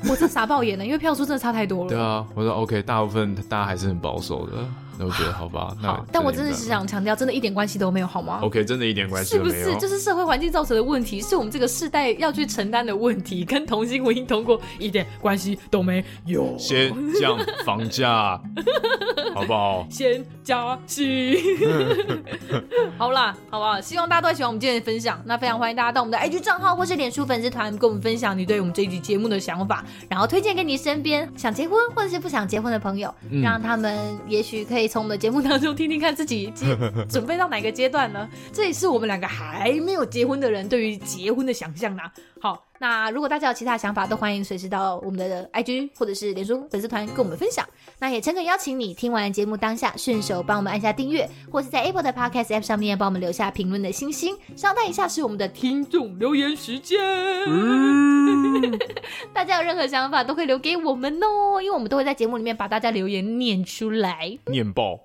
[SPEAKER 5] 我真傻爆眼了，因为票数真的差太多
[SPEAKER 2] 对
[SPEAKER 5] 了。
[SPEAKER 2] 啊，我说 OK，大部分大家还是很保守的，那我觉得好吧，那
[SPEAKER 5] 好，但我真的
[SPEAKER 2] 也没办法
[SPEAKER 5] 是想强调，真的一点关系都没有，好吗？
[SPEAKER 2] OK，真的一点关系
[SPEAKER 5] 是
[SPEAKER 2] 都
[SPEAKER 5] 不
[SPEAKER 2] 没有，
[SPEAKER 5] 是？就是社会环境造成的问题，是我们这个世代要去承担的问题，跟同性婚姻通过一点关系都没有。
[SPEAKER 2] 先降房价，好不好？
[SPEAKER 5] 先加 息。好啦，好不好？希望大家都喜欢我们今天的分享。那非常欢迎大家到我们的 IG 账号或是脸书粉丝团，跟我们分享你对我们这一集节目的想法，然后推荐给你身边想结婚或者是不想结婚的朋友，
[SPEAKER 2] 嗯
[SPEAKER 5] 让他们也许可以从我们的节目当中听听看自己结准备到哪个阶段呢？这也是我们两个还没有结婚的人对于结婚的想象啦。好，那如果大家有其他想法，都欢迎随时到我们的 IG 或者是脸书粉丝团跟我们分享。那也诚恳邀请你听完节目当下，顺手帮我们按下订阅，或是在 Apple 的 Podcast App 上面帮我们留下评论的星星。稍待一下是我们的听众留言时间，
[SPEAKER 2] 嗯
[SPEAKER 5] 大家有任何想法都可以留给我们哦，因为我们都会在节目里面把大家留言念出来。
[SPEAKER 2] 念爆。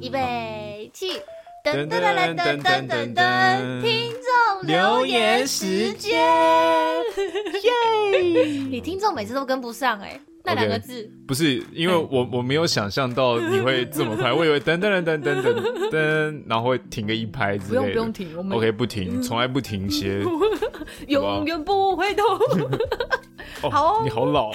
[SPEAKER 3] 预备起，噔噔噔噔噔噔噔，听众留言时间，耶！你听众每次都跟不上哎、那两个
[SPEAKER 2] OK
[SPEAKER 3] 字
[SPEAKER 2] 不是，因为我我没有想象到你会这么快，我以为噔噔噔噔噔噔噔，然后会停个一拍之
[SPEAKER 4] 不
[SPEAKER 2] 类
[SPEAKER 4] 用
[SPEAKER 2] 的。
[SPEAKER 4] 不用停，我们
[SPEAKER 2] OK，不停，从来不停歇。
[SPEAKER 4] 永远不回头。
[SPEAKER 2] 哦，
[SPEAKER 4] 好哦
[SPEAKER 2] 你好老，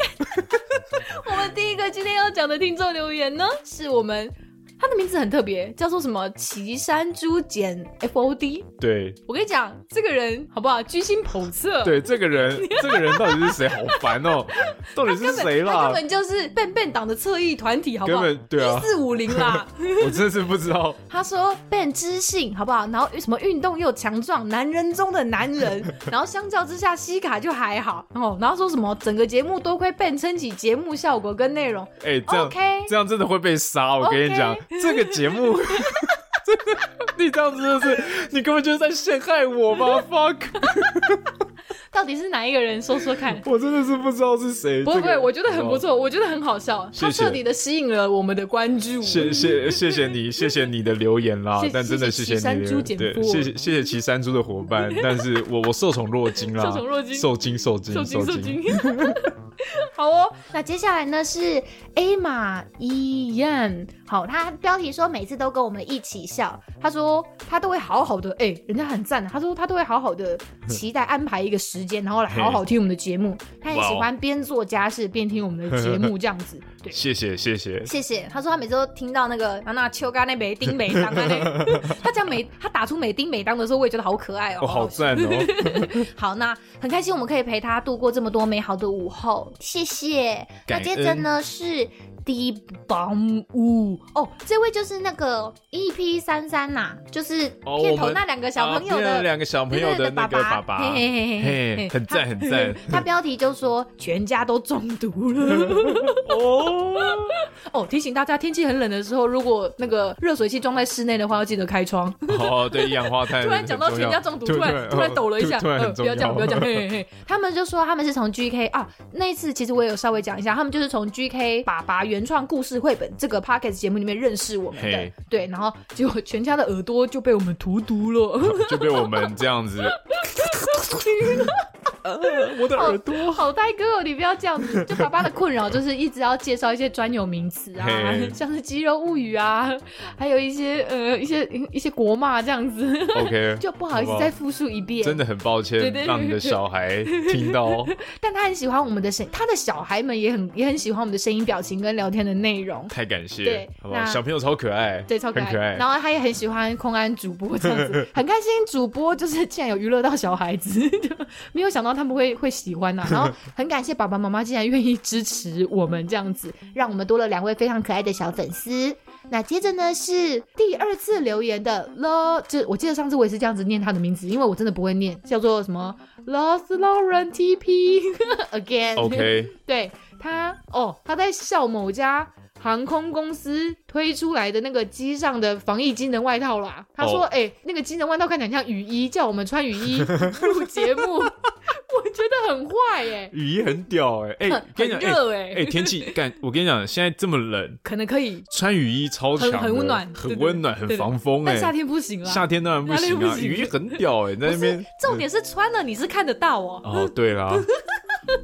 [SPEAKER 4] 我们第一个今天要讲的听众留言呢，是我们他的名字很特别，叫做什么岐山猪简 FOD。
[SPEAKER 2] 对
[SPEAKER 4] 我跟你讲，这个人好不好？居心叵测，，
[SPEAKER 2] 对，这个人， 这个人到底是谁？好烦哦，到底是
[SPEAKER 4] 根
[SPEAKER 2] 谁
[SPEAKER 4] 本他
[SPEAKER 2] 啦
[SPEAKER 4] 根？本就是笨笨党的侧翼团体，好不好？
[SPEAKER 2] 根本对啊
[SPEAKER 4] 四五零啦。
[SPEAKER 2] 我真是不知道。
[SPEAKER 4] 他说笨知性，好不好？然后什么运动又强壮，男人中的男 人。然后相较之下，西卡就还好。哦，然后说什么整个节目多亏笨撑起节目效果跟内容，
[SPEAKER 2] 哎，这样
[SPEAKER 4] OK
[SPEAKER 2] 这样真的会被杀。我跟你讲
[SPEAKER 4] OK
[SPEAKER 2] 这个节目。真的你这样子就是，你根本就是在陷害我吧？fuck，
[SPEAKER 4] 到底是哪一个人？说说看。
[SPEAKER 2] 我真的是不知道是谁。
[SPEAKER 4] 不会
[SPEAKER 2] 这
[SPEAKER 4] 不
[SPEAKER 2] 个
[SPEAKER 4] 会，我觉得很不。错，我觉得很好笑，
[SPEAKER 2] 谢
[SPEAKER 4] 他
[SPEAKER 2] 谢
[SPEAKER 4] 彻底的吸引了我们的关注。
[SPEAKER 2] 谢谢谢谢你，谢谢你的留言啦
[SPEAKER 4] 谢，
[SPEAKER 2] 但真的谢谢
[SPEAKER 4] 谢谢
[SPEAKER 2] 你
[SPEAKER 4] 骑山猪
[SPEAKER 2] 的，
[SPEAKER 4] 姐
[SPEAKER 2] 对，
[SPEAKER 4] 夫
[SPEAKER 2] 谢谢谢谢骑山猪的伙伴，但是我我受宠若惊啦，
[SPEAKER 4] 受宠若惊
[SPEAKER 2] 受惊受惊
[SPEAKER 4] 受惊受
[SPEAKER 2] 惊，
[SPEAKER 4] 惊。 好哦，那接下来呢是 A 马伊燕，
[SPEAKER 3] 好，他标题说每次都跟我们一起笑，
[SPEAKER 4] 他说他都会好好的，哎、人家很
[SPEAKER 3] 啊
[SPEAKER 4] 赞的，他说他都会好 好的期待安排一个时间，然后来好好听我们的节目。他也
[SPEAKER 2] 哇哦
[SPEAKER 4] 喜欢边做家事边听我们的节目这样子。对，
[SPEAKER 2] 谢谢谢谢，
[SPEAKER 3] 谢谢。
[SPEAKER 4] 他说他每次都听到那个啊那秋干那美丁美当啊 那，他讲美他打出美丁美当的时候，我也觉得 好可爱哦，
[SPEAKER 2] 我好
[SPEAKER 4] 笑
[SPEAKER 2] 赞哦，
[SPEAKER 3] 好，那很开心我们可以陪他度过这么多美好的午后，谢谢。那
[SPEAKER 2] 感
[SPEAKER 3] 接着呢是 D bomb 五哦，这位就是那个 EP 三三呐，就是
[SPEAKER 2] 哦
[SPEAKER 3] 片
[SPEAKER 2] 我
[SPEAKER 3] 头
[SPEAKER 2] 们
[SPEAKER 3] 那两个小朋友
[SPEAKER 2] 啊对啊
[SPEAKER 3] 的。
[SPEAKER 2] 两个小朋友的那个
[SPEAKER 3] 爸
[SPEAKER 2] 爸爸，
[SPEAKER 3] 嘿嘿嘿
[SPEAKER 2] 嘿，很赞很 赞
[SPEAKER 3] 他标题就说
[SPEAKER 4] 全家都中毒了。
[SPEAKER 2] 哦，
[SPEAKER 4] 哦，提醒大家，天气很冷的时候，如果那个热水器装在室内的话，要记得开窗。
[SPEAKER 2] 哦，对，一氧化碳
[SPEAKER 4] 突然讲到
[SPEAKER 2] 很重
[SPEAKER 4] 全
[SPEAKER 2] 要
[SPEAKER 4] 家中毒，突然突然抖了一下，
[SPEAKER 2] 突然
[SPEAKER 4] 呃，
[SPEAKER 2] 很
[SPEAKER 4] 不
[SPEAKER 2] 重要，
[SPEAKER 4] 要讲，不要讲，嘿嘿嘿。
[SPEAKER 3] 他们就说他们是从 GK 啊，
[SPEAKER 4] 啊，那一次其实我也有稍微讲一下，他们就是从 GK 爸爸原创故事绘本这个 podcast 节目里面认识我们的
[SPEAKER 2] 嘿，
[SPEAKER 4] 对，然后结果全家的耳朵就被我们荼毒了，
[SPEAKER 2] 就被我们这 样子，呃我的耳朵。
[SPEAKER 4] 好呆哥哦，你不要这样子。就爸爸的困扰就是一直要介绍一些专有名词啊
[SPEAKER 2] 嘿，
[SPEAKER 4] 像是肌肉物语啊，还有一些呃一些一些国骂这样子，
[SPEAKER 2] OK，
[SPEAKER 4] 啊 就不好意思
[SPEAKER 2] 好不好
[SPEAKER 4] 再复述一遍。
[SPEAKER 2] 真的很抱
[SPEAKER 4] 对
[SPEAKER 2] 歉
[SPEAKER 4] 对
[SPEAKER 2] 让你的小孩听到 哦。
[SPEAKER 4] 但他很喜欢我们的声，他的小孩们也很也很喜欢我们的声音、表情跟聊天的内容。
[SPEAKER 2] 太感谢
[SPEAKER 4] 对，
[SPEAKER 2] 好不好？
[SPEAKER 4] 那
[SPEAKER 2] 小朋友超可爱，
[SPEAKER 4] 对，超可爱。
[SPEAKER 2] 很可爱。
[SPEAKER 4] 然后他也很喜欢空安主播这 样子，很开心。主播就是竟然有娱乐到小孩子，就没有想到他们会会喜欢啊 呐、然后很感谢爸爸妈妈竟然愿意支持我们这样子，
[SPEAKER 3] 让我们多了两位非常可爱的小粉丝。那接着呢是
[SPEAKER 4] 第二次留言的 Lo，就我记得上次我也是这样子念他的名字，因为我真的不会念，叫做什么 Los Lauren TP again。
[SPEAKER 2] OK，
[SPEAKER 4] 对他哦，他在笑某家航空公司推出来的那个机上的防疫机能外套啦。他说：“
[SPEAKER 2] 哦
[SPEAKER 4] 哎、那个机能外套看起来很像雨衣，叫我们穿雨衣录节目。” 我觉得很坏哎、
[SPEAKER 2] 语音很屌哎、哎、跟
[SPEAKER 4] 很
[SPEAKER 2] 你讲，哎、
[SPEAKER 4] 热哎、
[SPEAKER 2] 哎、天气干，我跟你讲，现在这么冷，
[SPEAKER 4] 可能可以，
[SPEAKER 2] 穿雨衣超强的，
[SPEAKER 4] 很很温暖对
[SPEAKER 2] 很
[SPEAKER 4] 对
[SPEAKER 2] 温暖，
[SPEAKER 4] 对
[SPEAKER 2] 很
[SPEAKER 4] 对
[SPEAKER 2] 防风哎、
[SPEAKER 4] 但夏天不行啦。啊
[SPEAKER 2] 夏天当然不行
[SPEAKER 4] 夏天
[SPEAKER 2] 啊，
[SPEAKER 4] 不行
[SPEAKER 2] 雨衣很屌哎、在那边
[SPEAKER 4] 重点是穿了你是看得到哦。
[SPEAKER 2] 哦，对 啦，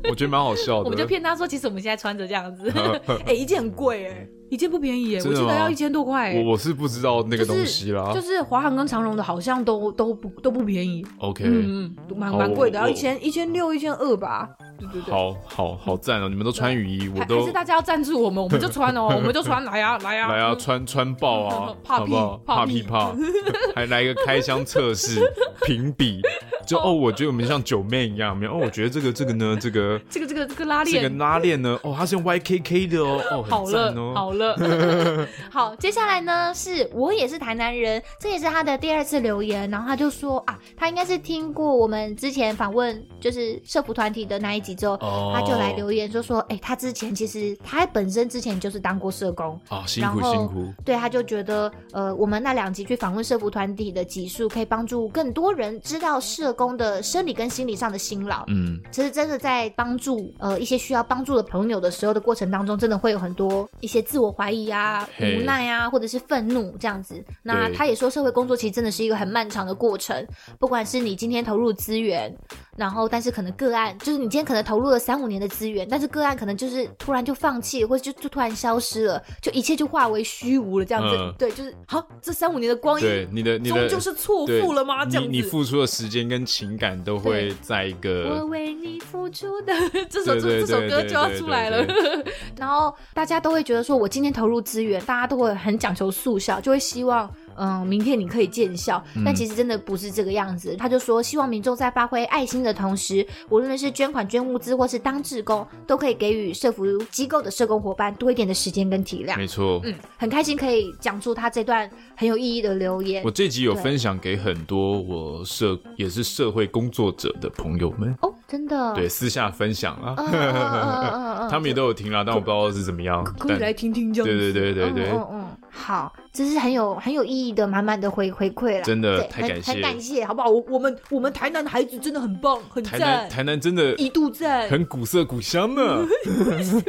[SPEAKER 2] 我觉得蛮好笑的。
[SPEAKER 4] 我们就骗他说，其实我们现在穿着这样子， 哎、一件很贵哎、一件不便宜
[SPEAKER 2] 哦
[SPEAKER 4] 哎、我
[SPEAKER 2] 真的
[SPEAKER 4] 记得
[SPEAKER 2] 吗
[SPEAKER 4] 要一千多块哎、
[SPEAKER 2] 我我是不知道那个东西啦。
[SPEAKER 4] 就是华航跟长荣的，好像都都不都不便宜，
[SPEAKER 2] OK，、
[SPEAKER 4] 嗯嗯，蛮
[SPEAKER 2] 好
[SPEAKER 4] 蛮贵的，
[SPEAKER 2] 哦我
[SPEAKER 4] 要一千一千六一千二吧。对对对，
[SPEAKER 2] 好好好赞哦、你们都穿雨衣，我
[SPEAKER 4] 还
[SPEAKER 2] 都
[SPEAKER 4] 还是大家要赞助我们，我们就 穿哦，我们就穿，来呀来呀，
[SPEAKER 2] 来啊，穿穿爆啊
[SPEAKER 4] 怕
[SPEAKER 2] 好
[SPEAKER 4] 屁
[SPEAKER 2] 不好？
[SPEAKER 4] 怕
[SPEAKER 2] 怕
[SPEAKER 4] 屁
[SPEAKER 2] 屁怕， 还来一个开箱测 试评比，就哦，我觉得我们像九妹一样，没有哦，我觉得这个这个 呢，这个
[SPEAKER 4] 这个这个这个拉
[SPEAKER 2] 这个
[SPEAKER 4] 链。
[SPEAKER 2] 拉链呢，哦，它是用 YKK 的哦，哦，
[SPEAKER 4] 好
[SPEAKER 2] 很
[SPEAKER 4] 了
[SPEAKER 2] 赞，哦。
[SPEAKER 4] 好了，
[SPEAKER 3] 好，接下来呢是我也是台南人，这也是他的第二次留言，然后他就说啊，他应该是听过我们之前访问就是社服团体的那一集之后，
[SPEAKER 2] 哦
[SPEAKER 3] 他就来留言就说，哎、他之前其实他本身之前就是当过社工。
[SPEAKER 2] 啊，辛
[SPEAKER 3] 然
[SPEAKER 2] 苦
[SPEAKER 3] 后
[SPEAKER 2] 辛苦，
[SPEAKER 3] 对，他就觉得，呃，我们那两集去访问社服团体的集数，可以帮助更多人知道社
[SPEAKER 5] 工的生理跟心理上的辛劳。
[SPEAKER 2] 嗯，
[SPEAKER 5] 其实真的在帮助呃一些需要帮助的朋友的时候的过程当中，真的会有很多一些自我怀疑啊、
[SPEAKER 2] 嘿
[SPEAKER 5] 无奈啊，或者是愤怒这样子。那
[SPEAKER 2] 对
[SPEAKER 5] 他也说，社会工作其实真的是一个很漫长的过程，不管是你今天投入资源，然后但是可能个案就是你今天可能投入了三五年的资源，但是个案可能就是突然就放弃，或者就就突然消失了，就一切就化为虚无了这样子。
[SPEAKER 2] 嗯
[SPEAKER 5] 对，就是好，这三五年的光阴
[SPEAKER 2] 对，你的你的
[SPEAKER 3] 终究是错
[SPEAKER 2] 对
[SPEAKER 3] 付了吗？这样
[SPEAKER 2] 你
[SPEAKER 3] 子，
[SPEAKER 2] 你付出的时间跟情感都会
[SPEAKER 5] 对
[SPEAKER 2] 在一
[SPEAKER 5] 我
[SPEAKER 2] 个
[SPEAKER 5] 为你付出的 这首
[SPEAKER 2] 对对
[SPEAKER 5] 这这首
[SPEAKER 2] 对
[SPEAKER 3] 歌
[SPEAKER 5] 歌
[SPEAKER 3] 就
[SPEAKER 5] 就
[SPEAKER 2] 对
[SPEAKER 3] 要
[SPEAKER 2] 对
[SPEAKER 3] 出
[SPEAKER 2] 对
[SPEAKER 3] 来了
[SPEAKER 2] 对。
[SPEAKER 5] 然后大家都会觉得说，我今天投入资源，大家都会很讲求速效，就会希望。嗯，明天你可以见效，
[SPEAKER 2] 嗯
[SPEAKER 5] 但其实真的不是这个样子。他就说，希望民众在发挥爱心的同时，无论是捐款、捐物资，或是当志工，都可以给予社服机构的社工伙伴多一点的时间跟体谅。
[SPEAKER 2] 没错。
[SPEAKER 5] 嗯，很开心可以讲出他这段很有意义的留言
[SPEAKER 2] 我。这集有
[SPEAKER 5] 对
[SPEAKER 2] 分享给很多我社也是社会工作者的朋友们，
[SPEAKER 5] 哦，真的，
[SPEAKER 2] 对，私下分享啦，
[SPEAKER 5] 嗯，嗯嗯嗯嗯 嗯嗯
[SPEAKER 2] 他们也都有听啦，但我不知道是怎么样。
[SPEAKER 3] 可以
[SPEAKER 2] 但
[SPEAKER 3] 来听听这样
[SPEAKER 2] 对
[SPEAKER 3] 子。
[SPEAKER 2] 对对对对，
[SPEAKER 5] 嗯嗯嗯，好，这是很有很有意义的，满满的回回馈了，
[SPEAKER 2] 真的
[SPEAKER 5] 对
[SPEAKER 2] 太
[SPEAKER 5] 很
[SPEAKER 2] 感谢
[SPEAKER 5] 很感谢，好
[SPEAKER 3] 好不
[SPEAKER 5] 不好？
[SPEAKER 3] 好？我我们我们台南的孩子真的很棒，很
[SPEAKER 2] 台南嗯
[SPEAKER 3] 赞，
[SPEAKER 2] 台南真的
[SPEAKER 3] 一度赞。
[SPEAKER 2] 很古色古香啊呢。
[SPEAKER 5] 嗯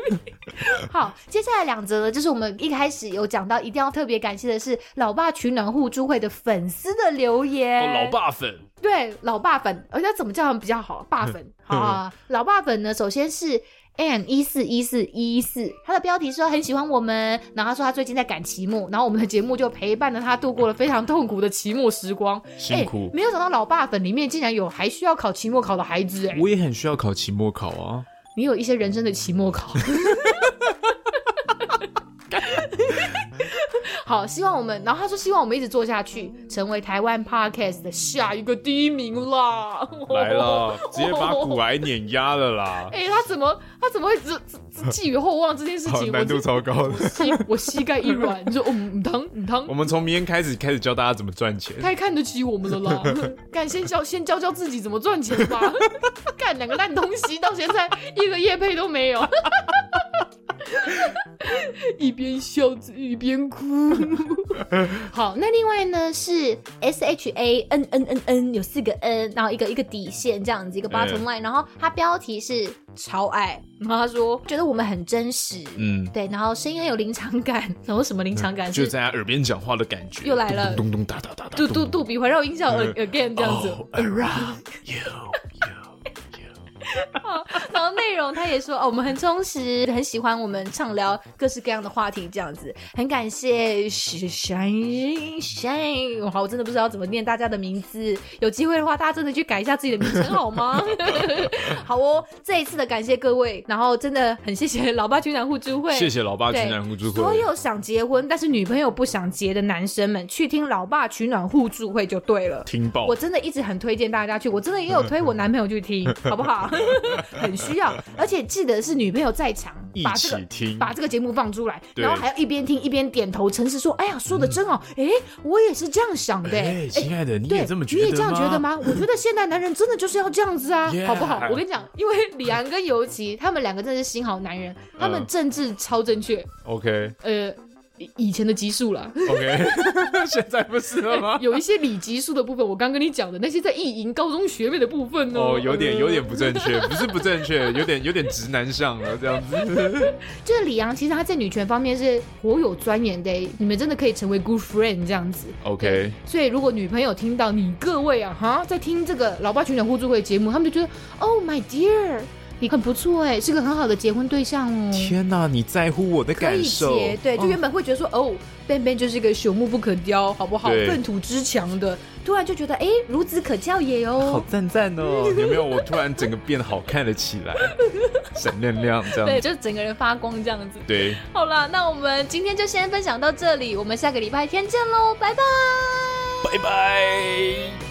[SPEAKER 5] 好，接下来两则呢，就是我们一开始有讲到，一定要特别感谢的是老爸取暖互助会的粉丝的留言，
[SPEAKER 2] 哦，老爸粉，
[SPEAKER 3] 对，老爸粉，而且怎么叫他们比较好？爸粉好啊，
[SPEAKER 5] 老爸粉呢，首先是 N 一四一四一四，他的标题说很喜欢我们，然后他说他最近在赶期末，然后我们的节目就陪伴了他度过了非常痛苦的期末时光。
[SPEAKER 2] 辛
[SPEAKER 3] 哎
[SPEAKER 2] 苦。
[SPEAKER 3] 没有想到老爸粉里面竟然有还需要考期末考的孩子哎、
[SPEAKER 2] 我也很需要考期末考 啊！
[SPEAKER 3] 你有一些人生的期末考。好，希望我们，然后他说希望我们一直做下去，成为台湾 podcast 的下一个第一名啦！
[SPEAKER 2] 来了，直接把骨癌碾压了啦！
[SPEAKER 3] 哎、他怎么他怎么会只只只寄予厚望这件事
[SPEAKER 2] 好，
[SPEAKER 3] 情？我
[SPEAKER 2] 难度
[SPEAKER 3] 这
[SPEAKER 2] 超高的。
[SPEAKER 3] 膝 我膝盖一软，你说哦，唔疼唔疼
[SPEAKER 2] 我，们从明天开始开始教大家怎么赚钱。
[SPEAKER 3] 太看得起我们了啦！ 干先教先教教自己怎么赚钱吧。 干两个烂东西，到现在一个业配都没有， 一边笑着一边哭。
[SPEAKER 5] 好，那另外呢是 S H A N N N N 有四个 N，然后一个一个底线这样子，一个
[SPEAKER 2] 嗯
[SPEAKER 5] bottom line，、然后它标题是超爱，然后他说觉得我们很真实，
[SPEAKER 2] 嗯，
[SPEAKER 5] 对，然后声音很有临场感， 然后什么临场感？
[SPEAKER 2] 就是在他耳边讲话的感觉，
[SPEAKER 3] 又来了
[SPEAKER 2] 咚咚咚咚哒哒哒哒，
[SPEAKER 3] 杜杜杜比环绕音效
[SPEAKER 2] 嗯
[SPEAKER 3] a- again 这样子。
[SPEAKER 2] Oh, around you, you, you.
[SPEAKER 5] 然后内容他也说哦，我们很充实，很喜欢我们畅聊各式各样的话题，这样子，很感谢 shine shine。好，我真的不知道怎么念大家的名字，有机会的话，大家真的去改一下自己的名称 好吗？好哦，这一次的感谢各位，然后真的很 谢谢老爸军长互助会，
[SPEAKER 2] 谢谢老爸
[SPEAKER 5] 对
[SPEAKER 2] 情感互助
[SPEAKER 3] 所
[SPEAKER 2] 会，
[SPEAKER 3] 有想结婚但是女朋友不想结的男生们，去听老爸取暖互助会就对了。
[SPEAKER 2] 听爆
[SPEAKER 3] 我，真的一直很推荐大家去，我真的也有推我男朋友 去听，好不好？ 很需要，而且记得是女朋友 在场，
[SPEAKER 2] 一
[SPEAKER 3] 把这
[SPEAKER 2] 起
[SPEAKER 3] 个。
[SPEAKER 2] 听，
[SPEAKER 3] 把这个节目放出来，
[SPEAKER 2] 对
[SPEAKER 3] 然后还要一边听一边点头称是说：“哎呀，说的真好，哎、我也是这样想的、
[SPEAKER 2] 哎，亲爱的，你
[SPEAKER 3] 对，
[SPEAKER 2] 也这么
[SPEAKER 3] 你
[SPEAKER 2] 觉
[SPEAKER 3] 也这样觉
[SPEAKER 2] 得
[SPEAKER 3] 得？吗？我觉得现代男人真的就是要这样子啊
[SPEAKER 2] Yeah
[SPEAKER 3] 好不好？我跟你讲，因为李安跟尤其他们两个真的是新好男人，他们
[SPEAKER 2] 嗯
[SPEAKER 3] 政治超正确，
[SPEAKER 2] OK
[SPEAKER 3] 呃，以以前的集数啦，
[SPEAKER 2] OK，现 在不是了吗？
[SPEAKER 3] 有一些理集数的部分，我刚跟你讲的那些在意淫高中学妹的部分哦，
[SPEAKER 2] 哦，有点有点不正确，不是不正确，有点有点直男向了这样子。
[SPEAKER 3] 就是李阳，其实他在女权方面是颇有钻研的，你们真的可以成为 good friend 这样子。
[SPEAKER 2] OK，
[SPEAKER 3] 所以如果女朋友听到你各位啊哈，在听这个老爸群的互助会节目，他们就觉得，Oh my dear，你很不错哎，是个很好的结婚对象哦。
[SPEAKER 2] 天哪，你在乎我的
[SPEAKER 3] 可以
[SPEAKER 2] 感受
[SPEAKER 3] 结，？对，就原本会觉得说，哦，笨笨就是个朽木不可雕，好不好？
[SPEAKER 2] 对
[SPEAKER 3] 粪土之强的，
[SPEAKER 5] 突然就觉得哎，孺子可教也
[SPEAKER 2] 好
[SPEAKER 5] 哦。
[SPEAKER 2] 赞赞哦！ 有没有？我突然整个变好看了起来，闪亮亮这
[SPEAKER 5] 对，
[SPEAKER 2] 样子。
[SPEAKER 5] 就整个人发光这样子。
[SPEAKER 2] 对，
[SPEAKER 5] 好了，那我们今天就先分享到这里，我们下个礼拜天见喽，拜拜。
[SPEAKER 2] 拜拜。